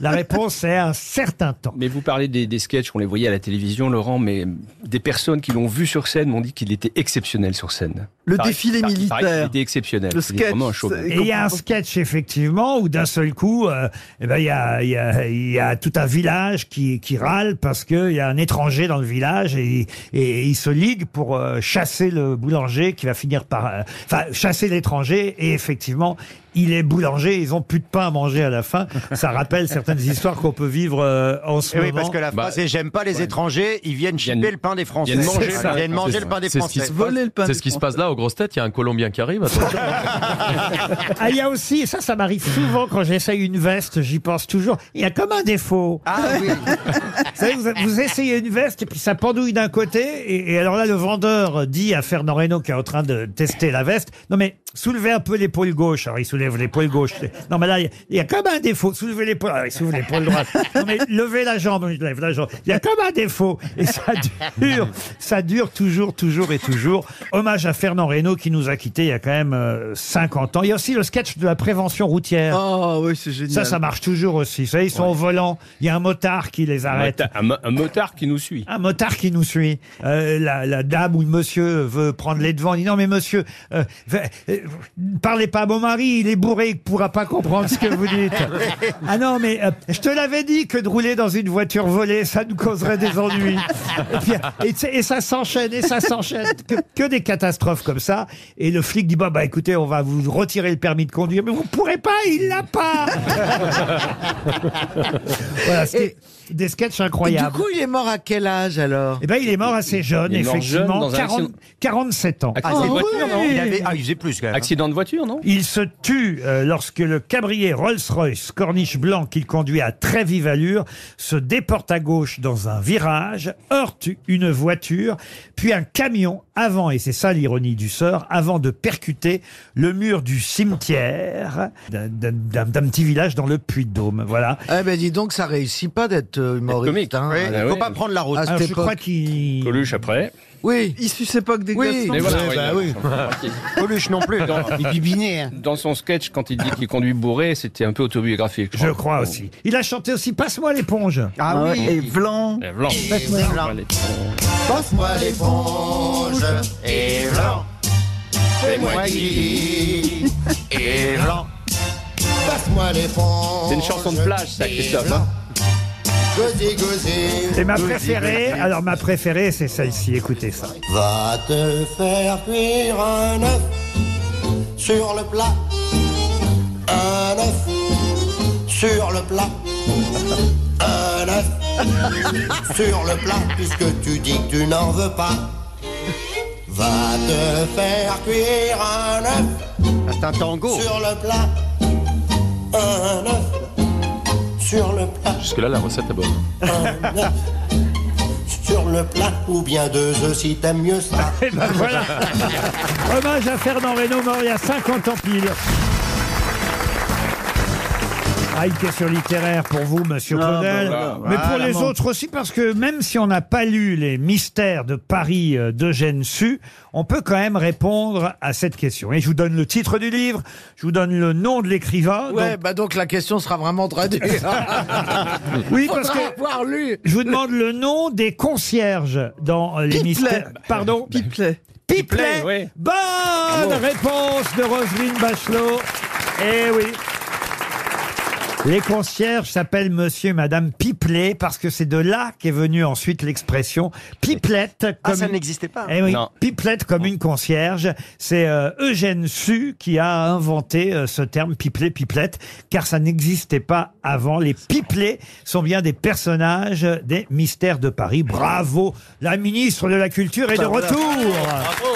B: La réponse est un certain temps.
H: Mais vous parlez des, des sketchs qu'on les voyait à la télévision, Laurent, mais des personnes qui l'ont vu sur scène m'ont dit qu'il était exceptionnel sur scène.
G: Le
H: Pareil-
G: défilé
H: pareil-
G: militaire.
H: pareil, Il était exceptionnel.
B: Le
H: Il est vraiment un showman.
B: Et il y a un sketch, effectivement, où d'un seul coup, euh, eh ben, il y, a, il y a- il y a tout un village qui, qui râle parce qu'il y a un étranger dans le village et, et il se ligue pour euh, chasser le boulanger qui va finir par... euh, Enfin, chasser l'étranger et effectivement... Il est boulanger, ils ont plus de pain à manger à la fin. Ça rappelle certaines histoires qu'on peut vivre euh, en ce
D: Eh oui,
B: moment.
D: parce que la
C: Bah,
D: phrase est j'aime pas les étrangers, ils viennent chipper le pain des Français.
C: Viennent manger,
D: C'est
C: le
D: ça,
C: pain.
D: ils viennent manger le pain des
C: C'est ce qui
D: Français.
C: se passe- C'est ce qui se passe là aux grosses têtes. Il y a un Colombien qui arrive. attention.
B: Ah, il y a aussi, et ça, ça m'arrive souvent quand j'essaye une veste, j'y pense toujours. Il y a comme un défaut. Ah oui. vous savez, vous, vous essayez une veste et puis ça pendouille d'un côté. Et, et alors là, le vendeur dit à Fernand Reynaud qui est en train de tester la veste Non, mais soulevez un peu l'épaule gauche. Alors il soulève l'épaule gauche. Non, mais là, il y a- il y, a comme un défaut. Soulevez l'épaule. Alors il soulève l'épaule droite. Non, mais levez la jambe. Je lève la jambe. Il y a comme un défaut. Et ça dure. Ça dure toujours, toujours et toujours. Hommage à Fernand Reynaud qui nous a quittés il y a quand même euh, 50 ans. Il y a aussi le sketch de la prévention routière.
G: Oh oui, c'est génial.
B: Ça, ça marche toujours aussi. Vous savez, ils sont au volant. Il y a un motard qui les
H: Un
B: arrête.
H: mota- un mo- un motard qui nous suit.
B: Un motard qui nous suit. Euh, la, la dame ou le monsieur veut prendre les devants. Il dit non mais monsieur, euh, ve- euh, parlez pas à mon mari, il est bourré, il pourra pas comprendre ce que vous dites. ah non mais euh, je te l'avais dit que de rouler dans une voiture volée, ça nous causerait des ennuis. et, puis, et tu sais, et ça s'enchaîne et ça s'enchaîne que, que des catastrophes comme ça. Et le flic dit bah bah écoutez, on va vous retirer le permis de conduire, mais vous pourrez pas, il l'a pas. voilà, c'était des sketchs incroyables.
F: Du coup, il est mort à quel âge alors
B: Eh ben, il est mort assez jeune,
F: Il est mort jeune
B: effectivement,
F: dans un
B: 40
F: accident. Ah,
B: 47 ans.
H: Accident de voiture, non Il avait- ah, il
D: faisait plus quand
B: hein.
H: même. Accident de voiture, non
B: Il se tue euh, lorsque le cabrier Rolls-Royce corniche blanc qu'il conduit à très vive allure se déporte à gauche dans un virage, heurte une voiture, puis un camion avant, et c'est ça l'ironie du sort, avant de percuter le mur du cimetière d'un- d'un d'un- d'un petit village dans le Puy-de-Dôme. Voilà.
F: Eh ben dis donc, ça réussit pas d'être euh, humoriste. Hein.
H: Ah, oui.
F: À
B: Alors,
F: cette
B: je
F: époque.
B: crois qu'il...
H: Coluche après.
F: Oui.
G: Issu cette époque des
F: Oui.
H: Mais voilà,
F: Ouais, bah
H: ouais,
F: oui.
H: tranquille.
D: Coluche non plus.
H: Dans,
F: Et bibiné, hein.
H: dans son sketch, quand il dit qu'il conduit bourré, c'était un peu autobiographique.
B: Je crois aussi. Il a chanté aussi Passe-moi l'éponge.
G: Ah oui. Et blanc.
H: Et blanc.
B: Passe-moi
L: Passe-moi l'éponge et blanc. Fais-moi qui et blanc. Passe-moi l'éponge.
H: C'est une chanson de plage, ça,
L: et
H: Christophe,
L: blanc.
H: hein.
L: Gauzy, gauzy.
B: C'est ma
L: Gauzy,
B: préférée.
L: gauzy.
B: Alors ma préférée, c'est celle-ci. Écoutez ça.
L: Va te faire cuire un œuf sur le plat. Un œuf sur le plat. Un œuf sur le plat, puisque tu dis que tu n'en veux pas. Va te faire cuire un œuf.
D: Ah, C'est un tango.
L: Sur le plat. Un œuf sur le plat.
C: Jusque-là, la recette est bonne.
L: Un œuf sur le plat, ou bien deux œufs si t'aimes mieux ça.
R: Ah,
B: Et ben voilà. Hommage à Fernand Reynaud, mort il y a 50 ans pile. Ah, une question littéraire pour vous, monsieur
G: Ah,
B: Claudel.
G: bah voilà,
B: Mais pour
G: voilà.
B: les autres aussi, parce que même si on n'a pas lu les mystères de Paris euh, d'Eugène Sue, on peut quand même répondre à cette question. Et je vous donne le titre du livre, je vous donne le nom de l'écrivain.
F: Ouais,
B: donc-
F: bah donc la question sera vraiment traduite.
B: Oui, parce
F: Faudra
B: que-
F: avoir lu.
B: je vous demande le nom des concierges dans euh, les
G: Piplet.
B: mystères. Pardon
G: Piplet.
B: Piplet,
H: Piplet, oui.
B: Bonne réponse de Roselyne Bachelot. Eh oui. Les concierges s'appellent monsieur et madame Piplet parce que c'est de là qu'est venue ensuite l'expression Pipelette. Comme
D: Ah, ça
B: une-
D: n'existait pas.
B: Eh oui,
D: Non.
B: Pipelette comme une concierge. C'est euh, Eugène Sue qui a inventé euh, ce terme Pipelet, Pipelette, car ça n'existait pas avant. Les Pipelets sont bien des personnages des mystères de Paris. Bravo, la ministre de la Culture est de
D: Ah, ben
G: Bah, voilà.
B: retour.
R: Oh.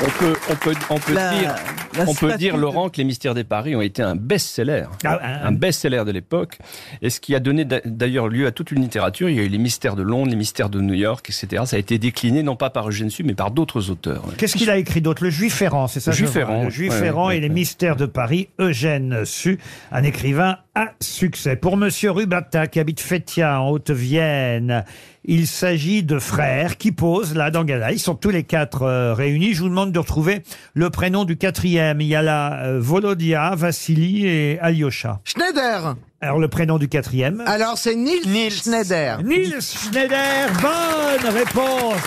H: On peut, on peut, on peut
G: La-
H: dire,
G: la
H: on peut
G: statue
H: dire
G: de-
H: Laurent, que les mystères des paris ont été un best-seller,
B: Ah,
H: un best-seller de l'époque, et ce qui a donné d'a- d'ailleurs lieu à toute une littérature. Il y a eu les mystères de Londres, les mystères de New York, etc. Ça a été décliné non pas par Eugène Sue, mais par d'autres auteurs.
B: Qu'est-ce qu'il a écrit d'autre Le Juif errant, c'est ça
H: Le
B: je
H: Juif
B: vois.
H: errant,
B: Le Juif
H: ouais,
B: errant
H: ouais,
B: et les
H: ouais.
B: mystères de Paris, Eugène Sue, un écrivain à succès. Pour Monsieur Rubata, qui habite Fétia, en Haute-Vienne, il s'agit de frères qui posent là dans Gala. Ils sont tous les quatre euh, réunis. Je vous demande de retrouver le prénom du quatrième. Il y a là euh, Volodia, Vassili et Alyosha.
F: Schneider.
B: Alors le prénom du quatrième
F: Alors c'est Nils, Schneider.
B: Nils Schneider, bonne réponse.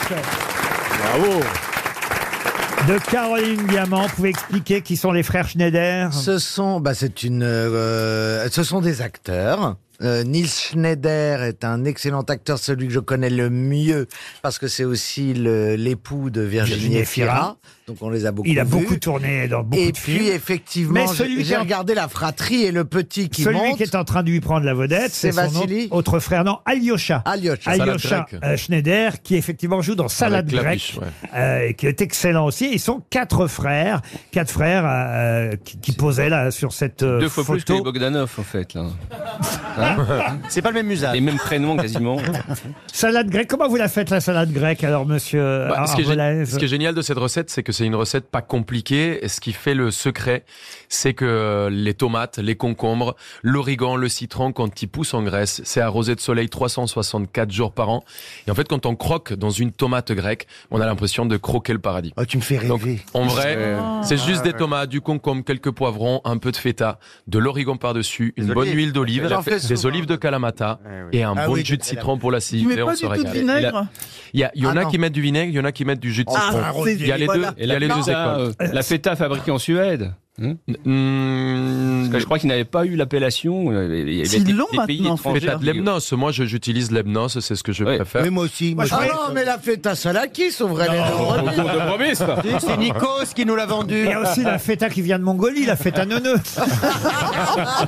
B: Bravo. De Caroline Diamant, vous pouvez expliquer qui sont les frères Schneider
F: Ce sont, bah, c'est une, euh, ce sont des acteurs. Euh, Nils Schneider est un excellent acteur, celui que je connais le mieux, parce que c'est aussi le- l'époux de Virginie
B: Virginie
F: Efira.
B: Efira.
F: Donc on les a beaucoup
B: Il a
F: vus.
B: beaucoup tourné dans beaucoup
F: Et
B: de
F: puis
B: films.
F: effectivement,
B: Mais
F: j'ai-
B: celui qui
F: j'ai
B: a-
F: regardé la fratrie et le petit qui
B: Celui
F: monte.
B: qui est en train de lui prendre la vedette, c'est
F: C'est
B: son
F: Vassili
B: autre, autre frère, non, Alyosha.
F: Alyosha.
B: Alyosha
F: Salade grecque.
B: euh, Schneider, qui effectivement joue dans Salade
F: Avec la
B: grecque, euh, et qui est excellent aussi. Ils sont quatre frères, quatre frères euh, qui, qui posaient là sur cette euh,
H: Deux fois plus que les
B: photo.
H: Bogdanov, en fait. là. Hein
D: c'est pas le même usage.
H: Les mêmes prénoms quasiment.
B: Salade grecque, comment vous la faites la salade grecque alors, monsieur euh,
C: Bah, ce, qui est gé-
B: Arvelaez
C: ce qui est génial de cette recette, c'est que c'est une recette pas compliquée. Et ce qui fait le secret, c'est que euh, les tomates, les concombres, l'origan, le citron, quand ils poussent en Grèce, c'est arrosé de soleil 364 jours par an. Et en fait, quand on croque dans une tomate grecque, on a l'impression de croquer le paradis.
E: tu me fais rêver.
C: En vrai,
E: Ouais.
C: c'est
E: Ah,
C: juste
E: ouais.
C: des tomates, du concombre, quelques poivrons, un peu de feta, de l'origan par-dessus, une
H: Des
C: bonne
H: olives.
C: huile d'olive,
H: J'en fais
C: des olives de kalamata et un
H: Ah
C: bon
H: oui,
C: jus
H: de
C: de citron pour
H: Tu
C: l'acidité.
H: mets pas
C: on se
H: du tout de
C: régale.
H: vinaigre
C: Et là- Il y, a- il y en a
H: Ah non.
C: qui mettent du vinaigre, il y en a qui mettent du jus de
H: Oh,
C: citron.
H: c'est un rôlier,
C: il y a les deux,
H: voilà.
C: il y a les
H: La
C: deux
H: feta,
C: écoles.
H: euh, la feta fabriquée en Suède. hein Parce que je crois qu'il n'avait pas eu l'appellation. euh, Il y avait
C: C'est
H: des,
C: long
H: des pays étrangers.
C: Feta de Lemnos, moi je- j'utilise Lemnos, c'est ce que je préfère.
F: moi aussi.
C: moi,
F: ah
C: je-
F: non, mais la fête à Salaki, son vrai
C: on te promet, ça. C'est Nikos
D: qui nous l'a vendu.
B: Il y a aussi la feta qui vient de Mongolie, la feta neuneu.
F: Ah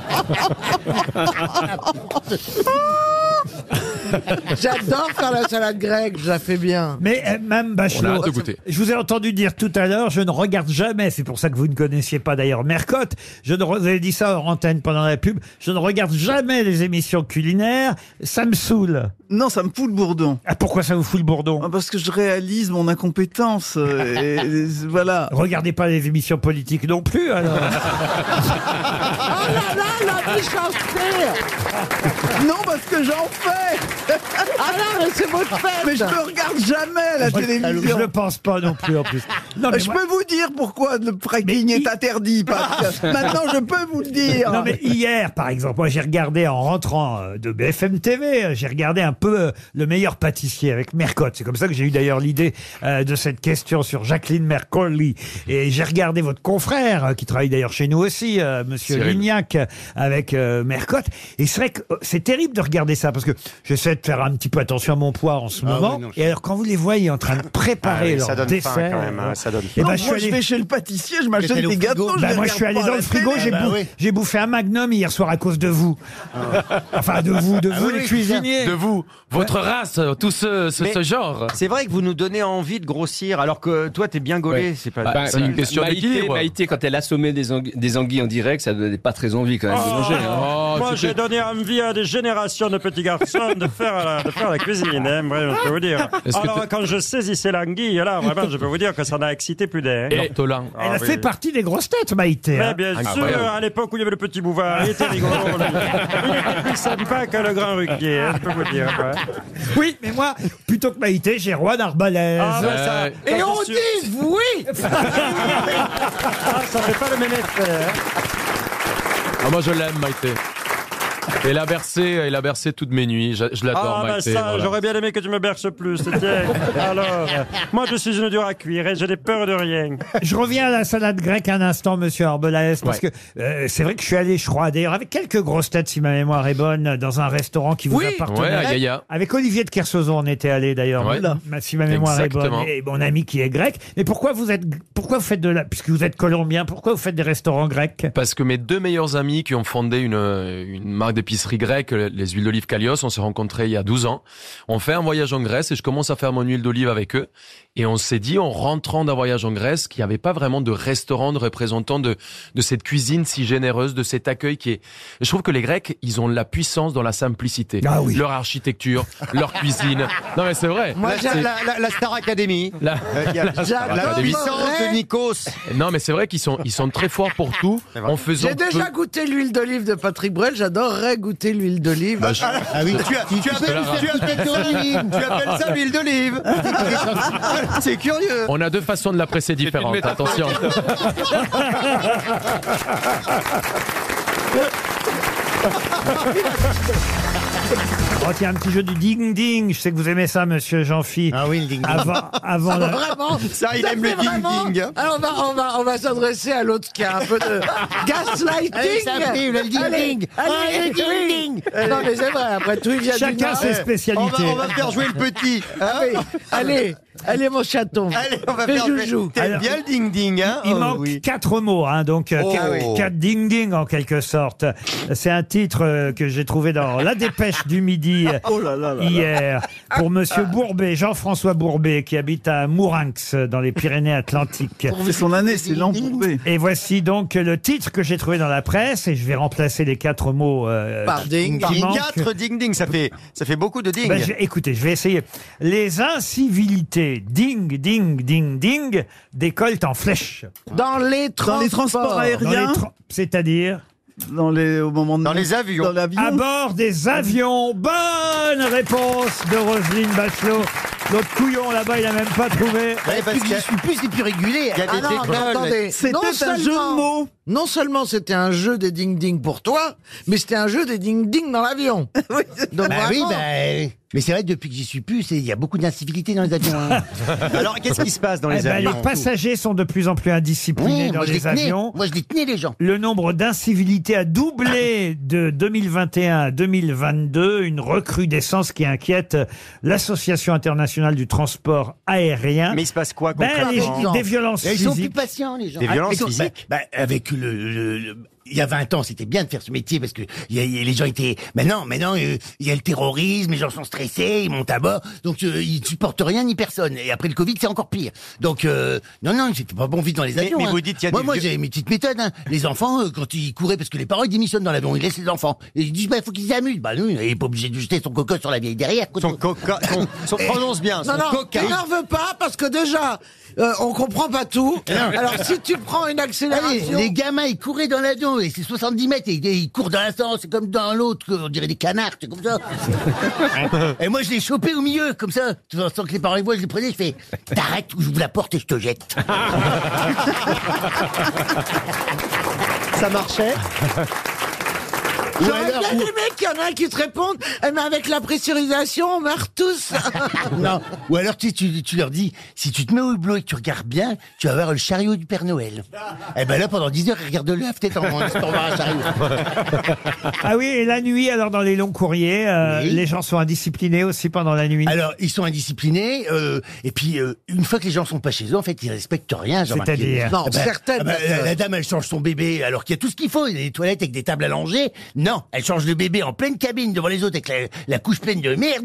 F: J'adore faire la salade grecque, je la fais bien.
B: Mais euh, Mme Bachelot,
F: On a hâte de goûter.
B: je vous ai entendu dire tout à l'heure, je ne regarde jamais, c'est pour ça que vous ne connaissiez pas d'ailleurs Mercotte, je ne, re- vous avez dit ça en antenne pendant la pub, je ne regarde jamais les émissions culinaires, ça me saoule.
G: Non, ça me fout le bourdon. Ah,
B: Ah, pourquoi ça vous fout le bourdon
G: Parce que je réalise mon incompétence. euh, et, et voilà.
B: Regardez pas les émissions politiques non plus, alors.
F: Oh là là, la méchanceté
G: Non, parce que j'en fais
F: Ah non, mais c'est votre fête
G: Mais je ne regarde jamais la
B: Moi,
G: télévision.
B: Je ne pense pas non plus, en plus. Non, mais
G: je
B: moi-
G: peux vous dire pourquoi le fracking est interdit. parce que maintenant, je peux vous le dire.
B: Non mais hier, par exemple, moi j'ai regardé en rentrant euh, de BFM TV, euh, j'ai regardé un peu euh, le meilleur pâtissier avec Mercotte. C'est comme ça que j'ai eu d'ailleurs l'idée euh, de cette question sur Jacqueline Mercoli. Et j'ai regardé votre confrère euh, qui travaille d'ailleurs chez nous aussi, euh, Monsieur
C: Cyril.
B: Lignac, euh, avec euh, Mercotte. Et c'est vrai que euh, c'est terrible de regarder ça parce que j'essaie de faire un petit peu attention à mon poids en ce
D: Ah
B: moment.
D: oui, non,
B: et alors quand vous les voyez en train de préparer
D: Ah oui,
B: leur
D: ça donne faim
B: dessert,
D: quand même, hein, ça donne
B: eh ben,
G: Non,
B: je suis
G: moi, je
B: allé-
G: vais chez le pâtissier, je m'achète des gâteaux.
B: bah,
G: les
B: moi, je suis
G: regarde
B: allé
G: pas
B: dans
G: à
B: le
G: la
B: frigo,
G: télé.
B: j'ai bou- j'ai bouffé un magnum hier soir à cause de vous. Ah. Enfin, de vous, de
D: Ah
B: vous,
D: oui,
B: les
D: oui,
B: bah cuisiniers.
D: de vous, votre
C: race, euh, tout ce, ce-
D: Mais
C: ce genre.
D: C'est vrai que vous nous donnez envie de grossir, alors que toi, t'es bien gaulé.
H: Ouais.
D: C'est pas.
H: Bah,
D: c'est
H: Maïté- Maïté, quand elle assommait des, angu- des anguilles en direct, ça donnait pas très envie quand même de manger. hein.
R: Oh.
C: Oh,
R: Moi, j'ai donné envie à des générations de petits garçons de faire la, de faire la cuisine, hein, vraiment, je peux vous dire.
C: Est-ce que
R: Alors,
C: t'es-
R: quand je saisissais l'anguille, là, vraiment, je peux vous dire que ça n'a excité plus d'un.
C: Et- L'ortolan.
B: Elle
D: Ah
B: a fait partie des grosses têtes, Maïté. hein.
R: Mais bien sûr, à l'époque où il y avait le petit Bouvard, Ah. il était rigolo. lui. Il était plus sympa que le grand Ruquier, hein, je peux vous dire. ouais.
B: Oui, mais moi, plutôt que Maïté, j'ai Roi d'Arbalèze.
R: Ah, bah, ça-
F: Et
R: ça,
F: on
R: c'est sûr.
F: dit oui
R: Ah, ça fait pas le même effet. hein.
C: Ah, moi je l'aime Maïté. Elle a bercé, elle a bercé toutes mes nuits. Je, je l'adore
R: Ah, bah
C: Maïté.
R: ça,
C: voilà.
R: j'aurais bien aimé que tu me berces plus. Tiens. Alors, euh, moi, je suis une dure à cuire et je n'ai peur de rien.
B: Je reviens à la salade grecque un instant, monsieur Arbelaez, parce
R: Ouais.
B: que euh, c'est vrai que je suis allé, je crois, d'ailleurs, avec quelques grosses têtes, si ma mémoire est bonne, dans un restaurant qui vous
C: Oui.
B: appartenait.
C: Ouais, à Yaya.
B: Avec Olivier de Kersauzon, on était allé d'ailleurs,
C: Ouais.
B: là, si ma mémoire
C: Exactement.
B: est bonne, et mon ami qui est grec. Mais pourquoi vous êtes, pourquoi vous faites de la, puisque vous êtes colombien, pourquoi vous faites des restaurants grecs
C: Parce que mes deux meilleurs amis qui ont fondé une, une marque d'épicerie grecque, les huiles d'olive Kalios. On s'est rencontrés il y a 12 ans. On fait un voyage en Grèce et je commence à faire mon huile d'olive avec eux. Et on s'est dit, en rentrant d'un voyage en Grèce, qu'il n'y avait pas vraiment de restaurant de représentant de, de cette cuisine si généreuse, de cet accueil qui est... Je trouve que les Grecs, ils ont de la puissance dans la simplicité.
D: Ah oui.
C: Leur architecture, leur cuisine. Non mais c'est vrai.
D: Moi, j'ai
C: C'est-
D: la, la- la Star Academy.
C: la,
D: Euh, y a- la puissance de Nikos.
C: Non, mais c'est vrai qu'ils sont, ils sont très forts pour tout. En faisant
F: J'ai déjà
C: peu-
F: goûté l'huile d'olive de Patrick Bruel, j'adorerais goûter l'huile d'olive.
C: Bah, je- Ah oui, tu as- tu
F: Tu
C: as- tu as- tu as-
D: Tu appelles ça l'huile d'olive
R: Ah,
D: Ah, C'est curieux.
C: On a deux façons de la presser
H: Oh,
C: différentes. Attention.
B: Oh, tiens, un petit jeu du ding-ding. Je sais que vous aimez ça, monsieur Jean-Phi. Ah oui, le ding-ding. Avant, avant la-
F: Ah, Vraiment, fait vraiment-
E: hein.
F: Alors on va, on va, on va s'adresser à l'autre qui a un peu de gaslighting.
L: Allez, ça arrive, le ding-ding.
F: Allez,
L: Ah,
F: allez,
L: le ding-ding.
E: Euh,
F: oui. Non mais c'est vrai, après tout il vient
B: Chacun
F: du Nord.
B: ses spécialités.
F: On va, on va faire jouer le petit. hein. allez, allez, allez, mon chaton. Allez, on va
D: faire jouer-
F: joujou.
D: T'aimes Alors, bien le ding-ding, hein
B: Il
D: Oh,
B: manque
D: oui.
B: quatre mots, hein, donc euh,
D: Oh,
B: quatre,
D: oui.
B: quatre ding ding en quelque sorte. C'est un titre euh, que j'ai trouvé dans La Dépêche du Midi euh,
G: Oh là là là là.
B: hier pour Monsieur Bourbet, Jean-François Bourbet, qui habite à Mourinx dans les Pyrénées-Atlantiques.
G: C'est son année, c'est l'an Bourbet.
B: Et voici donc le titre que j'ai trouvé dans la presse et je vais remplacer les quatre mots euh,
D: Par
B: qui-
D: Bah, ding,
B: qui
D: ding.
B: manquent.
D: Quatre ding ding, ça fait, ça fait beaucoup de ding.
B: Ben, je- écoutez, je vais essayer. Les incivilités, ding, ding, ding, ding, décollent en flèche.
F: Dans les transports,
G: Dans les transports aériens,
B: Dans les tra- C'est-à-dire Ah
G: dans les, au moment de
D: Dans les avions.
G: dans l'avion.
B: À bord des avions. Bonne réponse de Roselyne Bachelot. L'autre couillon là-bas, il n'a même pas trouvé.
D: Ouais, parce
E: Je suis plus épurégulé.
D: Il y a
F: Ah
D: des
F: non, mais
D: écoles.
F: attendez,
G: C'était
F: non
G: un
F: seulement-
G: jeu de mots.
F: Non seulement c'était un jeu des ding-ding pour toi, mais c'était un jeu des ding-ding dans l'avion. Donc
E: Bah oui,
F: vraiment,
E: bah, euh, mais c'est vrai que depuis que j'y suis plus, c'est- il y a beaucoup d'incivilité dans les avions. hein.
D: Alors, qu'est-ce qui se passe dans
B: Eh
D: les
B: ben,
D: avions
B: les passagers sont de plus en plus indisciplinés
E: Oui,
B: dans
E: moi, je les
B: les
E: tenais.
B: avions.
E: Moi, je les tenais, les gens.
B: Le nombre d'incivilités a doublé de 2021 à 2022, une recrudescence qui inquiète l'Association internationale du transport aérien.
D: Mais il se passe quoi
B: Ben, les-
D: concrètement
B: des violences
E: Et ben, ils sont plus
B: physiques.
E: patients, les gens.
D: Des violences
E: Ils sont-
D: physiques
E: bah, bah, Avec le, le- le- Il y a 20 ans, c'était bien de faire ce métier parce que il y a- il y a- les gens étaient. Maintenant, maintenant, euh, il y a le terrorisme, les gens sont stressés, ils montent à bord, donc euh, ils supportent rien ni personne. Et après le Covid, c'est encore pire. Donc euh, non, non, c'était pas bon vite dans les
D: Mais-
E: avions.
D: mais
E: hein.
D: vous dites, il y a
E: moi,
D: des
E: moi,
D: vieux-
E: j'avais mes petites méthodes. hein. Les enfants, euh, quand ils couraient, parce que les parents ils démissionnent dans l'avion, ils laissent les enfants. Et ils disent, bah, il faut qu'ils s'amusent. Bah non, il est pas obligé de jeter son coco sur la vieille derrière. quoi.
D: Son coca. Son, son- prononce bien.
F: Non,
D: Son
F: non,
D: coca.
F: t'énerve pas parce que déjà, euh, on comprend pas tout.
D: Eh
F: Alors si tu prends une
E: Allez,
F: accélération,
E: les gamins, ils couraient dans l'avion, et c'est 70 mètres, et ils, ils courent dans un sens, c'est comme dans l'autre, on dirait des canards, c'est comme ça. et moi, je les chopais au milieu, comme ça, tout en- sans que les parents les voient, je les prenais, je fais, t'arrêtes ou j'ouvre la porte et je te jette.
D: Ça marchait.
F: j'aurais bien aimé qu'il y en a un qui te réponde, Eh, mais avec la pressurisation, on meurt tous.
E: non. Ou alors, tu, tu, tu leur dis, si tu te mets au hublot et que tu regardes bien, tu vas voir le chariot du Père Noël. et ben là, pendant 10 heures, ils regardent le lave tête en en laissant voir un chariot.
B: Ah oui, et la nuit, alors dans les longs courriers, euh,
E: Oui.
B: les gens sont indisciplinés aussi pendant la nuit.
E: Alors, ils sont indisciplinés, euh, et puis, euh, une fois que les gens sont pas chez eux, en fait, ils respectent rien, Jean-Marc.
B: C'est-à-dire
F: Non,
E: Ah bah,
F: certaines
E: ah bah, la,
F: personnes.
E: la dame, elle change son bébé alors qu'il y a tout ce qu'il faut. Il y a des toilettes avec des tables allongées. Non, elle change le bébé en pleine cabine devant les autres avec la, la couche pleine de merde.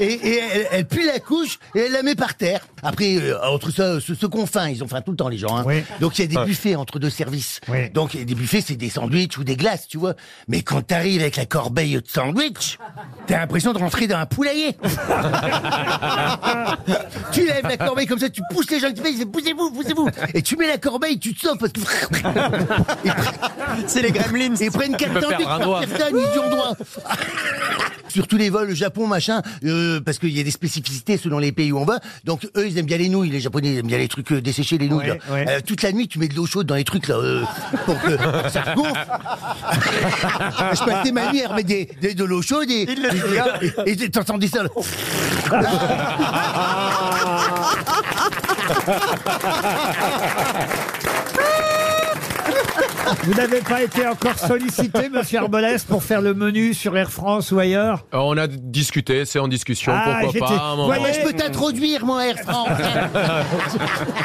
E: Et, et elle, elle pue la couche et elle la met par terre. Après, euh, entre ça, ce, ce qu'on faim, ils ont faim tout le temps, les gens. hein.
B: Oui.
E: Donc, il y a des buffets entre deux services.
B: Oui.
E: Donc, des buffets, c'est des sandwichs ou des glaces, tu vois. Mais quand t'arrives avec la corbeille de sandwich, t'as l'impression de rentrer dans un poulailler. tu lèves la corbeille comme ça, tu pousses les gens qui te disent poussez-vous, poussez-vous. Et tu mets la corbeille, tu te sauves parce que.
D: C'est les gremlins.
E: Ils prennent
C: peux
E: Carton,
C: perdre un doigt.
E: Carton, ils durent droit. Sur tous les vols, le Japon, machin, euh, parce qu'il y a des spécificités selon les pays où on va. Donc eux, ils aiment bien les nouilles. Les Japonais ils aiment bien les trucs euh, desséchés, les nouilles.
B: Ouais,
E: là.
B: ouais.
E: Euh, toute la nuit, tu mets de l'eau chaude dans les trucs là euh, pour que ça regonfle. Je passais ma nuit à remettre des, des- de l'eau chaude et
D: Il le dit bien.
E: et- et- et t'entendais ça. là.
B: Vous n'avez pas été encore sollicité, monsieur Arbolès, pour faire le menu sur Air France ou ailleurs
C: Alors, on a discuté, c'est en discussion,
B: Ah,
C: pourquoi
B: j'étais-
C: pas à un moment.
B: Voyez,
E: Je peux t'introduire, moi, Air France.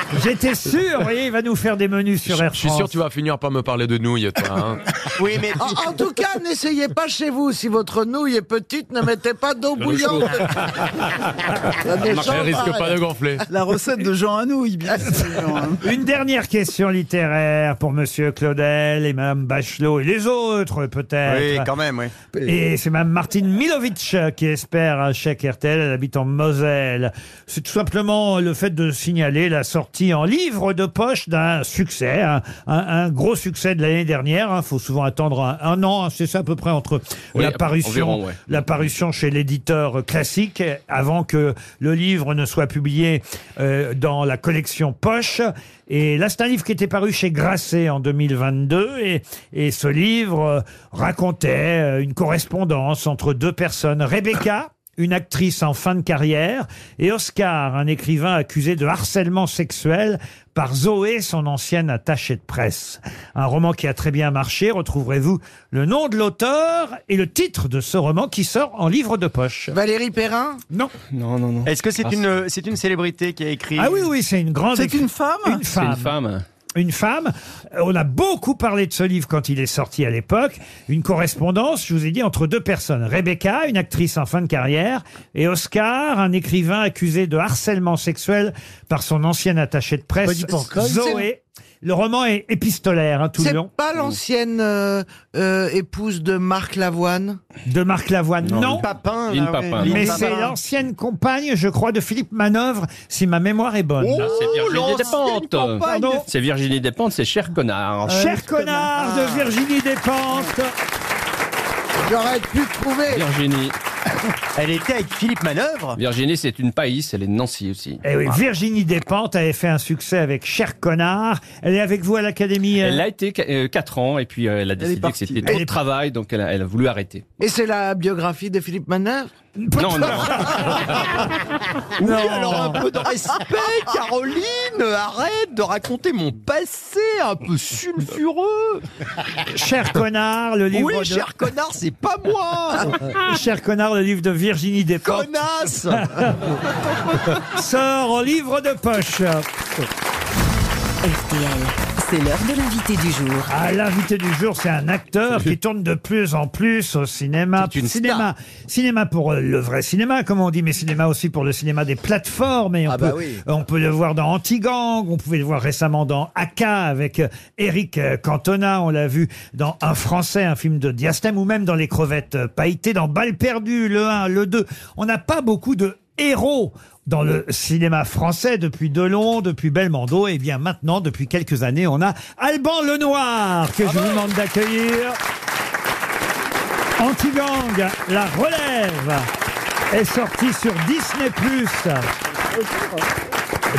B: J'étais sûr, vous voyez, il va nous faire des menus sur Air
C: Je suis
B: France.
C: sûr que tu vas finir par me parler de nouilles, toi. hein.
F: Oui, mais en, en tout cas, n'essayez pas chez vous. Si votre nouille est petite, ne mettez pas d'eau
C: Dans le
F: bouillante.
C: chaud. Elle risque pas de gonfler.
G: La recette de Jean Anouilh, bien sûr.
B: Une dernière question littéraire pour Monsieur Claudel et Madame Bachelot et les autres peut-être.
D: Oui, quand même, oui.
B: Et c'est Madame Martine Milovic qui espère un chèque RTL. Elle habite en Moselle. C'est tout simplement le fait de signaler la sortie en livre de poche d'un succès, un, un- un gros succès de l'année dernière. Il faut souvent attendre un, un an, hein, c'est ça à peu près entre
H: Oui,
B: l'apparition
H: environ, ouais.
B: l'apparition chez l'éditeur classique avant que le livre ne soit publié euh, dans la collection Poche. Et là, c'est un livre qui était paru chez Grasset en 2022. Et, et ce livre euh, racontait euh, une correspondance entre deux personnes. Rebecca, une actrice en fin de carrière, et Oscar, un écrivain accusé de harcèlement sexuel par Zoé, son ancienne attachée de presse. Un roman qui a très bien marché, retrouverez-vous le nom de l'auteur et le titre de ce roman qui sort en livre de poche.
F: Valérie Perrin
B: Non.
H: Non, non, Ah, non.
D: Est-ce que c'est une, c'est une célébrité qui a écrit
B: Ah oui, oui, c'est une grande...
G: C'est
B: écri-
G: une femme
B: Une
H: C'est
B: femme.
H: une femme.
B: Une femme. Euh, On a beaucoup parlé de ce livre quand il est sorti à l'époque. Une correspondance, je vous ai dit, entre deux personnes. Rebecca, une actrice en fin de carrière, et Oscar, un écrivain accusé de harcèlement sexuel par son ancienne attachée de presse,
E: Bonnie Pancol.
B: Zoé. Le roman est épistolaire, hein, tout le
F: C'est
B: long.
F: pas l'ancienne euh, euh, épouse de Marc Lavoine
B: De Marc Lavoine, non.
D: Papin,
H: Lynn Papin,
B: Mais c'est l'ancienne compagne, je crois, de Philippe Manœuvre, si ma mémoire est bonne.
L: Oh,
H: Ah, c'est Virginie Despentes.
B: Pardon
H: C'est Virginie Despentes, c'est cher
D: Euh,
H: connard.
B: Cher connard de Virginie Despentes.
F: J'aurais pu trouver.
H: Virginie.
D: Elle était avec Philippe Manœuvre
H: Virginie, c'est une païs, elle est de Nancy aussi.
B: Eh oui, Virginie Despentes avait fait un succès avec Cher Connard. Elle est avec vous à l'Académie. euh,
H: Elle a été 4 ans et puis euh, elle a décidé que c'était trop de travail, donc elle a, elle a voulu arrêter.
F: Et c'est la biographie de Philippe Manœuvre
H: Non, non.
D: Oui, alors un peu de respect, Caroline Arrête de raconter mon passé un peu sulfureux
B: Cher Connard, le livre
D: Oui,
B: de...
D: cher connard, c'est pas moi
B: Cher Connard, le livre de Virginie Despentes
D: Connasse
B: sort en livre de poche.
N: RTL, c'est l'heure de l'invité du jour.
B: Ah, l'invité du jour, c'est un acteur qui tourne de plus en plus au cinéma.
D: C'est une star.
B: cinéma, cinéma pour euh, le vrai cinéma, comme on dit, mais cinéma aussi pour le cinéma des plateformes. Et on,
D: Ah
B: peut,
D: bah oui.
B: Euh, on peut le voir dans Antigang, on pouvait le voir récemment dans Aka avec euh, Eric euh, Cantona, on l'a vu dans Un Français, un film de Diastème, ou même dans Les Crevettes euh, pailletées, dans Balles perdues, le 1, le 2. On n'a pas beaucoup de héros dans le cinéma français depuis Delon, depuis Belmondo, et bien maintenant, depuis quelques années, on a Alban Lenoir, que je vous demande d'accueillir. Anti-gang, la relève est sortie sur Disney+.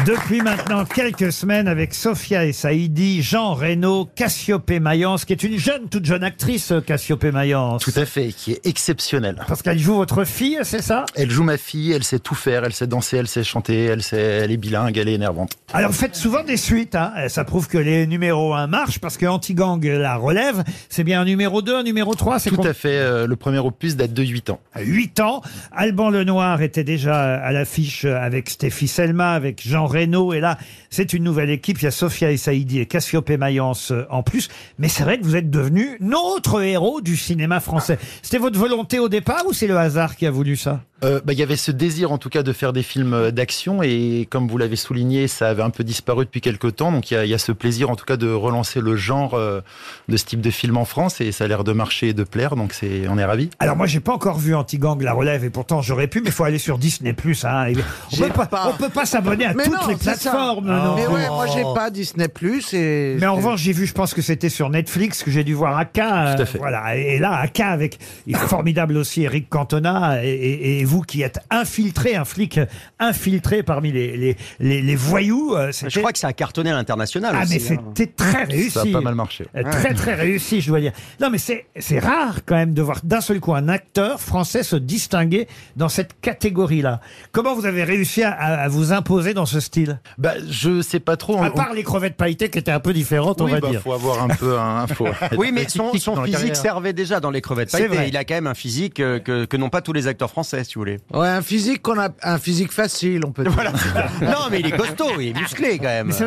B: Depuis maintenant quelques semaines avec Sophia et Saïdi, Jean Reno, Cassiopée Mayence, qui est une jeune, toute jeune actrice, euh, Cassiopée Mayence.
S: Tout à fait, qui est exceptionnelle.
B: Parce qu'elle joue votre fille, c'est ça
S: Elle joue ma fille, elle sait tout faire, elle sait danser, elle sait chanter, elle, sait, elle est bilingue, elle est énervante.
B: Alors faites souvent des suites, hein. ça prouve que les numéros 1 marchent, parce que Anti-gang la relève, c'est bien un numéro 2, un numéro 3, c'est
S: Tout
B: com-
S: à fait, euh, le premier opus date de 8 ans.
B: à 8 ans. Alban Lenoir était déjà à l'affiche avec Stéphie Selma, avec Jean Reno. Et là, c'est une nouvelle équipe. Il y a Sophia Essaïdi et Cassiope Mayence euh, en plus. Mais c'est vrai que vous êtes devenu notre héros du cinéma français. C'était votre volonté au départ ou c'est le hasard qui a voulu ça
S: Euh, bah, Il y avait ce désir en tout cas de faire des films euh, d'action et comme vous l'avez souligné, ça avait un peu disparu depuis quelques temps. Donc il y, a- il y a ce plaisir en tout cas de relancer le genre euh, de ce type de film en France et ça a l'air de marcher et de plaire. Donc c'est, on est ravis.
B: alors moi j'ai pas encore vu Antigang la relève et pourtant j'aurais pu mais faut aller sur Disney Plus hein. Et on, peut pas, on peut pas s'abonner à
F: Mais
B: toutes
F: non,
B: les
F: c'est ça.
B: plateformes non
F: Mais
B: plus.
F: ouais, moi
B: Oh.
F: j'ai pas Disney Plus et.
B: Mais en revanche, j'ai vu, je pense que c'était sur Netflix que j'ai dû voir Aka.
S: Tout
B: euh,
S: à fait.
B: voilà. Et là, Aka avec il est formidable aussi Eric Cantona et, et- et vous qui êtes infiltré, un flic infiltré parmi les les, les, les voyous. euh, c'était-
D: Je crois que ça a cartonné à l'international
B: ah mais
D: aussi, hein.
B: c'était très réussi.
S: Ça a pas mal marché.
B: Euh, Très très réussi, je dois dire. Non mais c'est c'est rare quand même de voir d'un seul coup un acteur français se distinguer dans cette catégorie-là. Comment vous avez réussi à, à- à vous imposer dans ce ce style
S: bah, Je sais pas trop. hein.
B: À part les crevettes pailletées qui étaient un peu différentes, on
S: Oui,
B: va
S: bah,
B: dire.
S: faut avoir un peu un- faut être
D: Oui, mais
S: petit
D: son,
S: tic
D: son
S: dans la
D: physique
S: carrière.
D: servait déjà dans les crevettes.
S: C'est
D: pailletées.
S: vrai.
D: Il a quand même un physique euh, que, que n'ont pas tous les acteurs français, si vous voulez.
F: Ouais, un physique qu'on a, un physique facile, on peut dire.
D: non, mais il est costaud, il est musclé quand même.
F: hein,
S: Ah bah,
B: C'est-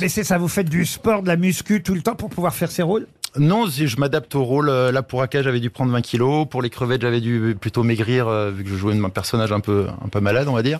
B: Mais c'est ça, vous faites du sport, de la muscu tout le temps pour pouvoir faire ces rôles
S: Non, je je m'adapte au rôle. Euh, Là, pour Aka, j'avais dû prendre 20 kilos. Pour les crevettes, j'avais dû plutôt maigrir, euh, vu que je jouais un personnage un peu, un peu malade, on va dire.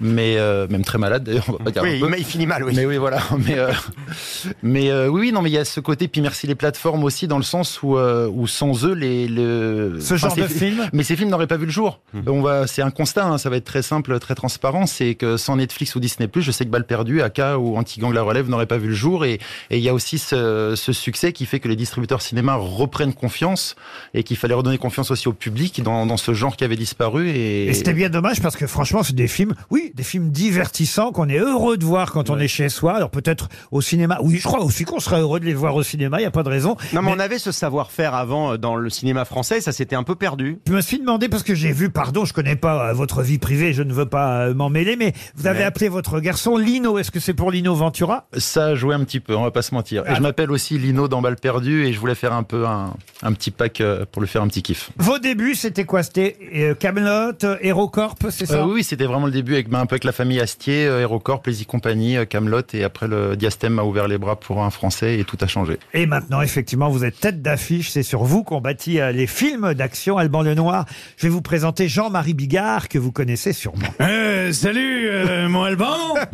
S: Mais euh, même très malade, d'ailleurs, on va pas dire.
D: Oui,
S: un peu.
D: mais il finit mal, oui.
S: Mais oui, voilà. Mais, euh, mais euh, oui, oui, non, mais il y a ce côté. Puis merci les plateformes aussi, dans le sens où, euh, où sans eux, les. le-
B: Ce genre
S: ces
B: de
S: fi-
B: film
S: Mais ces films n'auraient pas vu le jour. On va, c'est un constat. hein, ça va être très simple, très transparent. C'est que sans Netflix ou Disney+, je sais que Balle perdue, Aka ou Anti-Gang La Relève n'auraient pas vu le jour. Et et il y a aussi ce, ce succès qui fait que les distributeurs cinéma reprennent confiance et qu'il fallait redonner confiance aussi au public dans, dans ce genre qui avait disparu. Et,
B: Et c'était bien dommage parce que franchement, c'est des films, oui, des films divertissants qu'on est heureux de voir quand on est chez soi. Alors peut-être au cinéma. Oui, je crois aussi qu'on sera heureux de les voir au cinéma, il n'y a pas de raison.
D: Non, mais, on avait ce savoir-faire avant euh, dans le cinéma français, ça s'était un peu perdu.
B: Je me suis demandé, parce que j'ai vu, pardon, je connais pas euh, votre vie privée, je ne veux pas euh, m'en mêler, mais vous avez
S: Ouais.
B: appelé votre garçon Lino. Est-ce que c'est pour Lino Ventura
S: ça a joué un petit peu, on va pas se mentir. Et je m'appelle aussi Lino dans Balle perdue et je voulais faire un peu un, un petit pack euh, pour lui faire un petit kiff.
B: Vos débuts, c'était quoi C'était euh, Camelot, euh, Hérocorp, c'est ça
S: Euh, oui, oui, c'était vraiment le début avec, ben, un peu avec la famille Astier, euh, Aérocorp, Plaisy Compagnie, euh, Camelot et après le diastème a ouvert les bras pour un Français et tout a changé.
B: Et maintenant, effectivement, vous êtes tête d'affiche. C'est sur vous qu'on bâtit euh, les films d'action. Alban Lenoir, je vais vous présenter Jean-Marie Bigard, que vous connaissez sûrement.
T: Euh, salut, euh, mon Alban.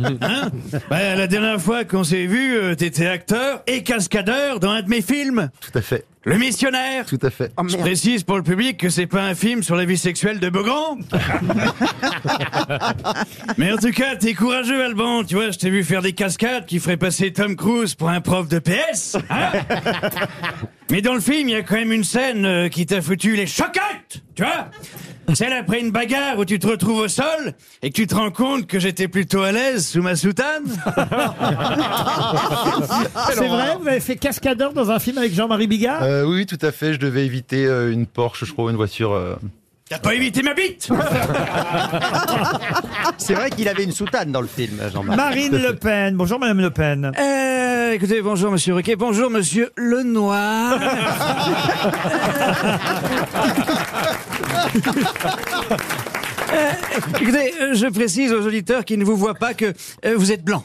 T: Hein Bah, la dernière fois qu'on s'est vu, euh, t'étais acteur et cascadeur dans un de mes films.
S: Tout à fait.
T: Le missionnaire.
S: Tout à fait.
T: Je précise pour le public que c'est pas un film sur la vie sexuelle de Beaugrand. Mais en tout cas, t'es courageux, Alban. Tu vois, je t'ai vu faire des cascades qui feraient passer Tom Cruise pour un prof de PS. hein Mais dans le film, il y a quand même une scène euh, qui t'a foutu les chocottes, tu vois Celle après une bagarre où tu te retrouves au sol et que tu te rends compte que j'étais plutôt à l'aise sous ma soutane.
B: C'est vrai, vous avez fait cascadeur dans un film avec Jean-Marie Bigard
S: Euh, oui, oui, tout à fait. Je devais éviter euh, une Porsche, je crois, une voiture. euh,
T: T'as pas évité ma bite
D: C'est vrai qu'il avait une soutane dans le film, Jean-Marc.
B: Marine Le Pen. Bonjour, Madame Le Pen.
T: Euh, écoutez, bonjour Monsieur Riquet, bonjour Monsieur Lenoir. Euh, écoutez, euh, je précise aux auditeurs qui ne vous voient pas que euh, vous êtes blanc.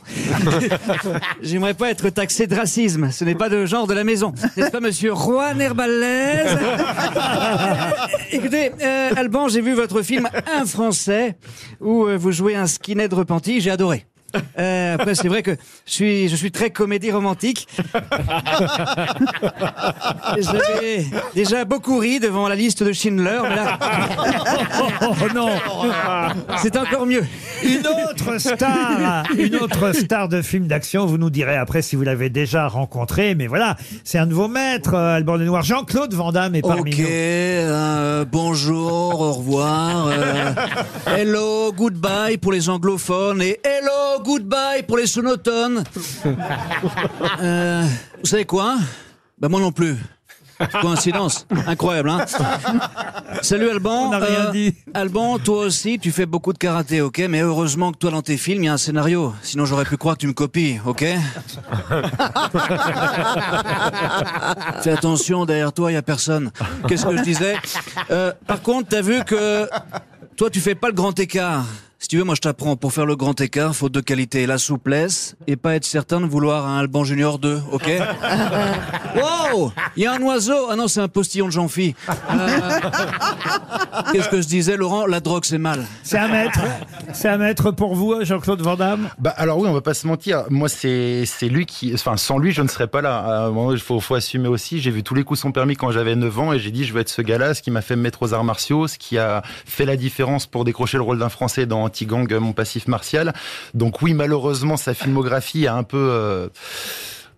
T: J'aimerais pas être taxé de racisme. Ce n'est pas le genre de la maison. N'est-ce pas, monsieur Juan Herbalez Écoutez, euh, Alban, j'ai vu votre film Un Français où euh, vous jouez un skinhead repenti. J'ai adoré. Euh, après, c'est vrai que je suis, je suis très comédie romantique. J'avais déjà beaucoup ri devant la liste de Schindler, mais là,
B: Oh non
T: c'est encore mieux.
B: Une autre
T: Ah.
B: star, une autre star de film d'action. Vous nous direz après si vous l'avez déjà rencontré, mais voilà, c'est un de vos maîtres, euh, Alban Lenoir. Jean-Claude Van Damme est parmi
U: Ok,
B: nous.
U: euh, bonjour, au revoir. euh, hello, goodbye pour les anglophones et hello, goodbye pour les sonotones. Euh, vous savez quoi Bah moi non plus. Coïncidence, incroyable. Hein Salut Alban. Euh,
B: On n'a rien dit.
U: Alban, toi aussi, tu fais beaucoup de karaté, ok Mais heureusement que toi dans tes films, il y a un scénario. Sinon j'aurais pu croire que tu me copies, ok Fais attention, derrière toi, il n'y a personne. Qu'est-ce que je disais Euh, Par contre, t'as vu que Euh, toi, tu fais pas le grand écart. Si tu veux, moi, je t'apprends. Pour faire le grand écart, faut deux qualités. La souplesse et pas être certain de vouloir un Alban Junior 2, OK Wow Il y a un oiseau Ah non, c'est un postillon de Jean-Phi. Euh, Qu'est-ce que je disais, Laurent La drogue, c'est mal.
B: C'est un maître. C'est un maître pour vous, Jean-Claude Van Damme
S: Bah alors oui, on va pas se mentir. Moi, c'est c'est lui qui, enfin sans lui, je ne serais pas là. À un moment, Il faut, faut assumer aussi. J'ai vu tous les coups sont permis quand j'avais 9 ans et j'ai dit je veux être ce gars-là, ce qui m'a fait me mettre aux arts martiaux, ce qui a fait la différence pour décrocher le rôle d'un Français dans Anti-Gang, euh, mon passif martial. Donc oui, malheureusement, sa filmographie a un peu euh,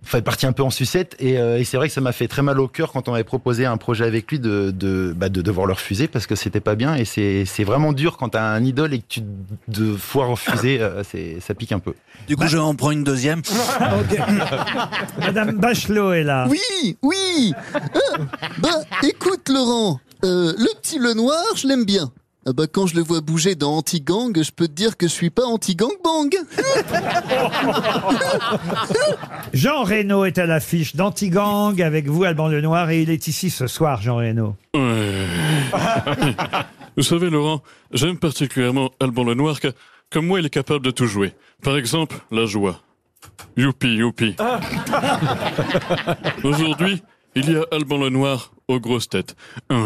S: Enfin, est parti un peu en sucette et, euh, et c'est vrai que ça m'a fait très mal au cœur quand on m'avait proposé un projet avec lui de de, bah, de devoir le refuser parce que c'était pas bien et c'est c'est vraiment dur quand t'as un idole et que tu de fois refuser euh, c'est ça pique un peu.
U: Du coup,
B: Bah-
U: je vais en prendre une deuxième.
B: Madame Bachelot est là.
V: Oui, oui. Euh, bah, écoute, Laurent, euh, le petit Lenoir, je l'aime bien.
K: Ah bah quand je le vois bouger dans anti-gang, je peux te dire que je suis pas anti-gangbang.
B: Jean Reno est à l'affiche d'Anti-Gang avec vous, Alban Lenoir, et il est ici ce soir, Jean Reno.
V: Euh. Vous savez, Laurent, j'aime particulièrement Alban Lenoir, car comme moi, il est capable de tout jouer. Par exemple, la joie. Youpi, youpi. Aujourd'hui, il y a Alban Lenoir aux grosses têtes. Ouais.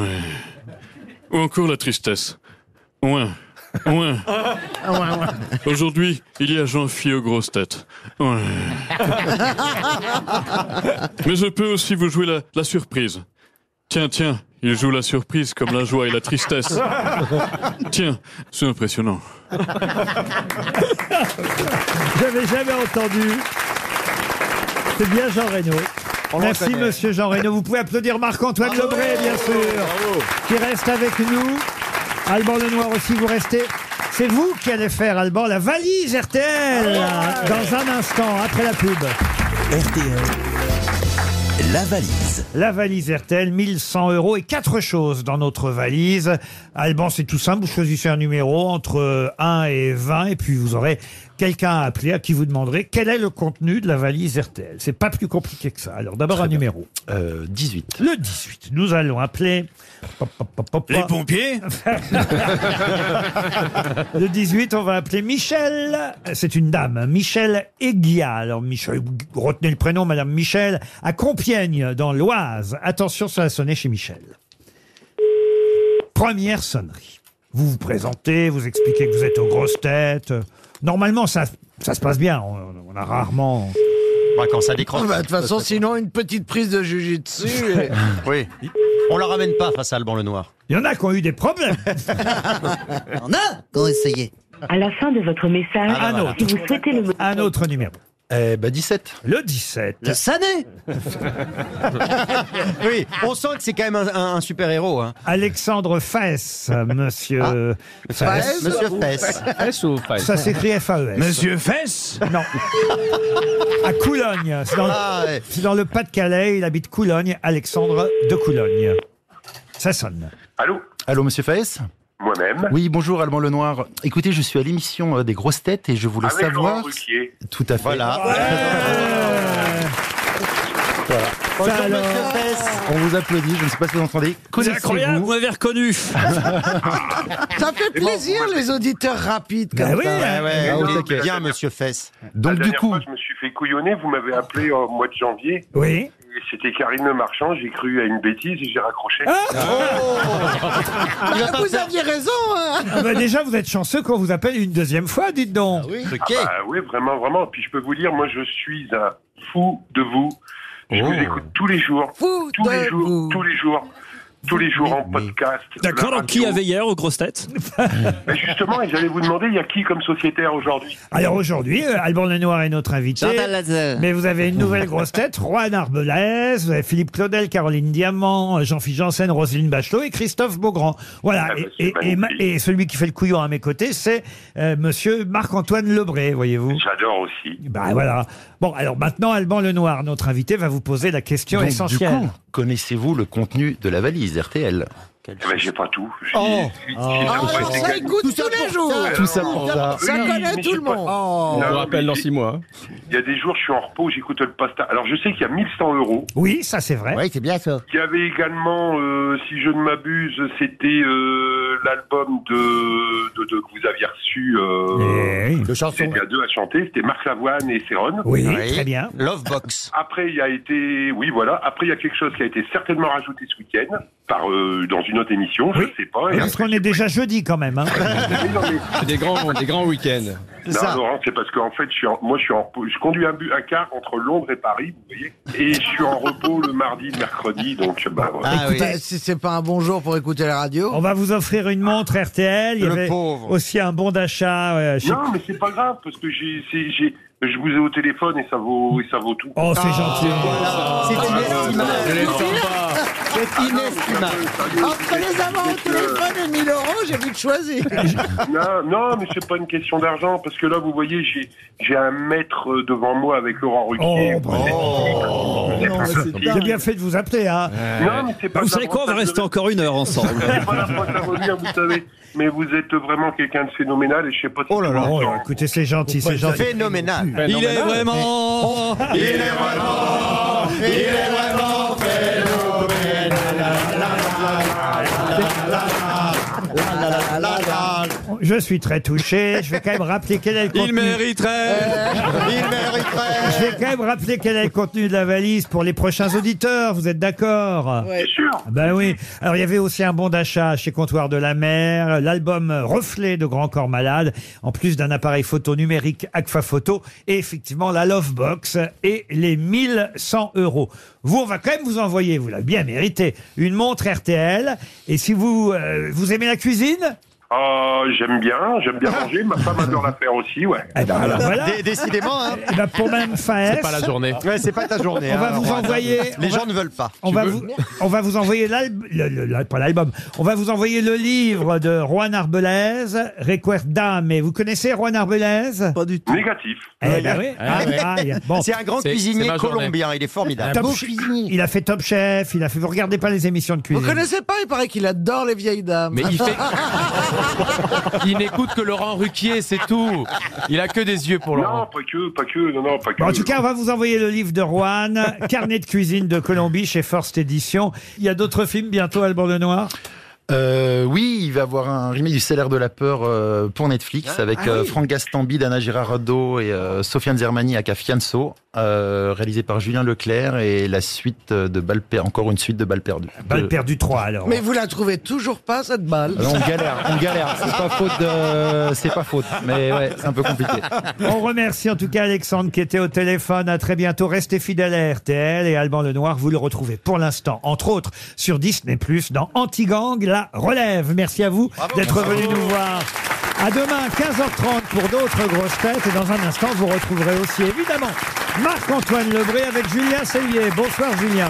V: Ou encore la tristesse. Ouais. Ouais.
D: Ah,
V: Aujourd'hui, il y a Jean-Phi aux grosses têtes. Ouais. Mais je peux aussi vous jouer la, la surprise. Tiens, tiens, il joue la surprise comme la joie et la tristesse. Tiens, c'est impressionnant.
B: J'avais jamais entendu. C'est bien Jean Reno.
R: On
B: Merci
R: l'entendait.
B: Monsieur Jean Reno. Vous pouvez applaudir Marc-Antoine
R: Bravo,
B: Lebré, bien
R: bravo,
B: sûr, qui reste avec nous. Alban Lenoir aussi, vous restez. C'est vous qui allez faire, Alban, la valise RTL
R: Ah
B: dans un instant, après la pub. RTL. La valise. La valise RTL, 1100 euros et quatre choses dans notre valise. Alban, c'est tout simple, vous choisissez un numéro entre 1 et 20 et puis vous aurez quelqu'un à appeler à qui vous demanderez quel est le contenu de la valise RTL. C'est pas plus compliqué que ça. Alors d'abord un numéro. Euh, 18. Le 18. Nous allons appeler... Pop, pop, pop, pop,
T: Les
B: pop.
T: pompiers
B: Le 18, on va appeler Michel. C'est une dame, hein. Michel Eguia. Alors, Michel, retenez le prénom, Madame Michel, à Compiègne, dans l'Oise. Attention, ça a sonné chez Michel. Première sonnerie. Vous vous présentez, vous expliquez que vous êtes aux grosses têtes. Normalement, ça, ça se passe bien. On, on a rarement.
D: quand ça
F: Oh, bah, De toute façon, sinon, une petite prise de jujitsu. et-
D: oui. On la ramène pas face à Alban le Noir.
B: Il y en a qui ont eu des problèmes.
D: On a Qu'on essayait.
B: À la fin de votre message,
D: Ah, bah, voilà.
B: si vous souhaitez le un autre numéro. Eh ben 17. Le 17.
D: Le Sané Oui, on sent que c'est quand même un, un- un super-héros. Hein.
B: Alexandre Fess, euh, monsieur.
D: Fess Ah. Monsieur Fess.
B: Fess ou
D: Fess
B: Ça s'écrit F-A-E-S.
T: Monsieur
B: Fess Non. à Coulogne. C'est dans, le-
D: Ah,
B: c'est dans le Pas-de-Calais. Il habite Coulogne, Alexandre de Coulogne. Ça sonne.
S: Allô Allô, monsieur Faes
W: Moi-même.
S: Oui, bonjour, Alban Lenoir. Écoutez, je suis à l'émission euh, des grosses têtes et je voulais
W: Avec Laurent
S: savoir.
W: Ruquier.
S: Tout à fait. Voilà.
D: Bonjour,
S: Ça alors,
D: monsieur Fess.
S: On vous applaudit, je ne sais pas si vous entendez.
T: C'est incroyable,
S: Connaissez-vous
T: vous m'avez reconnu.
F: Ça fait plaisir, les auditeurs rapides
T: Ben
F: comme ça.
T: hein.
W: bien,
D: monsieur Fess.
W: Donc, du coup. je me suis fait couillonner, vous m'avez appelé au mois de janvier.
B: Oui.
W: Et C'était Karine Le Marchand, j'ai cru à une bêtise et j'ai raccroché. Ah.
F: Ah, vous aviez raison. hein.
B: Ah bah déjà, vous êtes chanceux qu'on vous appelle une deuxième fois, dites donc.
W: Ah bah oui, vraiment, vraiment. Puis je peux vous dire, moi, je suis un fou de vous. Je vous écoute tous les jours. tous, les jours tous les jours. Tous les jours en podcast.
T: D'accord,
W: la
T: donc qui
W: radio.
T: avait hier aux grosses têtes
W: Mais justement, et j'allais vous demander, il y a qui comme sociétaire aujourd'hui
B: Alors aujourd'hui, euh, Alban Lenoir est notre invité.
W: Chantal Lazare.
B: Mais vous avez une nouvelle grosse tête, Juan Arbelez, vous avez Philippe Claudel, Caroline Diamant, euh, Jean-Philippe Janssen, Roselyne Bachelot et Christophe Beaugrand. Voilà.
W: Ah, bah,
B: et,
W: c'est
B: et- et ma- et celui qui fait le couillon à mes côtés, c'est euh, monsieur Marc-Antoine Lebré, voyez-vous.
W: J'adore aussi.
B: Bah voilà. Bon, alors maintenant, Alban Lenoir, notre invité, va vous poser la question
S: Donc,
B: essentielle.
S: Du coup, connaissez-vous le contenu de la valise RTL
W: Mais j'ai pas tout. J'ai-
S: Oh.
W: j'ai- j'ai-
S: Oh. Ah,
W: j'ai-
F: alors,
W: j'ai-
F: ça
W: j'ai-
F: écoute tous les jours.
W: Tout ça pour ça.
F: Ça
W: Oui,
F: connaît
W: mais
F: tout
W: je
F: le
W: sais pas.
F: monde.
W: Non,
H: On le
W: mais
H: rappelle dans
W: j'ai-
H: six mois. hein.
W: Il y a des jours, je suis en repos, j'écoute le pasta. Alors, je sais qu'il y a 1100 euros.
B: Oui, ça c'est vrai. Oui, c'est bien ça.
W: Il y avait également, euh, si je ne m'abuse, c'était euh, l'album de, de- de- que vous aviez reçu.
B: Euh,
W: de Il y a deux à chanter, c'était Marc Lavoine et Céron.
B: Oui, très bien.
W: Lovebox. Après, il y a été, oui, voilà. Après, il y a quelque chose qui a été certainement rajouté ce week-end par euh, dans une autre émission, je ne sais pas. Et
B: Parce qu'on est déjà jeudi quand même. hein.
W: des grands, des grands week-ends. Non,
B: Ça.
W: Laurent, c'est parce qu'en fait, je suis en- moi, je suis en repos. Je conduis un, bu- un car entre Londres et Paris, vous voyez, et je suis en repos le mardi, le mercredi, donc bah, voilà.
J: Ah
F: Écoutez, Si c'est pas un bon jour pour écouter la radio.
B: On va vous offrir une montre RTL. Il y
W: Le
B: avait
W: pauvre.
B: aussi un bon d'achat
J: Ah,
B: euh, chez
W: Non, mais c'est pas grave parce que j'ai, c'est- j'ai- je vous ai au téléphone et ça vaut, et ça vaut tout. Ah,
B: Oh, c'est gentil.
W: C'est
B: inestimable.
W: inestimable.
F: C'est inestimable. Entre les amants au téléphone et 1000 euros, j'ai vu de choisir.
W: non, non, mais c'est pas une question d'argent, parce que là, vous voyez, j'ai, j'ai un maître euh, devant moi avec Laurent Ruquier.
J: Oh, bah,
W: Vous êtes- vous êtes un petit.
B: J'ai bien fait de vous appeler, hein.
W: Non, mais c'est pas
J: Vous savez quoi, on va rester encore une heure ensemble.
W: C'est pas la fois que ça revient, vous savez. Mais vous êtes vraiment quelqu'un de phénoménal et je sais pas. Oh là là,
B: Oh, écoutez, c'est gentil, c'est gentil.
Q: Phénoménal.
B: Il est
Q: vraiment. Il est vraiment. Il est vraiment
B: Je suis très touché. Je vais quand même rappeler quel est le contenu.
Q: Euh, Il mériterait.
B: Je vais quand même rappeler quel est le contenu de la valise pour les prochains auditeurs. Vous êtes d'accord
W: Bien sûr.
B: Ben oui. Alors il y avait aussi un bon d'achat chez Comptoir de la Mer, l'album Reflet de Grand Corps Malade, en plus d'un appareil photo numérique Agfa Photo, et effectivement la Love Box et les 1100 euros. Vous, on va quand même vous envoyer, vous l'avez bien mérité, une montre RTL. Et si vous euh, vous aimez la cuisine
W: Ah, j'aime bien, j'aime bien manger. Ma femme adore la faire aussi, ouais.
B: Eh ben, alors, voilà.
W: Dé-
D: décidément, hein.
B: Eh ben, pour Mme Faes.
D: C'est pas la journée. Ouais, c'est pas ta journée,
B: On
D: hein,
B: va vous
D: Laurent.
B: envoyer.
D: Les
B: on
D: gens
B: va-
D: ne veulent pas.
B: On
D: Tu
B: va
D: veux
B: vous, on va vous envoyer l'album, pas l'album. On va vous envoyer le livre de Juan Arbelez, Recuerda. Mais vous connaissez Juan Arbelez
G: Pas du
W: tout. Négatif.
B: Eh ben oui. Ah, aïe. Bon.
D: C'est un grand cuisinier colombien, il est formidable.
B: Top Ch- Il a fait Top Chef. Il a fait. Vous regardez pas les émissions de
F: Vous
B: cuisine.
F: connaissez pas, il paraît qu'il adore les vieilles dames.
B: Mais il fait-
C: Il n'écoute que Laurent Ruquier, c'est tout. Il a que des yeux pour Laurent.
W: Non, pas que, pas que, non, non, pas que.
B: Bon, en tout cas, on va vous envoyer le livre de Juan, Carnet de cuisine de Colombie chez First Edition. Il y a d'autres films bientôt, Albert Lenoir
S: Euh, oui, il va y avoir un remake du Salaire de la peur euh, pour Netflix avec
B: Ah
S: euh,
B: oui.
S: Franck Gastambi, Dana Girardot et euh, Sofiane Zermani à Fianso, euh, réalisé par Julien Leclerc et la suite euh, de Balle per- encore une suite de Balle perdue.
B: Balle perdue 3 alors.
F: Mais vous la trouvez toujours pas, cette balle.
S: Ah non, on galère, on galère. C'est pas faute, de- c'est pas faute, mais ouais, c'est un peu compliqué.
B: On remercie en tout cas Alexandre qui était au téléphone. À très bientôt. Restez fidèles à RTL et Alban Lenoir. Vous le retrouvez pour l'instant, entre autres, sur Disney Plus dans Antigang, la relève. Merci à vous d'être
J: Bravo.
B: venu nous voir. À demain, 15h30 pour d'autres grosses têtes. Et dans un instant, vous retrouverez aussi évidemment Marc-Antoine Lebré avec Julien Cellier. Bonsoir Julien.